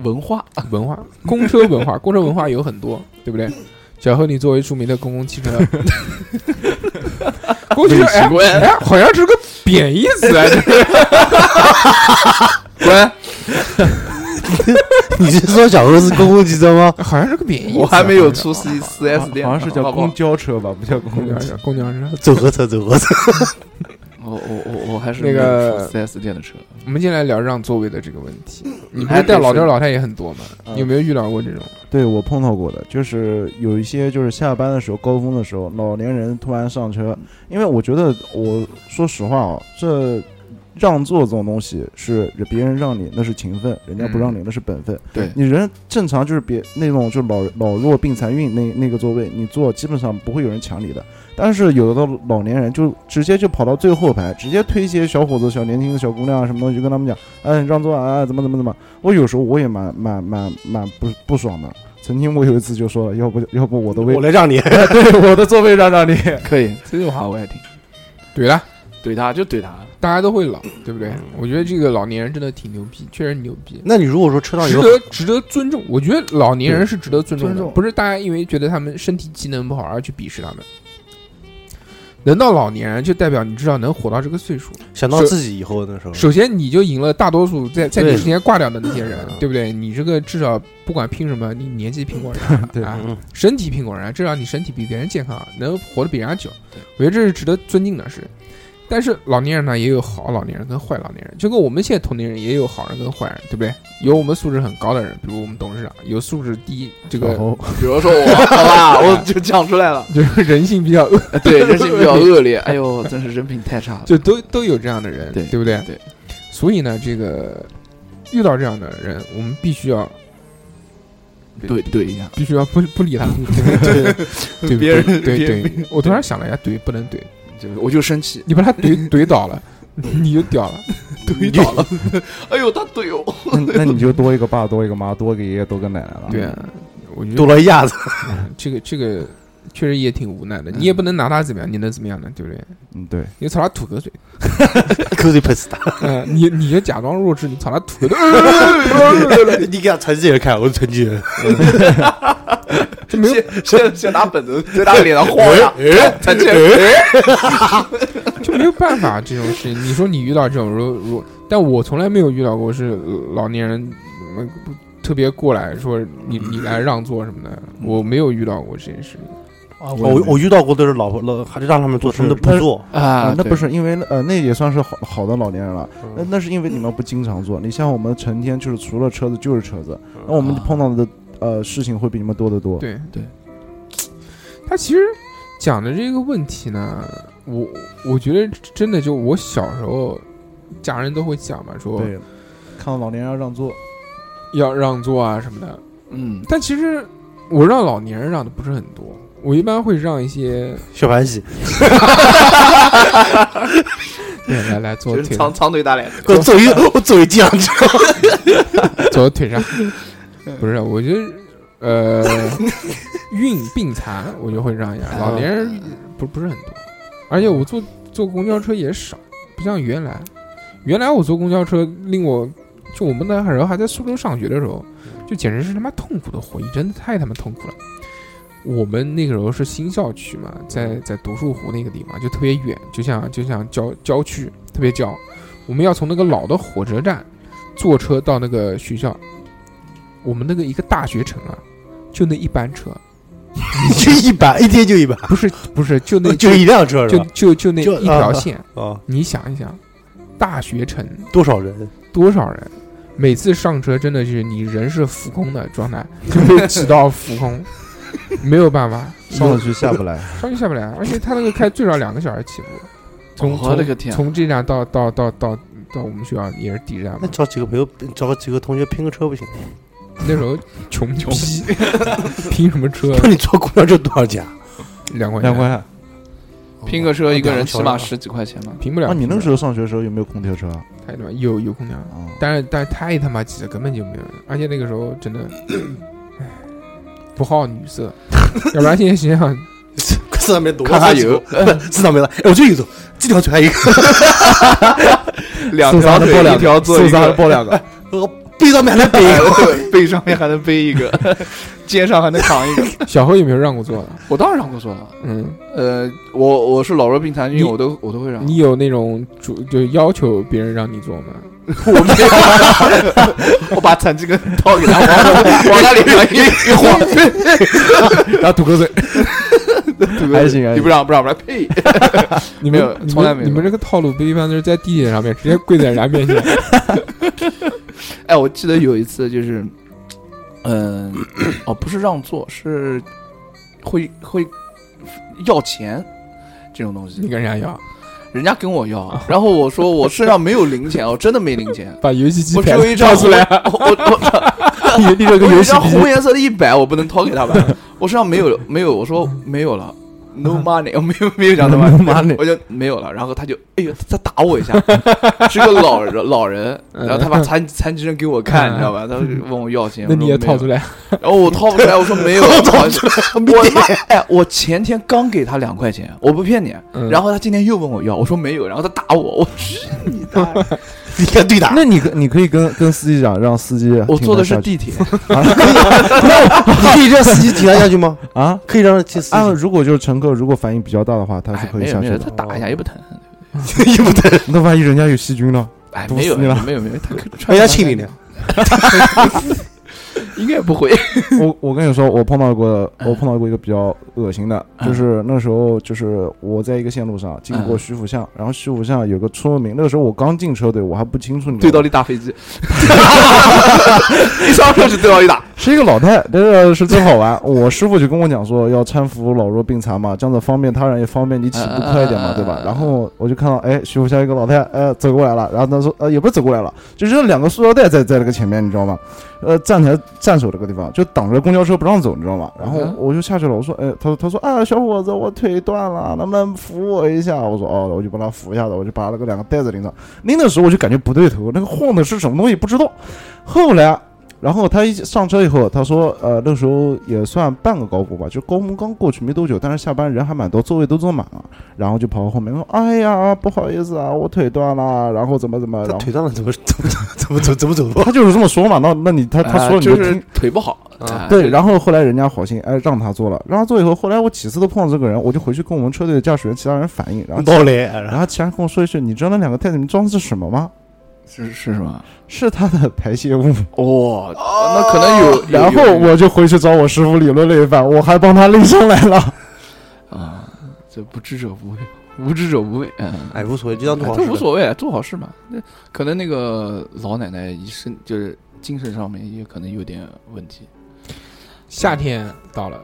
Speaker 4: 文化，
Speaker 5: 啊
Speaker 3: 文化，公车文 化，公车文化有很多，对不对？小贺，你作为著名的公共汽车， 公共汽车，哎
Speaker 4: 滚
Speaker 3: 哎，好像是个贬义词啊，这是滚，
Speaker 5: 你是说小何是公共汽车吗？
Speaker 3: 好像是个贬义词啊。
Speaker 4: 我还没有
Speaker 3: 好
Speaker 4: 出
Speaker 3: 像
Speaker 4: 四四 S 店，
Speaker 7: 好像是叫
Speaker 4: 好不好
Speaker 7: 公交车吧，不叫公
Speaker 3: 公交
Speaker 7: 交
Speaker 3: 车
Speaker 7: 车。，
Speaker 3: 公交车。
Speaker 5: 走合车，走合车。
Speaker 4: 我我我我还是
Speaker 3: 那个
Speaker 4: 四 S 店的车，
Speaker 3: 我们先来聊让座位的这个问题。你不是带老头老太也很多吗？
Speaker 7: 嗯
Speaker 3: 你有没有遇到过这种？
Speaker 7: 对我碰到过的，就是有一些就是下班的时候高峰的时候，老年人突然上车，因为我觉得我说实话啊，这让座这种东西是别人让你那是情分，人家不让你那是本分。
Speaker 4: 对
Speaker 7: 你人正常就是别那种就老老弱病残孕那那个座位，你坐基本上不会有人抢你的。但是有的老年人就直接就跑到最后排，直接推一些小伙子、小年轻的小姑娘啊什么东西，就跟他们讲，哎，让座啊，怎么怎么怎么。我有时候我也蛮蛮蛮蛮不不爽的。曾经我有一次就说了，要不要不我的位
Speaker 5: 我，来让你。
Speaker 7: 对我的座位让让你。
Speaker 4: 可以，这句话我也听，
Speaker 3: 对了，
Speaker 4: 怼他就怼他，
Speaker 3: 大家都会老，对不对？我觉得这个老年人真的挺牛逼，确实牛逼。
Speaker 5: 那你如果说车上
Speaker 3: 值
Speaker 5: 有
Speaker 3: 得值得尊重，我觉得老年人是值得尊重的，
Speaker 7: 尊重
Speaker 3: 不是大家因为觉得他们身体机能不好而去鄙视他们。能到老年人，就代表你至少能活到这个岁数。
Speaker 5: 想到自己以后那时候，
Speaker 3: 首先，你就赢了大多数在在你
Speaker 5: 对
Speaker 3: 之前挂掉的那些人
Speaker 5: 嗯，
Speaker 3: 对不对？你这个至少不管拼什么，你年纪拼过人 啊，
Speaker 7: 对
Speaker 3: 啊
Speaker 5: 嗯
Speaker 3: 身体拼过人啊，至少你身体比别人健康，能活得比人家久。我觉得这是值得尊敬的事。但是老年人呢，也有好老年人跟坏老年人，就跟我们现在同龄人也有好人跟坏人，对不对？有我们素质很高的人，比如我们董事长，有素质低，这
Speaker 7: 然
Speaker 3: 个
Speaker 5: 哦
Speaker 7: 后
Speaker 4: 比如说我，好吧，啊我就讲出来了，
Speaker 3: 就是人性比较恶，
Speaker 4: 对，人性比较恶劣，哎呦，真是人品太差了，
Speaker 3: 就都都有这样的人，
Speaker 4: 啊对
Speaker 3: 不对？
Speaker 4: 对。
Speaker 3: 所以呢，这个遇到这样的人，我们必须要
Speaker 4: 怼怼一下，
Speaker 3: 必须要不不理他， 对对
Speaker 4: 别人
Speaker 3: 对对
Speaker 4: 别
Speaker 3: 对，我突然想了一下，怼不能怼，
Speaker 4: 就我就生气，
Speaker 3: 你把他怼怼倒 了，你就屌了。
Speaker 4: 怼倒了，哎呦，他怼我，
Speaker 7: 嗯那那你就多一个爸，多一个妈，多一个爷爷，多个奶奶
Speaker 4: 嗯
Speaker 7: 了。
Speaker 3: 对啊，我觉
Speaker 5: 堵
Speaker 3: 得
Speaker 5: 了一下子，
Speaker 3: 这个这个确实也挺无奈
Speaker 4: 嗯
Speaker 3: 的，你也不能拿他怎么样，你能怎么样呢？对不对？
Speaker 7: 嗯，对，
Speaker 3: 你朝他吐 口水，
Speaker 5: 口水喷死他。
Speaker 3: 嗯，你你就假装弱智，你朝他吐口水，
Speaker 5: 你给他成绩人看，我是成绩人。
Speaker 3: 这没有
Speaker 4: 先先拿本子在他脸上晃一下，他这
Speaker 3: 就没有办法这种事情。你说你遇到这种，如如，但我从来没有遇到过是老年人、嗯不特别过来说你
Speaker 4: 嗯
Speaker 3: 你来让座什么的，我没有遇到过这件事情。
Speaker 5: 啊我我遇到过都是老婆老，还是让他们做，他们都不做。
Speaker 4: 啊
Speaker 7: 啊，那
Speaker 4: 对
Speaker 7: 不是因为呃，那也算是好好的老年人了。
Speaker 5: 嗯
Speaker 7: 那那是因为你们不经常坐，你像我们成天就是除了车子就是车子，
Speaker 5: 嗯
Speaker 7: 那我们
Speaker 4: 啊
Speaker 7: 碰到的呃事情会比你们多得多。
Speaker 3: 对
Speaker 4: 对，
Speaker 3: 他其实讲的这个问题呢，我我觉得真的就我小时候，家人都会讲嘛，说
Speaker 7: 对，看到老年人要让座，
Speaker 3: 要让座啊什么的。
Speaker 4: 嗯，
Speaker 3: 但其实我让老年人让的不是很多，我一般会让一些
Speaker 5: 小盘喜，
Speaker 3: 对来来坐
Speaker 4: 就
Speaker 3: 我
Speaker 4: 是
Speaker 3: 腿
Speaker 4: 长
Speaker 3: 上，
Speaker 4: 长腿打脸，
Speaker 5: 我走一我走一进上去，
Speaker 3: 坐我腿上，不是，我觉得呃孕病残我就会让一下，老年人不不是很多，而且我坐坐公交车也少，不像原来，原来我坐公交车令我就我们那时候还在苏州上学的时候，就简直是他妈痛苦的回忆，真的太他妈痛苦了。我们那个时候是新校区嘛，在在独墅湖那个地方，就特别远，就像就像郊郊区，特别郊。我们要从那个老的火车站坐车到那个学校，我们那个一个大学城啊，就那一班车，
Speaker 5: 就一百，一天就一百，
Speaker 3: 不是不是，就那
Speaker 5: 就一辆车是
Speaker 3: 就
Speaker 5: 吧？
Speaker 3: 就就那
Speaker 5: 就
Speaker 3: 一条线。
Speaker 5: 啊，
Speaker 3: 你想一想，大学城
Speaker 5: 多少人？
Speaker 3: 多少人？每次上车真的是你人是浮空的状 态，就被挤到浮空，没有办法，
Speaker 7: 上了去下不来。
Speaker 3: 上去下不来。而且他那个开最少两个小时起步，从
Speaker 4: 我的
Speaker 3: 从
Speaker 4: 哦个天，啊
Speaker 3: 从这站到到到到到我们学校也是第一站
Speaker 5: 那
Speaker 3: 嘛。
Speaker 5: 找几个朋友，找几个同学拼个车不行？
Speaker 3: 那时候穷 穷，拼什么车？
Speaker 5: 那你坐公交车多少钱啊？
Speaker 3: 两块
Speaker 7: 两
Speaker 3: 钱
Speaker 7: 块，啊，
Speaker 4: 拼个车一个人起码
Speaker 5: 是。
Speaker 4: 十几块钱吧，
Speaker 3: 拼不了。
Speaker 7: 你那个时
Speaker 3: 候
Speaker 7: 候上学的时候有没有空调车啊？
Speaker 3: 太他妈有有空调，
Speaker 7: 啊，
Speaker 5: 嗯
Speaker 3: 但是但是太他妈挤了，根本就没有人。而且那个时候真的，唉不好女色， 要不然现在想想，
Speaker 5: 四上面多，
Speaker 4: 看看有
Speaker 5: 不是四上面了，哎，我就有一种，这条腿还有一个，
Speaker 4: 两
Speaker 7: 受伤
Speaker 4: 条
Speaker 7: 的
Speaker 4: 腿
Speaker 7: 包两
Speaker 4: 一条
Speaker 7: 个，
Speaker 4: 做
Speaker 7: 受
Speaker 4: 一
Speaker 7: 伤的
Speaker 4: 个， 哎
Speaker 7: 包两个，
Speaker 5: 我背上面来背，
Speaker 4: 背上面还能背一个， 肩上还能扛一个。
Speaker 3: 小何有没有让过座的？
Speaker 4: 我当然让过座了，
Speaker 3: 嗯，
Speaker 4: 呃，我我是老弱病残
Speaker 3: 你
Speaker 4: 孕，我都我都会让。
Speaker 3: 你有那种主就要求别人让你坐吗？
Speaker 4: 我没有，我把残疾跟刀给他往往他脸上一一晃，
Speaker 3: 然
Speaker 4: 啊
Speaker 3: 后吐口水，
Speaker 7: 还行还
Speaker 4: 你
Speaker 7: 行
Speaker 4: 不。让不让不让，呸！
Speaker 3: 你
Speaker 4: 没
Speaker 3: 们
Speaker 4: 有
Speaker 3: 你们
Speaker 4: 从来没有
Speaker 3: 你们这个套路不一般，就是在地铁上面直接跪在人家面 前，
Speaker 4: 哎，我记得有一次就是，嗯、哦，不是让座，是会会要钱这种东西
Speaker 3: 你，跟人家要
Speaker 4: 人家跟我要，然后我说我身上没有零钱，我真的没零钱，
Speaker 3: 把游戏机
Speaker 4: 我只
Speaker 3: 牌
Speaker 4: 有一张
Speaker 3: 掏出 来，啊
Speaker 4: 我我我
Speaker 3: 你立了
Speaker 4: 我
Speaker 3: 个
Speaker 4: 有
Speaker 3: 游
Speaker 4: 一
Speaker 3: 戏
Speaker 4: 张红
Speaker 3: 机，
Speaker 4: 颜色的一百，我不能掏给他吧？我身上没有没有，我说没有了。No money，我没有没有讲什么
Speaker 5: No money
Speaker 4: 我就没有了。然后他就，哎呦，他打我一下， 是个老人老人，然后他把残残疾人给我看，你知道吧？他就问我要 钱，
Speaker 3: 那你也掏出
Speaker 4: 来。
Speaker 3: 来，
Speaker 4: 然后我掏不出来，我说没有，我掏出来。我妈，哎，我前天刚给他两块钱，我不骗你。
Speaker 3: 嗯
Speaker 4: 然后他今天又问我要，我说没有，然后他打我，我去你大爷！
Speaker 5: 你敢对打？
Speaker 7: 那你跟你可以跟跟司机讲，让司机
Speaker 4: 我
Speaker 7: 停
Speaker 4: 坐的
Speaker 7: 他
Speaker 4: 是
Speaker 7: 下去
Speaker 4: 地铁，
Speaker 5: 你可以让司机停他下去吗？
Speaker 7: 啊。
Speaker 5: 可以让司机
Speaker 7: 啊，如果就是乘客如果反应比较大的话，他是
Speaker 4: 哎，
Speaker 7: 可以
Speaker 4: 没有
Speaker 7: 下
Speaker 4: 没
Speaker 7: 去
Speaker 4: 有，
Speaker 7: 的。
Speaker 4: 他打一下又不疼。
Speaker 7: 那万一人家有细菌 呢？
Speaker 4: 哎，
Speaker 7: 毒
Speaker 4: 没有
Speaker 7: 死你了
Speaker 4: 没有没有，他可
Speaker 5: 人家清理的，
Speaker 4: 应该不会。
Speaker 7: 我我跟你说，我碰到过，
Speaker 4: 嗯
Speaker 7: 我碰到过一个比较恶心的，就是那时候就是我在一个线路上经
Speaker 4: 嗯
Speaker 7: 过徐府巷，然后徐府巷有个出入名，那个时候我刚进车队，我还不清楚你知
Speaker 4: 对
Speaker 7: 道
Speaker 4: 倒
Speaker 7: 吗
Speaker 4: 立大飞机， 一上车是对倒立打，
Speaker 7: 是一个老太，那个是真好玩。 我师傅就跟我讲说，要搀扶老弱病残嘛，这样子方便他人，也方便你起步快一点嘛，对吧？然后我就看到，哎，徐福下一个老太，哎，走过来了。然后他说，呃，也不是走过来了，就是两个塑料袋在在那个前面，你知道吗？呃，站起来站守这个地方，就挡着公交车不让走，你知道吗？然后
Speaker 4: 嗯
Speaker 7: 我就下去了，我说，哎，他说他说啊，小伙子，我腿断了，能不能扶我一下？我说哦，我就帮他扶一下子，我就把那个两个袋子拎上。拎的时候我就感觉不对头，那个晃的是什么东西不知道。后来啊然后他一上车以后，他说，呃，那时候也算半个高峰吧，就高峰刚过去没多久，但是下班人还蛮多，座位都坐满了，然后就跑到后面说，哎呀，不好意思啊，我腿断了，然后怎么怎么，
Speaker 5: 他
Speaker 7: 然后
Speaker 5: 腿断了怎么怎么怎么怎么怎么 走路？
Speaker 7: 他就是这么说嘛，那那你他他说了
Speaker 4: 啊
Speaker 7: 你就
Speaker 4: 就
Speaker 7: 听，
Speaker 4: 是腿不好。啊
Speaker 5: 啊
Speaker 7: 对，然后后来人家好心哎让他坐了，让他坐以后，后来我几次都碰到这个人，我就回去跟我们车队的驾驶员其他人反映，然后
Speaker 5: 闹嘞，
Speaker 7: 然
Speaker 5: 然后
Speaker 7: 后其他人跟我说一句，你知道那两个袋子里面装的是什么吗？
Speaker 4: 是是什么？
Speaker 7: 是他的排泄物。
Speaker 4: 哦，那可能有。
Speaker 7: 哦然后我就回去找我师傅理论了一番，我还帮他拎上来了。
Speaker 4: 我啊，这不知者无畏，无知者无畏。嗯，
Speaker 5: 哎无所谓，就当做好
Speaker 4: 这
Speaker 5: 事。
Speaker 4: 无所谓，做好事嘛。那可能那个老奶奶一身就是精神上面也可能有点问题。
Speaker 3: 夏天到了，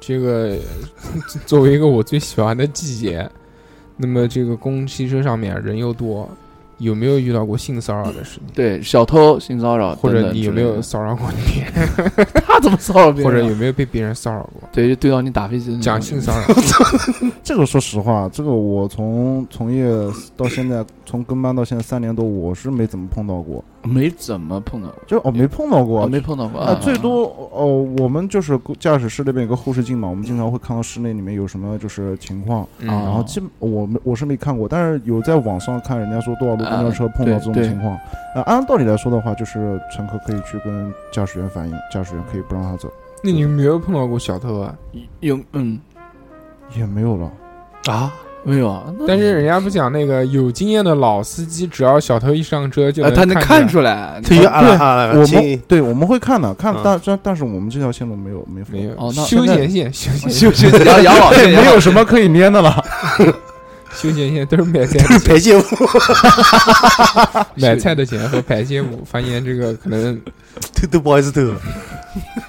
Speaker 3: 这个 作为一个我最喜欢的季节，那么这个公共汽车上面人又多，有没有遇到过性骚扰的事情？
Speaker 4: 对，小偷、性骚扰，
Speaker 3: 或者
Speaker 4: 等等
Speaker 3: 你有
Speaker 4: 之
Speaker 3: 没
Speaker 4: 类
Speaker 3: 有
Speaker 4: 的
Speaker 3: 骚扰过别人，
Speaker 4: 他怎么骚扰别人
Speaker 3: 或
Speaker 4: 啊？
Speaker 3: 者有没有被别人骚扰过？
Speaker 4: 对，就对到你打飞机的那
Speaker 3: 讲
Speaker 4: 种
Speaker 3: 性骚扰，
Speaker 7: 这个说实话，这个我从从业到现在，从跟班到现在三年多，我是没怎么碰到过，
Speaker 4: 没怎么碰到过，
Speaker 7: 就哦没碰到过，
Speaker 4: 我没碰到过。
Speaker 7: 啊，
Speaker 4: 啊
Speaker 7: 最多哦，我们就是驾驶室那边有个后视镜嘛，我们经常会看到室内里面有什么就是情况，
Speaker 3: 嗯
Speaker 7: 然后基本我没我是没看过，但是有在网上看人家说多少路公交车碰到这种
Speaker 4: 对对
Speaker 7: 情况，呃，按道理来说的话，就是乘客可以去跟驾驶员反映，驾驶员可以不让他走，
Speaker 3: 那你有没有碰到过小偷啊？
Speaker 4: 有嗯
Speaker 7: 也没有了。
Speaker 5: 啊，
Speaker 4: 没有啊？那
Speaker 3: 但是人家不讲那个有经验的老司机，只要小偷一上车就
Speaker 4: 呃他能看
Speaker 3: 来。
Speaker 4: 出来，
Speaker 5: 他就按了按了，
Speaker 7: 我们
Speaker 5: 啊 亲
Speaker 7: 对我们会看的，看
Speaker 5: 呃嗯
Speaker 7: 但但但是我们这条线路没有没
Speaker 3: 没有
Speaker 4: 哦那
Speaker 3: 休
Speaker 7: 现在
Speaker 3: 闲线，休闲
Speaker 4: 就就养养老
Speaker 7: 对，
Speaker 4: 院，
Speaker 7: 没有什么可以粘的了。
Speaker 3: 休闲线都是买菜
Speaker 5: 就是排泄物，
Speaker 3: 买菜的钱和排泄物，发现这个可能
Speaker 5: 都都不好意思 偷，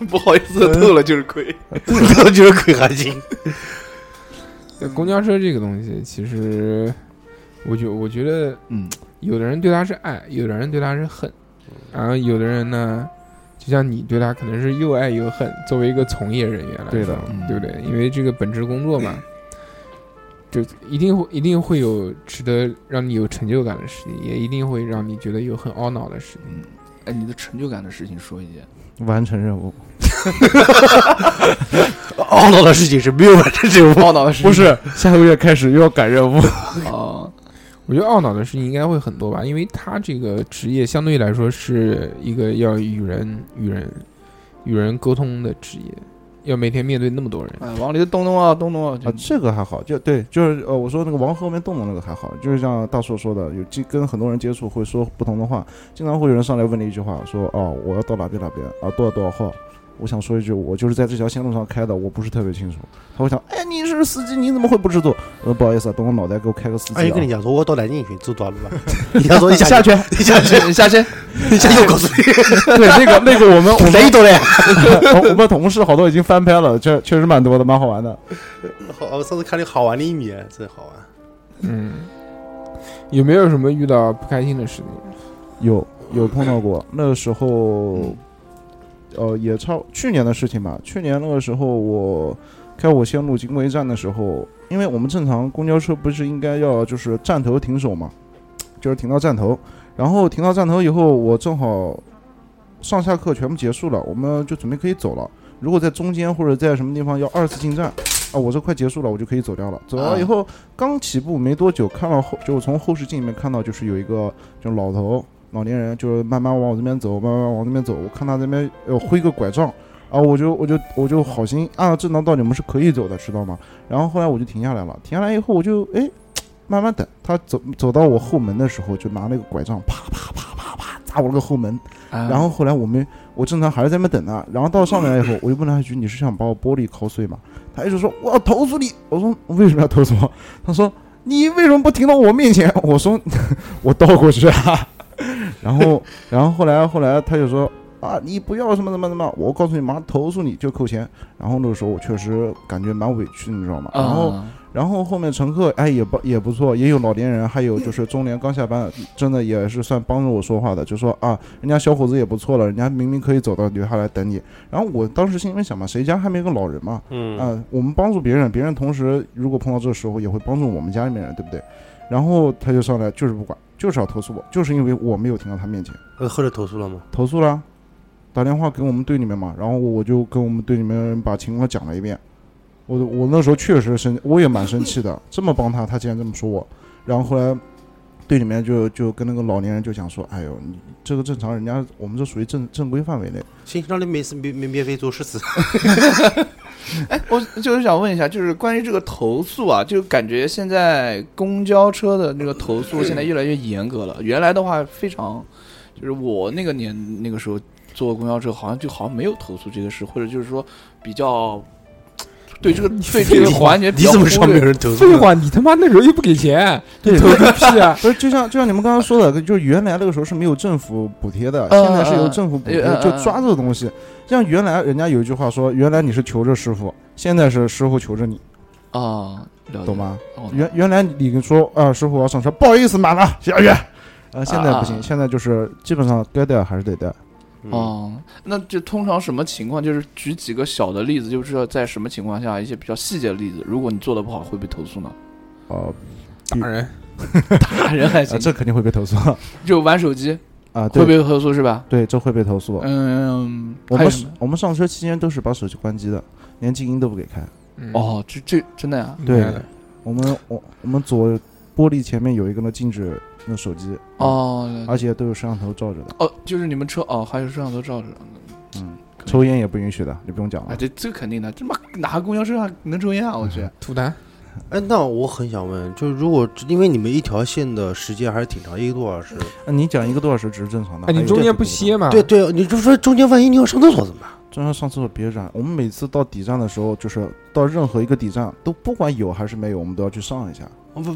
Speaker 4: 不好意思，透了就是亏。
Speaker 5: 偷就是亏还行。
Speaker 3: 对公交车这个东西，其实我觉我觉得
Speaker 4: 嗯，
Speaker 3: 有的人对他是爱，有的人对他是恨，然后有的人呢，就像你对他可能是又爱又恨。作为一个从业人员来说，
Speaker 7: 对的
Speaker 4: 嗯
Speaker 3: 对不对？因为这个本职工作嘛，就一定会一定会有值得让你有成就感的事情，也一定会让你觉得有很懊恼的事情。
Speaker 4: 哎，你的成就感的事情说一件，
Speaker 7: 完成任务
Speaker 5: 懊恼的事情是没有完成任务。
Speaker 4: 懊恼的事情
Speaker 7: 不是下个月开始又要赶任务，
Speaker 4: 哦，
Speaker 3: 我觉得懊恼的事情应该会很多吧，因为他这个职业相对来说是一个要与人、与人、与人沟通的职业，要每天面对那么多人。
Speaker 4: 哎，往里头动动啊，动动啊，
Speaker 7: 啊，
Speaker 4: 就
Speaker 7: 这个还好，就对，就是呃，我说那个王后面动动那个还好，就是像大硕说的，有经跟很多人接触会说不同的话，经常会有人上来问你一句话，说哦，我要到哪边哪边啊，多少多少号，我想说一句，我就是在这条线路上开的，我不是特别清楚。他会想，哎，你是司机，你怎么会不知道？呃，不好意思啊，等我脑袋给我开个司机、啊。
Speaker 5: 哎俺就跟你讲说，我到南京去走多少 路啊？你想说你下
Speaker 4: 下
Speaker 5: 去，哎
Speaker 4: 去，
Speaker 5: 你
Speaker 4: 下
Speaker 5: 下去，
Speaker 4: 去，
Speaker 5: 你下去，我告 诉你，
Speaker 3: 对，那个那个，我们我
Speaker 5: 谁多嘞？
Speaker 7: 我我们同事好多已经翻拍了，确确实蛮多的，蛮好玩的。
Speaker 5: 好，我哦上次看你好玩的一米，真好玩。
Speaker 3: 嗯，有没有什么遇到不开心的事情？
Speaker 7: 有有碰到过，那时候，呃，也差去年的事情吧。去年那个时候，我开我线路经过一站的时候，因为我们正常公交车不是应该要就是站头停手嘛，就是停到站头，然后停到站头以后，我正好上下课全部结束了，我们就准备可以走了。如果在中间或者在什么地方要二次进站，啊，我这快结束了，我就可以走掉了。走了以后，刚起步没多久，看到后就从后视镜里面看到，就是有一个就老头老年人，就是慢慢往我这边走，慢慢往那边走。我看他这边呃挥个拐杖，啊，我就我就我就好心，按照正当道理我们是可以走的，知道吗？然后后来我就停下来了，停下来以后我就哎慢慢等他走走到我后门的时候，就拿那个拐杖啪啪啪啪啪砸我那个后门。然
Speaker 4: 然
Speaker 7: 后后来我们我正常还是在那边等他，然后到上面来以后，我就问他一句：“你是想把我玻璃敲碎吗？”他一直说：“我要投诉你。”我说：“为什么要投诉我？”他说：“你为什么不停到我面前？”我说：“ 我倒过去啊。” 然后，然后后来后来他就说：“啊，你不要什么什么什么，我告诉你，马上投诉你就扣钱。”然后那个时候我确实感觉蛮委屈，你知道吗？然后
Speaker 4: 啊
Speaker 7: 然后后面乘客哎也不也不错，也有老年人，还有就是中年刚下班的，真的也是算帮着我说话的，就说啊，人家小伙子也不错了，人家明明可以走到留下来等你。然后我当时心里面想嘛，谁家还没个老人嘛，
Speaker 5: 嗯
Speaker 7: 嗯，我们帮助别人，别人同时如果碰到这时候也会帮助我们家里面人，对不对？然后他就上来就是不管，就是要投诉我，就是因为我没有停到他面前。
Speaker 5: 呃后来投诉了吗？
Speaker 7: 投诉了，打电话给我们队里面嘛，然后我就跟我们队里面人把情况讲了一遍。我我那时候确实生，我也蛮生气的，这么帮他，他竟然这么说我。然后后来队里面就就跟那个老年人就讲说，哎呦，你这个正常，人家我们这属于正正规范围内。
Speaker 5: 行，让你没事免免免费做十次。
Speaker 4: 哎，我就是想问一下，就是关于这个投诉啊，就感觉现在公交车的那个投诉现在越来越严格了。原来的话非常，就是我那个年那个时候坐公交车，好像就好像没有投诉这个事，或者就是说比较对这个对这个环节比
Speaker 5: 你
Speaker 4: 较
Speaker 5: 怎
Speaker 4: 忽
Speaker 5: 么知道没有
Speaker 4: 略。
Speaker 5: 人投诉
Speaker 3: 废
Speaker 5: 呢？
Speaker 3: 话，你他妈那时候又不给 钱，
Speaker 7: 对
Speaker 3: 投个屁 啊！
Speaker 7: 不是，就像就像你们刚刚说的，就是原来那个时候是没有政府补贴的，
Speaker 4: 嗯
Speaker 7: 现在是有政府补贴，
Speaker 4: 嗯嗯嗯
Speaker 7: 就抓这个东西。像原来人家有一句话说，原来你是求着师傅，现在是师傅求着你，
Speaker 4: 啊，了解
Speaker 7: 懂？吗？
Speaker 4: 哦
Speaker 7: 原原来你跟说啊，师傅我要上车，不好意思，满了，下雨。啊，现在不
Speaker 4: 啊
Speaker 7: 行，现在就是基本上该带还是得带。
Speaker 4: 哦，那就通常什么情况？就是举几个小的例子，就知道在什么情况下一些比较细节的例子，如果你做的不好会被投诉呢？
Speaker 7: 哦，
Speaker 3: 打人，
Speaker 4: 打人还行
Speaker 7: 啊，这肯定会被投诉
Speaker 4: 就玩手机
Speaker 7: 啊，
Speaker 4: 会
Speaker 7: 对
Speaker 4: 被投诉是吧？
Speaker 7: 对，这会被投诉。
Speaker 4: 嗯，
Speaker 7: 我
Speaker 4: 还有
Speaker 7: 们
Speaker 4: 什么？
Speaker 7: 我们上车期间都是把手机关机的，连静音都不给开。
Speaker 3: 嗯，
Speaker 4: 哦，这这真的呀？
Speaker 3: 应
Speaker 7: 对
Speaker 3: 该的，
Speaker 7: 我们我我们左玻璃前面有一个那禁止用手机，
Speaker 4: 哦
Speaker 7: 而且都有摄像头照着的，
Speaker 4: 哦，就是你们车哦，还有摄像头照着。
Speaker 7: 嗯，
Speaker 4: 可以
Speaker 7: 抽烟也不允许的，你不用讲
Speaker 4: 啊，
Speaker 7: 了。
Speaker 4: 这这肯定的，这妈哪个公交车上能抽烟啊？我去，
Speaker 3: 吐痰，
Speaker 5: 哎，那我很想问，就是如果因为你们一条线的时间还是挺长，一个多小时。
Speaker 7: 啊你讲一个多小时只是正常的。
Speaker 3: 哎，
Speaker 7: 还
Speaker 3: 你
Speaker 7: 有
Speaker 3: 中
Speaker 7: 这
Speaker 3: 间
Speaker 7: 个
Speaker 3: 不
Speaker 7: 多的
Speaker 3: 歇 嘛？
Speaker 5: 对，对，你就说中间万一你要上厕所怎么办？
Speaker 7: 中央上厕所别站，我们每次到底站的时候，就是到任何一个底站，都不管有还是没有，我们都要去上一下。
Speaker 5: 我不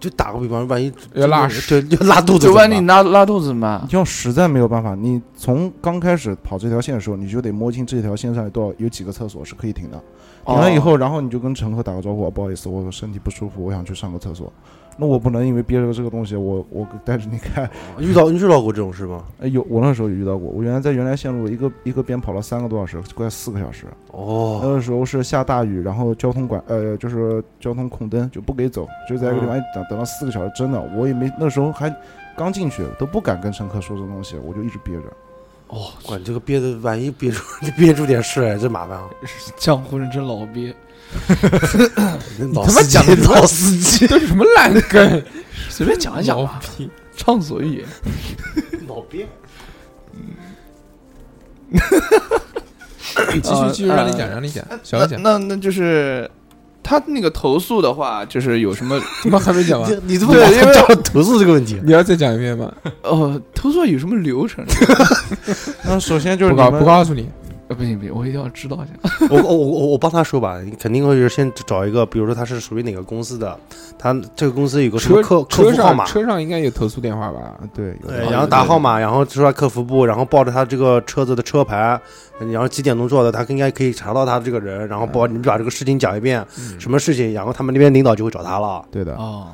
Speaker 5: 就打个比方，万一
Speaker 3: 要拉屎，
Speaker 5: 对，就拉肚子
Speaker 4: 就
Speaker 5: 怎么
Speaker 4: 万
Speaker 5: 办，
Speaker 4: 一你拉拉肚子怎么办？
Speaker 7: 要实在没有办法，你从刚开始跑这条线的时候，你就得摸清这条线上有多少有几个厕所是可以停的。
Speaker 4: 哦
Speaker 7: 停了以后，然后你就跟乘客打个招呼，哦不好意思，我身体不舒服，我想去上个厕所。那我不能因为憋着这个东西，我我带着你开。
Speaker 5: 遇到你遇到过这种事吗？
Speaker 7: 哎有我那时候也遇到过，我原来在原来线路一个一个边跑了三个多小时，快四个小时。那
Speaker 5: 哦，
Speaker 7: 个时候是下大雨，然后交通管呃就是交通控灯就不给走，就在一
Speaker 4: 哦
Speaker 7: 个地方一等等了四个小时，真的我也没那时候还刚进去都不敢跟乘客说这东西，我就一直憋着。
Speaker 4: 哦，
Speaker 5: 管这个憋的，万一憋出 憋出点事来，这麻烦啊！
Speaker 4: 江湖人真老鳖，
Speaker 5: 老
Speaker 3: 他妈
Speaker 5: 司
Speaker 3: 讲的
Speaker 5: 机，老司机，
Speaker 3: 都是什么烂梗？
Speaker 4: 随便讲一讲
Speaker 3: 毛
Speaker 4: 吧，
Speaker 3: 病。
Speaker 4: 畅所欲言。
Speaker 5: 老变。
Speaker 3: 继续
Speaker 4: 呃
Speaker 3: 继续，让你讲，
Speaker 4: 呃
Speaker 3: 让你讲，小
Speaker 4: 那
Speaker 3: 杨讲，
Speaker 4: 那那就是他那个投诉的话，就是有什么
Speaker 3: 他妈还没讲完，
Speaker 5: 你怎么
Speaker 4: 对
Speaker 5: 老
Speaker 4: 因为
Speaker 5: 讲投诉这个问 题？
Speaker 3: 你要再讲一遍吗？
Speaker 4: 哦，投诉有什么流程？
Speaker 7: 那首先就是
Speaker 3: 不
Speaker 7: 你
Speaker 3: 告
Speaker 7: 们
Speaker 3: 不告诉你，
Speaker 4: 呃，不行不行，我一定要知道一下。
Speaker 5: 我我我我帮他说吧，你肯定会是先找一个，比如说他是属于哪个公司的，他这个公司有个什么
Speaker 3: 车
Speaker 5: 客客
Speaker 3: 车
Speaker 5: 服号码
Speaker 3: 上，车上应该有投诉电话吧？
Speaker 7: 啊对，有
Speaker 5: 对，
Speaker 7: 道理
Speaker 5: 然后打号码，然后说客服部，然后报着他这个车子的车牌，然后几点钟做的，他应该可以查到他这个人，然后把你把这个事情讲一遍，
Speaker 3: 嗯
Speaker 5: 什么事情，然后他们那边领导就会找他了。
Speaker 7: 对的，
Speaker 4: 哦，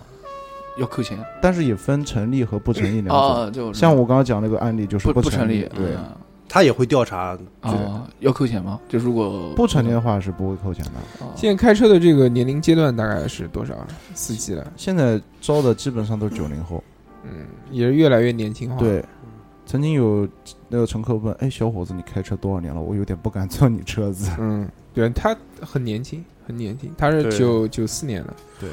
Speaker 4: 要扣钱
Speaker 7: 但是也分成立和不成立两种。
Speaker 4: 啊，就
Speaker 7: 像我刚刚讲那个案例就是
Speaker 4: 不不
Speaker 7: 成
Speaker 4: 成立，
Speaker 7: 对，
Speaker 4: 嗯
Speaker 5: 他也会调查，
Speaker 4: 啊，要扣钱吗？就如果
Speaker 7: 不成立的话是不会扣钱的。
Speaker 4: 哦
Speaker 3: 现在开车的这个年龄阶段大概是多少？司机了，
Speaker 7: 现在招的基本上都是九零后，
Speaker 3: 嗯，也是越来越年轻
Speaker 4: 哦
Speaker 3: 化。，
Speaker 7: 对。曾经有那个乘客问：“哎，小伙子，你开车多少年了？我有点不敢坐你车子。
Speaker 3: 嗯，对，他很年轻，很年轻，他是
Speaker 5: 对
Speaker 3: 九九四年的，
Speaker 5: 对，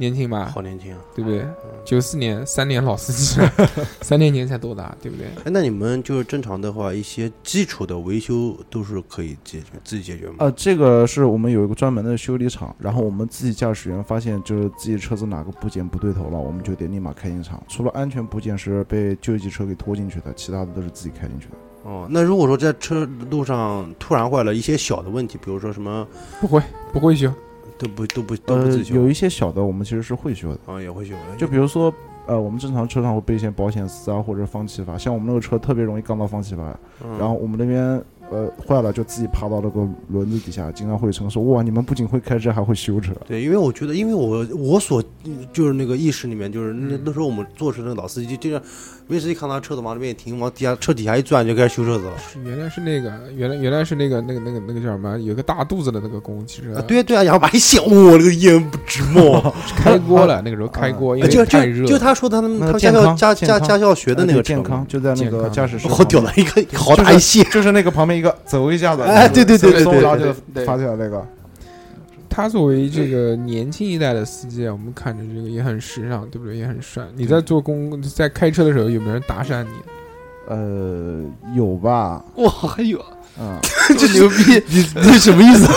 Speaker 3: 年轻吧，
Speaker 5: 好年轻啊！
Speaker 3: 对不对？九四年，三年老司机了， 三年前才多大，对不对？
Speaker 5: 哎，那你们就是正常的话，一些基础的维修都是可以解决自己解决吗？”
Speaker 7: 呃，这个是我们有一个专门的修理厂，然后我们自己驾驶员发现就是自己车子哪个部件不对头了，我们就得立马开进厂。除了安全部件是被救济车给拖进去的，其他的都是自己开进去的。
Speaker 5: 哦，那如果说在车路上突然坏了一些小的问题，比如说什么
Speaker 3: 不会，不会修，
Speaker 5: 都不都不都不
Speaker 7: 呃
Speaker 5: 自，修，
Speaker 7: 有一些小的我们其实是会修的，
Speaker 5: 啊、也会修，
Speaker 7: 就比如说，呃，我们正常车上会备一些保险丝啊，或者放气阀，像我们那个车特别容易杠到放气阀，
Speaker 5: 嗯
Speaker 7: 然后我们那边呃坏了就自己爬到那个轮子底下，经常会有乘客说，哇，你们不仅会开车，还会修车。
Speaker 5: 对，因为我觉得，因为我我所就是那个意识里面，就是那那时候我们坐车那个老司机，就是没时间看他车子往那边一停，往底下车底下一转就开始修车子了。
Speaker 3: 是原来是那个，原来原来是那个那个那个那个叫什么？有个大肚子的那个公共汽车，
Speaker 5: 啊，，对啊对啊，然后把一掀，我那个一言不值嘛。
Speaker 3: 开锅了，那个时候开锅，因
Speaker 5: 哎就
Speaker 3: 为太热
Speaker 5: 就
Speaker 3: 了，
Speaker 5: 就他说他们
Speaker 7: 那
Speaker 5: 他们驾
Speaker 7: 健
Speaker 5: 校
Speaker 7: 康
Speaker 5: 驾
Speaker 7: 健
Speaker 5: 驾
Speaker 7: 康
Speaker 5: 驾校学的那
Speaker 7: 呃
Speaker 5: 个
Speaker 7: 对健
Speaker 5: 车嘛，
Speaker 7: 康就在那
Speaker 3: 健
Speaker 7: 个
Speaker 3: 康
Speaker 7: 驾驶 室，
Speaker 5: 好屌了，一个好大一掀，
Speaker 7: 就是那个旁边一个走一下子，
Speaker 5: 哎对对对对
Speaker 7: 松
Speaker 5: 对
Speaker 7: 然后
Speaker 4: 对
Speaker 7: 就
Speaker 4: 对
Speaker 7: 发起来那个，
Speaker 3: 他作为这个年轻一代的司机啊，我们看着这个也很时尚，对不对？也很帅。你在做公在开车的时候，有没有人搭讪你？
Speaker 7: 呃，有吧，
Speaker 4: 哇，还 有啊
Speaker 7: 嗯，
Speaker 4: 这牛逼！
Speaker 5: 你你什么意思？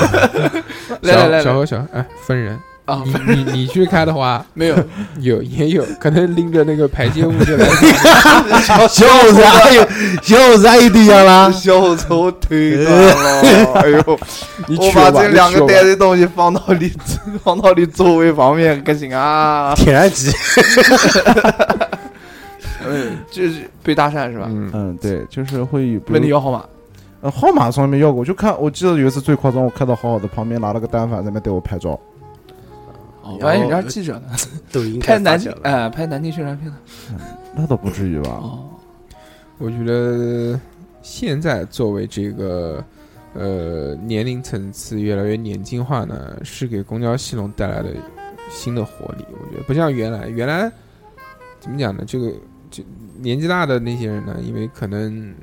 Speaker 4: 来来
Speaker 3: 小
Speaker 4: 来
Speaker 3: 小
Speaker 4: 来
Speaker 3: 何小何，哎，分人。
Speaker 4: 啊，
Speaker 3: 你你你去开的话，
Speaker 4: 没有，
Speaker 3: 有也有可能拎着那个排泄物就 来。
Speaker 4: 哦
Speaker 5: 小伙子，哎呦，小伙子，哎呦，对象啦，
Speaker 4: 小伙子，我腿断了，哎呦，
Speaker 3: 你
Speaker 4: 我
Speaker 3: 去吧
Speaker 4: 把这两个带
Speaker 3: 你去吧
Speaker 4: 的东西放到你 放到你座位旁边，可行啊？
Speaker 5: 天然急，
Speaker 4: 嗯，就是被搭讪是吧？
Speaker 3: 嗯，
Speaker 7: 嗯，对，就是会有比如
Speaker 4: 问你要号码，
Speaker 7: 呃，号码从来没要过，就看我记得有一次最夸张，我开到好好的，旁边拿了个单反在那边对我拍照，
Speaker 4: 哦万一人家记者呢？
Speaker 5: 抖音
Speaker 4: 拍
Speaker 5: 开
Speaker 4: 南
Speaker 5: 南
Speaker 4: 京
Speaker 5: 京，
Speaker 4: 哎，拍南京宣传片的。
Speaker 7: 那倒不至于吧？
Speaker 4: 哦，
Speaker 3: 我觉得现在作为这个呃年龄层次越来越年轻化呢，是给公交系统带来的新的活力。我觉得不像原来，原来怎么讲呢？这个这年纪大的那些人呢，因为可能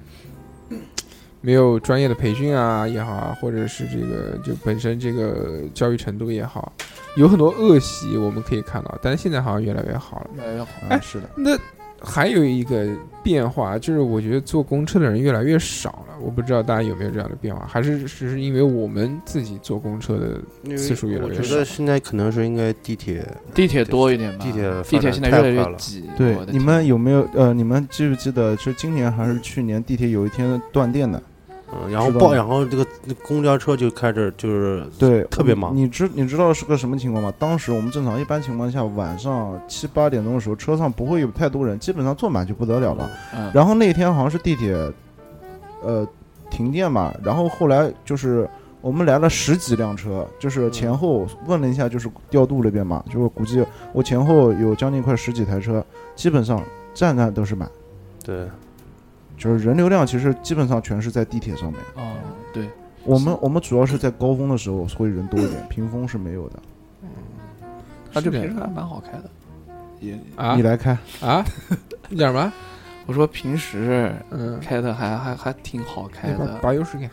Speaker 3: 没有专业的培训啊也好啊，或者是这个就本身这个教育程度也好，有很多恶习我们可以看到，但是现在好像越来越好了。
Speaker 4: 越来越好。
Speaker 7: 嗯
Speaker 3: 哎
Speaker 7: 是的，
Speaker 3: 那还有一个变化，就是我觉得坐公车的人越来越少了。我不知道大家有没有这样的变化，还是只是因为我们自己坐公车的次数越来
Speaker 5: 我
Speaker 3: 越
Speaker 5: 觉
Speaker 3: 少
Speaker 5: 得现在可能是应该地铁，
Speaker 4: 地铁多一点吧，
Speaker 5: 地铁发
Speaker 4: 地
Speaker 5: 展
Speaker 4: 铁现在越来
Speaker 5: 太快
Speaker 4: 越
Speaker 5: 了
Speaker 4: 挤。
Speaker 7: 对
Speaker 4: 我，的
Speaker 7: 你
Speaker 4: 天
Speaker 7: 们有没有呃，你们记不记得是今年还是去年地铁有一天断电的？
Speaker 5: 嗯，然后
Speaker 7: 知道
Speaker 5: 报，
Speaker 7: 吗
Speaker 5: 然后这个公交车就开始就是
Speaker 7: 对，
Speaker 5: 特别忙
Speaker 7: 你知你知道是个什么情况吗？当时我们正常一般情况下晚上七八点钟的时候，车上不会有太多人，基本上坐满就不得了了。
Speaker 4: 嗯
Speaker 7: 然后那天好像是地铁，呃，停电嘛，然后后来就是我们来了十几辆车，就是前后问了一下，就是调度那边嘛，就是估计我前后有将近快十几台车，基本上站站都是满，
Speaker 5: 对，
Speaker 7: 就是人流量其实基本上全是在地铁上面。
Speaker 4: 哦，对，
Speaker 7: 我们我们主要是在高峰的时候会人多一点，平峰是没有的。
Speaker 4: 它这
Speaker 3: 是这
Speaker 4: 平
Speaker 3: 样
Speaker 4: 时还蛮好开的。也
Speaker 3: 啊
Speaker 7: 你来开，
Speaker 3: 啊，你讲什么？
Speaker 4: 我说平时
Speaker 3: 嗯，
Speaker 4: 开的还还还挺好开
Speaker 3: 那把
Speaker 4: 的，
Speaker 3: 把钥匙给，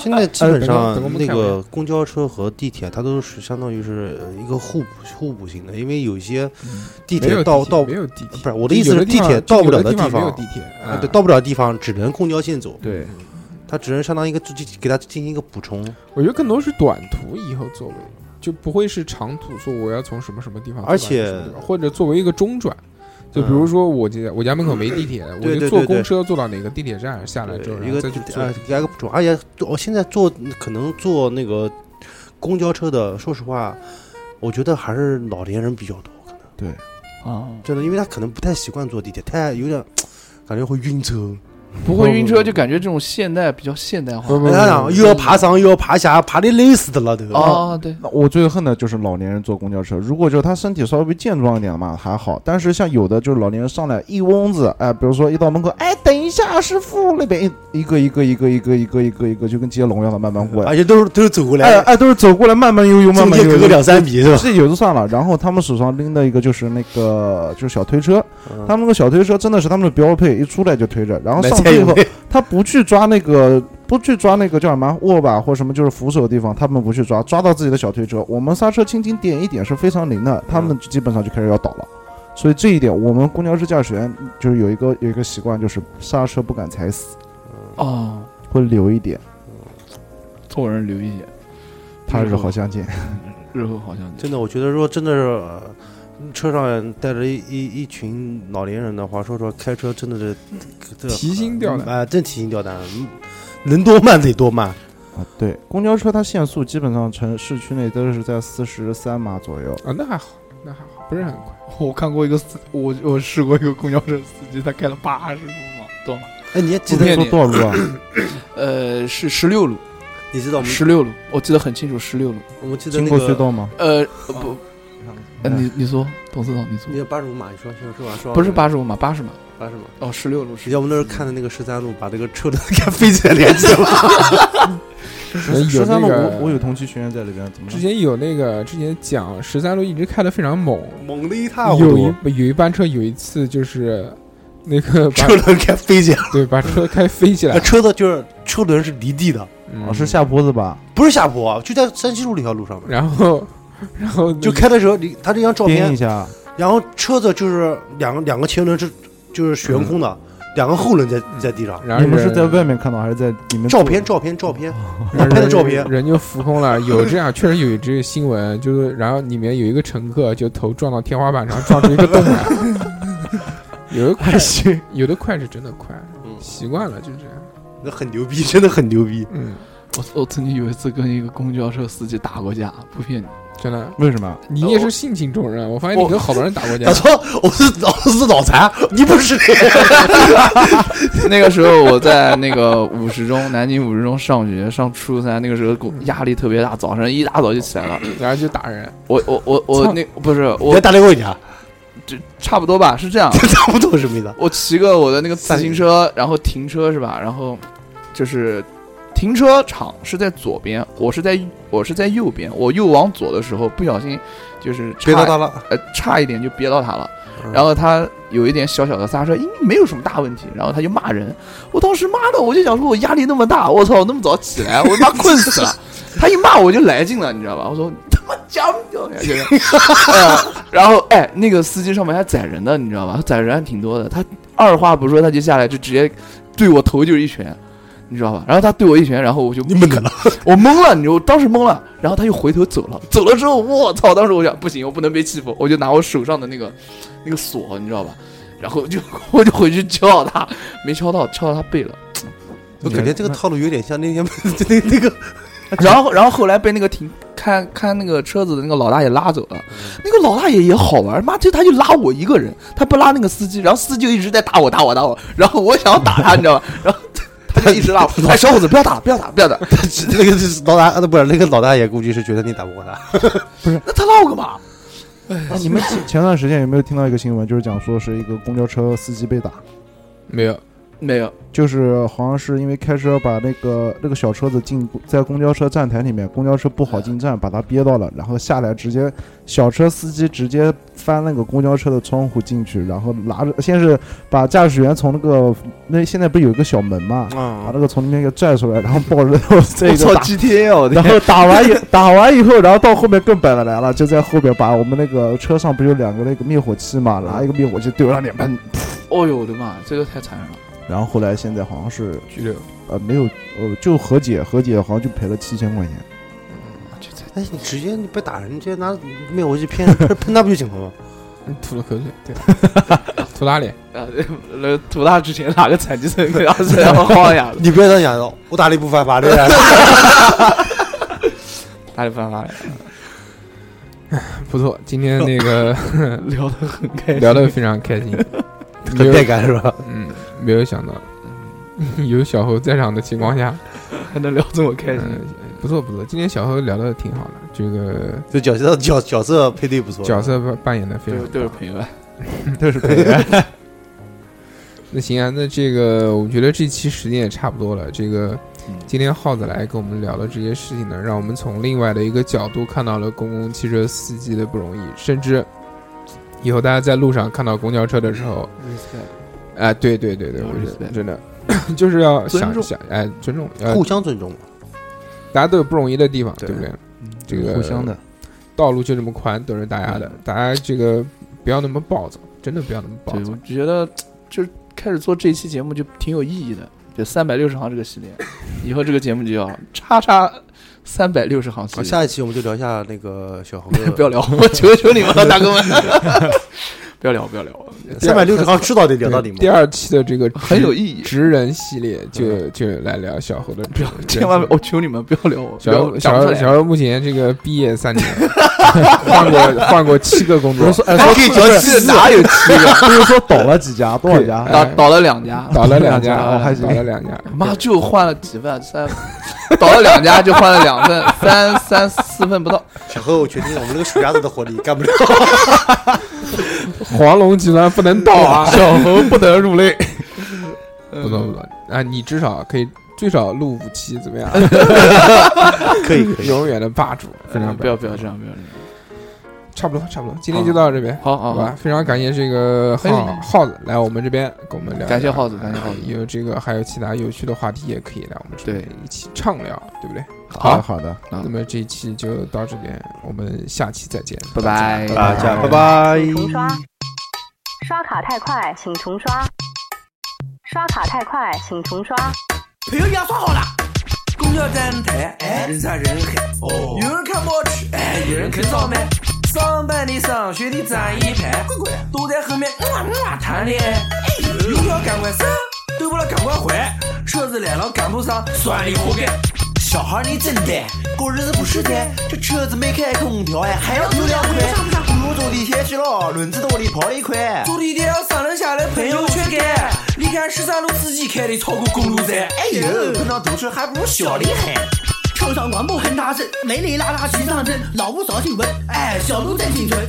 Speaker 5: 现在基本
Speaker 3: 哎等我
Speaker 5: 上
Speaker 3: 们
Speaker 5: 那
Speaker 3: 看
Speaker 5: 个公交车和地铁，它都是相当于是呃一个互补互补型的，因为有一些地
Speaker 3: 没有
Speaker 5: 铁到到
Speaker 3: 没有地铁，
Speaker 5: 不是我的意思
Speaker 3: 有
Speaker 5: 是
Speaker 3: 地
Speaker 5: 地
Speaker 3: 方
Speaker 5: 铁到不了
Speaker 3: 有的
Speaker 5: 地
Speaker 3: 没有
Speaker 5: 方
Speaker 3: 地铁，
Speaker 5: 啊，
Speaker 3: 嗯
Speaker 5: 对，到不了地方只能公交线走，
Speaker 6: 对，
Speaker 5: 它只能相当于一个给给它进行一个补充。
Speaker 3: 我觉得更多是短途以后作为，就不会是长途说我要从什么什么地方，
Speaker 5: 而且
Speaker 3: 或者作为一个中转，就比如说我家我家门口没地铁，我
Speaker 5: 对
Speaker 3: 就
Speaker 5: 对
Speaker 3: 坐
Speaker 5: 对
Speaker 3: 公
Speaker 5: 对
Speaker 3: 车坐到哪个地铁站下来之后，
Speaker 5: 对，
Speaker 3: 然
Speaker 5: 一
Speaker 3: 后
Speaker 5: 个
Speaker 3: 再去坐
Speaker 5: 呃，给它一个补充，而且我现在坐可能坐那个公交车的，说实话，我觉得还是老年人比较多，可能
Speaker 4: 啊，
Speaker 5: 真的，因为他可能不太习惯坐地铁，太有点感觉会晕车。
Speaker 4: 不会晕车就感觉这种现代比较现代化
Speaker 3: 不。不
Speaker 5: 他想
Speaker 3: 不，
Speaker 5: 又要爬上又要爬下，爬的累死的了都。
Speaker 4: 哦，对，
Speaker 7: 那我最恨的就是老年人坐公交车，如果就是他身体稍微健壮一点嘛还好，但是像有的就是老年人上来一翁子，哎、比如说一到门口，哎，等一下，师傅那边一一个一个一个一个一个一个一个就跟接龙一样的慢慢过来，
Speaker 5: 而且啊都是都是走过
Speaker 7: 哎
Speaker 5: 来，
Speaker 7: 哎都是走过来慢慢悠悠慢
Speaker 5: 中
Speaker 7: 慢
Speaker 5: 间
Speaker 7: 悠
Speaker 5: 隔个
Speaker 7: 悠。
Speaker 5: 两三米是吧？
Speaker 7: 这有就算了，然后他们手上拎的一个就是那个就是小推车，
Speaker 5: 嗯
Speaker 7: 他们那个小推车真的是他们的标配，一出来就推着，然后
Speaker 5: 买
Speaker 7: 上
Speaker 5: 菜
Speaker 7: 去以
Speaker 5: 有
Speaker 7: 后
Speaker 5: 没有
Speaker 7: 他不去抓那个，不去抓那个叫什么握把或什么，就是扶手的地方，他们不去抓，抓到自己的小推车，我们刹车轻轻点一点是非常灵的，他
Speaker 5: 嗯
Speaker 7: 们基本上就开始要倒了。所以这一点，我们公交车驾驶员就是有一个有一个习惯，就是刹车不敢踩死，
Speaker 4: 哦，
Speaker 7: 会留一点。
Speaker 4: 做人留一点，
Speaker 7: 他日后相见，
Speaker 4: 日后好像
Speaker 5: 真的，我觉得说真的是，呃车上带着一一一群老年人的话，说实话，开车真的是这
Speaker 3: 提心吊胆
Speaker 5: 啊，真提心吊胆，嗯能多慢得多慢。
Speaker 7: 啊，对，公交车它限速基本上城市区内都是在四十三码左右。
Speaker 3: 啊，那还好，那还好，不是很快，
Speaker 4: 我看过一个司，我我试过一个公交车司机，他开了八十路嘛，懂吗？
Speaker 5: 哎，你还记
Speaker 7: 今
Speaker 5: 得
Speaker 7: 天
Speaker 4: 不
Speaker 7: 说
Speaker 4: 骗你
Speaker 7: 多少路啊？
Speaker 4: 呃，是十六路，
Speaker 5: 你知道我们
Speaker 4: 十六路，我记得很清楚，十六路。
Speaker 5: 我们记得
Speaker 7: 经
Speaker 5: 那
Speaker 7: 过隧
Speaker 5: 个
Speaker 7: 道吗？
Speaker 4: 呃，不，呃你你说，董事长你
Speaker 5: 你
Speaker 4: 说，
Speaker 5: 有八十五码，你说说说说
Speaker 4: 不是八十五码，八十码，
Speaker 5: 八十码。
Speaker 4: 哦，十六路
Speaker 5: 只
Speaker 4: 是
Speaker 5: 要我们那时候看的那个十三路，把那个车轮给它飞起来连起来了。
Speaker 3: 有
Speaker 7: 十三
Speaker 3: 那
Speaker 7: 路，
Speaker 3: 个
Speaker 7: 我我有同期学员在里边，怎么了
Speaker 3: 之？前有那个之前讲十三路一直开的非常猛，
Speaker 5: 猛的一塌糊
Speaker 3: 有一
Speaker 5: 涂，
Speaker 3: 有一班车有一次就是那个把
Speaker 5: 车轮开飞起来
Speaker 3: 对把车开飞起
Speaker 5: 了，
Speaker 3: 来，
Speaker 5: 车的就是车轮是离地的，
Speaker 3: 嗯
Speaker 7: 哦，是下坡子吧？
Speaker 5: 不是下坡，啊就在山西路那条路上面。
Speaker 3: 然后然后
Speaker 5: 就开的时候，你他这张照
Speaker 7: 颠
Speaker 5: 片
Speaker 7: 一，下，
Speaker 5: 然后车子就是两个两个前轮是就是悬空的，两个后轮在在地上。
Speaker 3: 然后
Speaker 7: 你们是
Speaker 3: 人
Speaker 7: 在外面看到还是在里面
Speaker 5: 照
Speaker 7: 坐着？
Speaker 5: 片，照片，照片，
Speaker 3: 然后
Speaker 5: 拍的
Speaker 3: 人
Speaker 5: 照片
Speaker 3: 人就浮空了。有这样，确实有一这个新闻，就是然后里面有一个乘客就头撞到天花板上，撞出一个洞来。有 的快，
Speaker 7: 行，
Speaker 3: 有的快是真的快，
Speaker 5: 嗯
Speaker 3: 习惯了就这样。
Speaker 5: 那很牛逼，真的很牛逼。
Speaker 3: 嗯，
Speaker 4: 我我曾经有一次跟一个公交车司机打过架，不骗你。
Speaker 3: 真的，
Speaker 7: 为什么？
Speaker 3: 你也是性情中人。我发现你跟好多人打过架
Speaker 5: 他。说我是脑是脑残，啊你不是。
Speaker 4: 那个时候我在那个五十中，南京五十中上学，上初三，那个时候工压力特别大，早上一大早就起来了。
Speaker 3: 然后就打人，
Speaker 4: 我我我我
Speaker 3: 操
Speaker 4: 那不是
Speaker 5: 你还啊
Speaker 4: 我
Speaker 5: 打电话给他，
Speaker 4: 就差不多吧，是这样。
Speaker 5: 差不多是没的。
Speaker 4: 我骑个我的那个自行车，然后停车是吧？然后就是停车场是在左边，我是在我是在右边，我右往左的时候不小心就是
Speaker 5: 别
Speaker 4: 差
Speaker 5: 到他了，
Speaker 4: 呃差一点就憋到他了，
Speaker 5: 嗯
Speaker 4: 然后他有一点小小的刹车，应该没有什么大问题，然后他就骂人。我当时妈的，我就想说我压力那么大，我操，我那么早起来，我他妈困死 了。他一骂我就来劲了，你知道吧？我说你他妈讲究呀，就是，哎然后哎，那个司机上面还宰人的，你知道吧？他宰人还挺多的，他二话不说他就下来就直接对我头就是一拳，你知道吧？然后他对我一拳，然后我就
Speaker 5: 你们可能
Speaker 4: 我懵了，你知道，我当时懵了，然后他又回头走了，走了之后，我操！当时我想，不行，我不能被欺负，我就拿我手上的那个那个锁，你知道吧？然后就我就回去敲他，没敲到，敲到他背了。
Speaker 5: 我感觉这个套路有点像那天那那个
Speaker 4: 然后，然后后来被那个停看看那个车子的那个老大爷拉走了。那个老大爷也好玩，妈就他就拉我一个人，他不拉那个司机，然后司机就一直在打我打我打我，然后我想要打他，你知道吧？然后 他就一直拉我，哎，小伙子不要打不要打不 要打，
Speaker 5: 那个老大，呃不是那个老大爷，估计是觉得你打不过他。
Speaker 4: 那他拉我干嘛？
Speaker 7: 哎，你们前前段时间有没有听到一个新闻，就是讲说是一个公交车司机被打？
Speaker 3: 没有，
Speaker 4: 没有，
Speaker 7: 就是好像是因为开车把那个那个小车子进在公交车站台里面，公交车不好进站，把他憋到了，然后下来直接小车司机直接翻那个公交车的窗户进去，然后拿着先是把驾驶员从那个那现在不是有一个小门嘛，把
Speaker 5: 啊，
Speaker 7: 那个从里面给拽出来，然后抱着这
Speaker 6: 我操
Speaker 7: 个打。
Speaker 6: GTA 我的
Speaker 7: 然后打完以打完以后，然后到后面更摆的来了，就在后面把我们那个车上不有两个那个灭火器嘛，拿一个灭火器丢上脸盆，
Speaker 4: 哦呦我的妈，这个太残忍了。
Speaker 7: 然后后来现在好像是
Speaker 3: 拘留。
Speaker 7: 呃，没有，呃，就和解，和解好像就赔了七千块钱。
Speaker 4: 啊
Speaker 5: 哎，你直接你别打人，你直接拿灭火器喷 喷喷他不就行了吗？
Speaker 3: 吐了口水，对，吐拉脸，
Speaker 4: 啊，呃，土大之前哪个残疾人给他这 样晃呀？
Speaker 5: 你不要这样想，我打了一部犯法 的人，
Speaker 4: 哪里办法呀？
Speaker 3: 不错。今天那 个
Speaker 4: 聊得很开心，
Speaker 3: 聊得非常开心，没
Speaker 5: 很
Speaker 3: 有
Speaker 5: 带感是吧？
Speaker 3: 嗯，没有想到，嗯有小猴在场的情况下，
Speaker 4: 还能聊这么开心。
Speaker 3: 嗯，不错不错。今天小猴聊得挺好的，这个
Speaker 5: 就角色角角色配对不错，
Speaker 3: 角色扮扮演的非
Speaker 4: 都
Speaker 3: 常
Speaker 4: 是都是啊陪伴，
Speaker 7: 都是赔的。
Speaker 3: 那行啊，那这个我觉得这期时间也差不多了。这个今天耗子来跟我们聊的这些事情呢，让我们从另外的一个角度看到了公共汽车司机的不容易，甚至以后大家在路上看到公交车的时候，哎、对对对对，
Speaker 4: 要
Speaker 3: 我觉得
Speaker 4: respect
Speaker 3: 真的 就是要
Speaker 4: 尊
Speaker 3: 想
Speaker 4: 重
Speaker 3: 想，哎，尊重，呃
Speaker 5: 互，相尊重嘛。
Speaker 3: 大家都有不容易的地方，对
Speaker 5: 对
Speaker 3: 不对？这个
Speaker 6: 互相的，
Speaker 3: 道路就这么宽，都是大家的，大家这个不要那么暴躁，真的不要那么暴
Speaker 4: 对，
Speaker 3: 躁
Speaker 4: 我。觉得就是开始做这一期节目就挺有意义的，就三百六十行这个系列，以后这个节目就叫叉叉三百六十行系
Speaker 5: 好，
Speaker 3: 哦
Speaker 4: 列。
Speaker 5: 下一期我们就聊一下那个小猴
Speaker 4: 不要聊，我求求你们了，大 哥们，不要聊，不要聊，
Speaker 5: 三百六十行知道得聊到你
Speaker 3: 对
Speaker 5: 吗？
Speaker 3: 第二期的这个
Speaker 4: 很有
Speaker 3: 意。
Speaker 4: 意义。
Speaker 3: 职人系列
Speaker 5: 嗯
Speaker 3: 就就来聊小猴的职，
Speaker 4: 不要，千万我求你们不要聊我，
Speaker 3: 小
Speaker 4: 不
Speaker 3: 猴
Speaker 4: 要
Speaker 3: 小
Speaker 4: 讲不出
Speaker 3: 猴
Speaker 4: 来
Speaker 3: 小猴目前这个毕业三年， 换过换过七个工作，
Speaker 5: 还可以聊
Speaker 4: 这哪有
Speaker 7: 不是说倒了几家，多 少家？
Speaker 4: 倒倒了两家，
Speaker 3: 倒哎了两家，
Speaker 7: 两家哦还行
Speaker 3: 倒了两家，
Speaker 4: 妈就换了几份，三 倒了两家就换了两份，三三四份不到。
Speaker 5: 小何，我决定我们这个暑假子的活力干不了。
Speaker 3: 黄龙集团不能倒 啊，小猴不得入内，
Speaker 4: 不
Speaker 3: 不能不能啊，你至少可以最少录五期，怎么样？
Speaker 5: 可以可以，
Speaker 3: 永远的霸主，非常
Speaker 4: 嗯不要不要这样，不要这样。
Speaker 3: 差不多差不多，今天就到这边。
Speaker 4: 好好
Speaker 3: 好吧
Speaker 4: 吧，，
Speaker 3: 非常感谢这个耗耗子来我们这边跟我们聊一聊，啊
Speaker 4: 哎感谢耗子感谢耗子
Speaker 3: 有这个还有其他有趣的话题也可以来我们这边
Speaker 4: 对嗯
Speaker 3: 一起畅聊，对不对？
Speaker 7: 好的好的，
Speaker 4: 好
Speaker 3: 那么这一期就到这边，我们下期再见，
Speaker 4: 拜拜。
Speaker 5: 大家拜拜。
Speaker 1: 重刷，刷卡太快，请重刷，刷卡太快，请重刷。
Speaker 8: 朋友牙刷好了。公交站台，哎，人山人海，哦，有人看报纸，哎，有人啃烧麦，上班的、上学的站一排，乖乖，都在后面哇哇谈恋爱，哎，有票赶快上，对不了赶快还，车子来了赶不上，算你活该。小孩儿你真呆，过日子不实在，这车子没开空调哎，还要油两块，不如坐地铁去了，轮子多里跑得快。坐地铁要上人下来，朋友圈改，你看十三路司机开的超过公路站，哎呦，碰上堵车还不如小的嗨。车上广播很大声，雷雷啦啦齐上阵，老吴扫新闻，哎，小鹿在青春。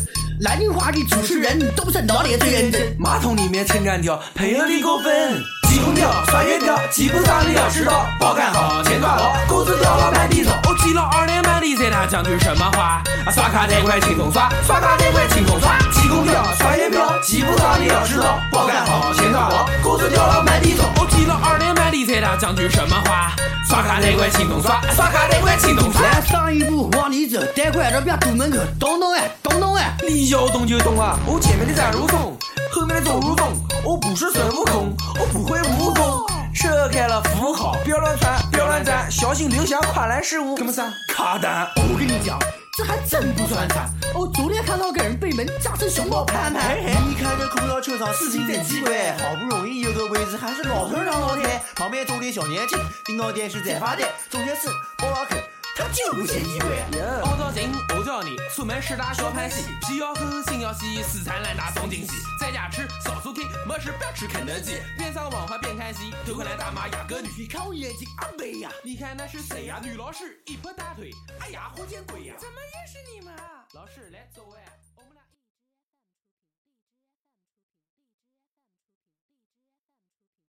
Speaker 8: 南京话的主持人都是脑里最认真。马桶里面撑杆跳，朋友的扣分，挤公交、刷月票，挤不上的要迟到，包干好，钱赚好，工资掉了满地找。我挤了二年半的在那讲句什么话？啊，刷卡太快，轻松刷，刷卡太快，轻松刷，挤公交、刷月票，挤不上的要迟到，包干好，钱赚好，工资掉了满地找。我挤了二年半的在那讲句什么话？刷卡太快，轻松刷，刷卡太快，轻松刷。来上一步，往里走，带快点，别堵门口，动动哎，动动哎。你要动就动啊！我前面的站如松，后面的走如风。我不是孙悟空，我不会武功。车开了扶好，不要乱窜，不要乱站，小心留下跨栏失误。怎么上？卡单。我跟你讲。这还真不算惨！哎我哦昨天看到个人被门夹成熊猫盼盼。你看这公交车上事情真奇怪，哎好不容易有个位置，还是老头让老太，旁边坐的小年轻，听到电视在发呆，中学生包拉啃，他就不嫌奇怪。我叫人，我叫你，出门十大小盘戏，皮要厚，心要细，死缠烂打总惊喜。在家吃少做 K，没事不要吃肯德基，边上网吧边看戏，头回来大妈压个女。你看我眼睛，阿妹呀，你看那是谁呀？女老师一拍大腿，哎呀，活见鬼呀！怎么又是你们啊？老师来走哎。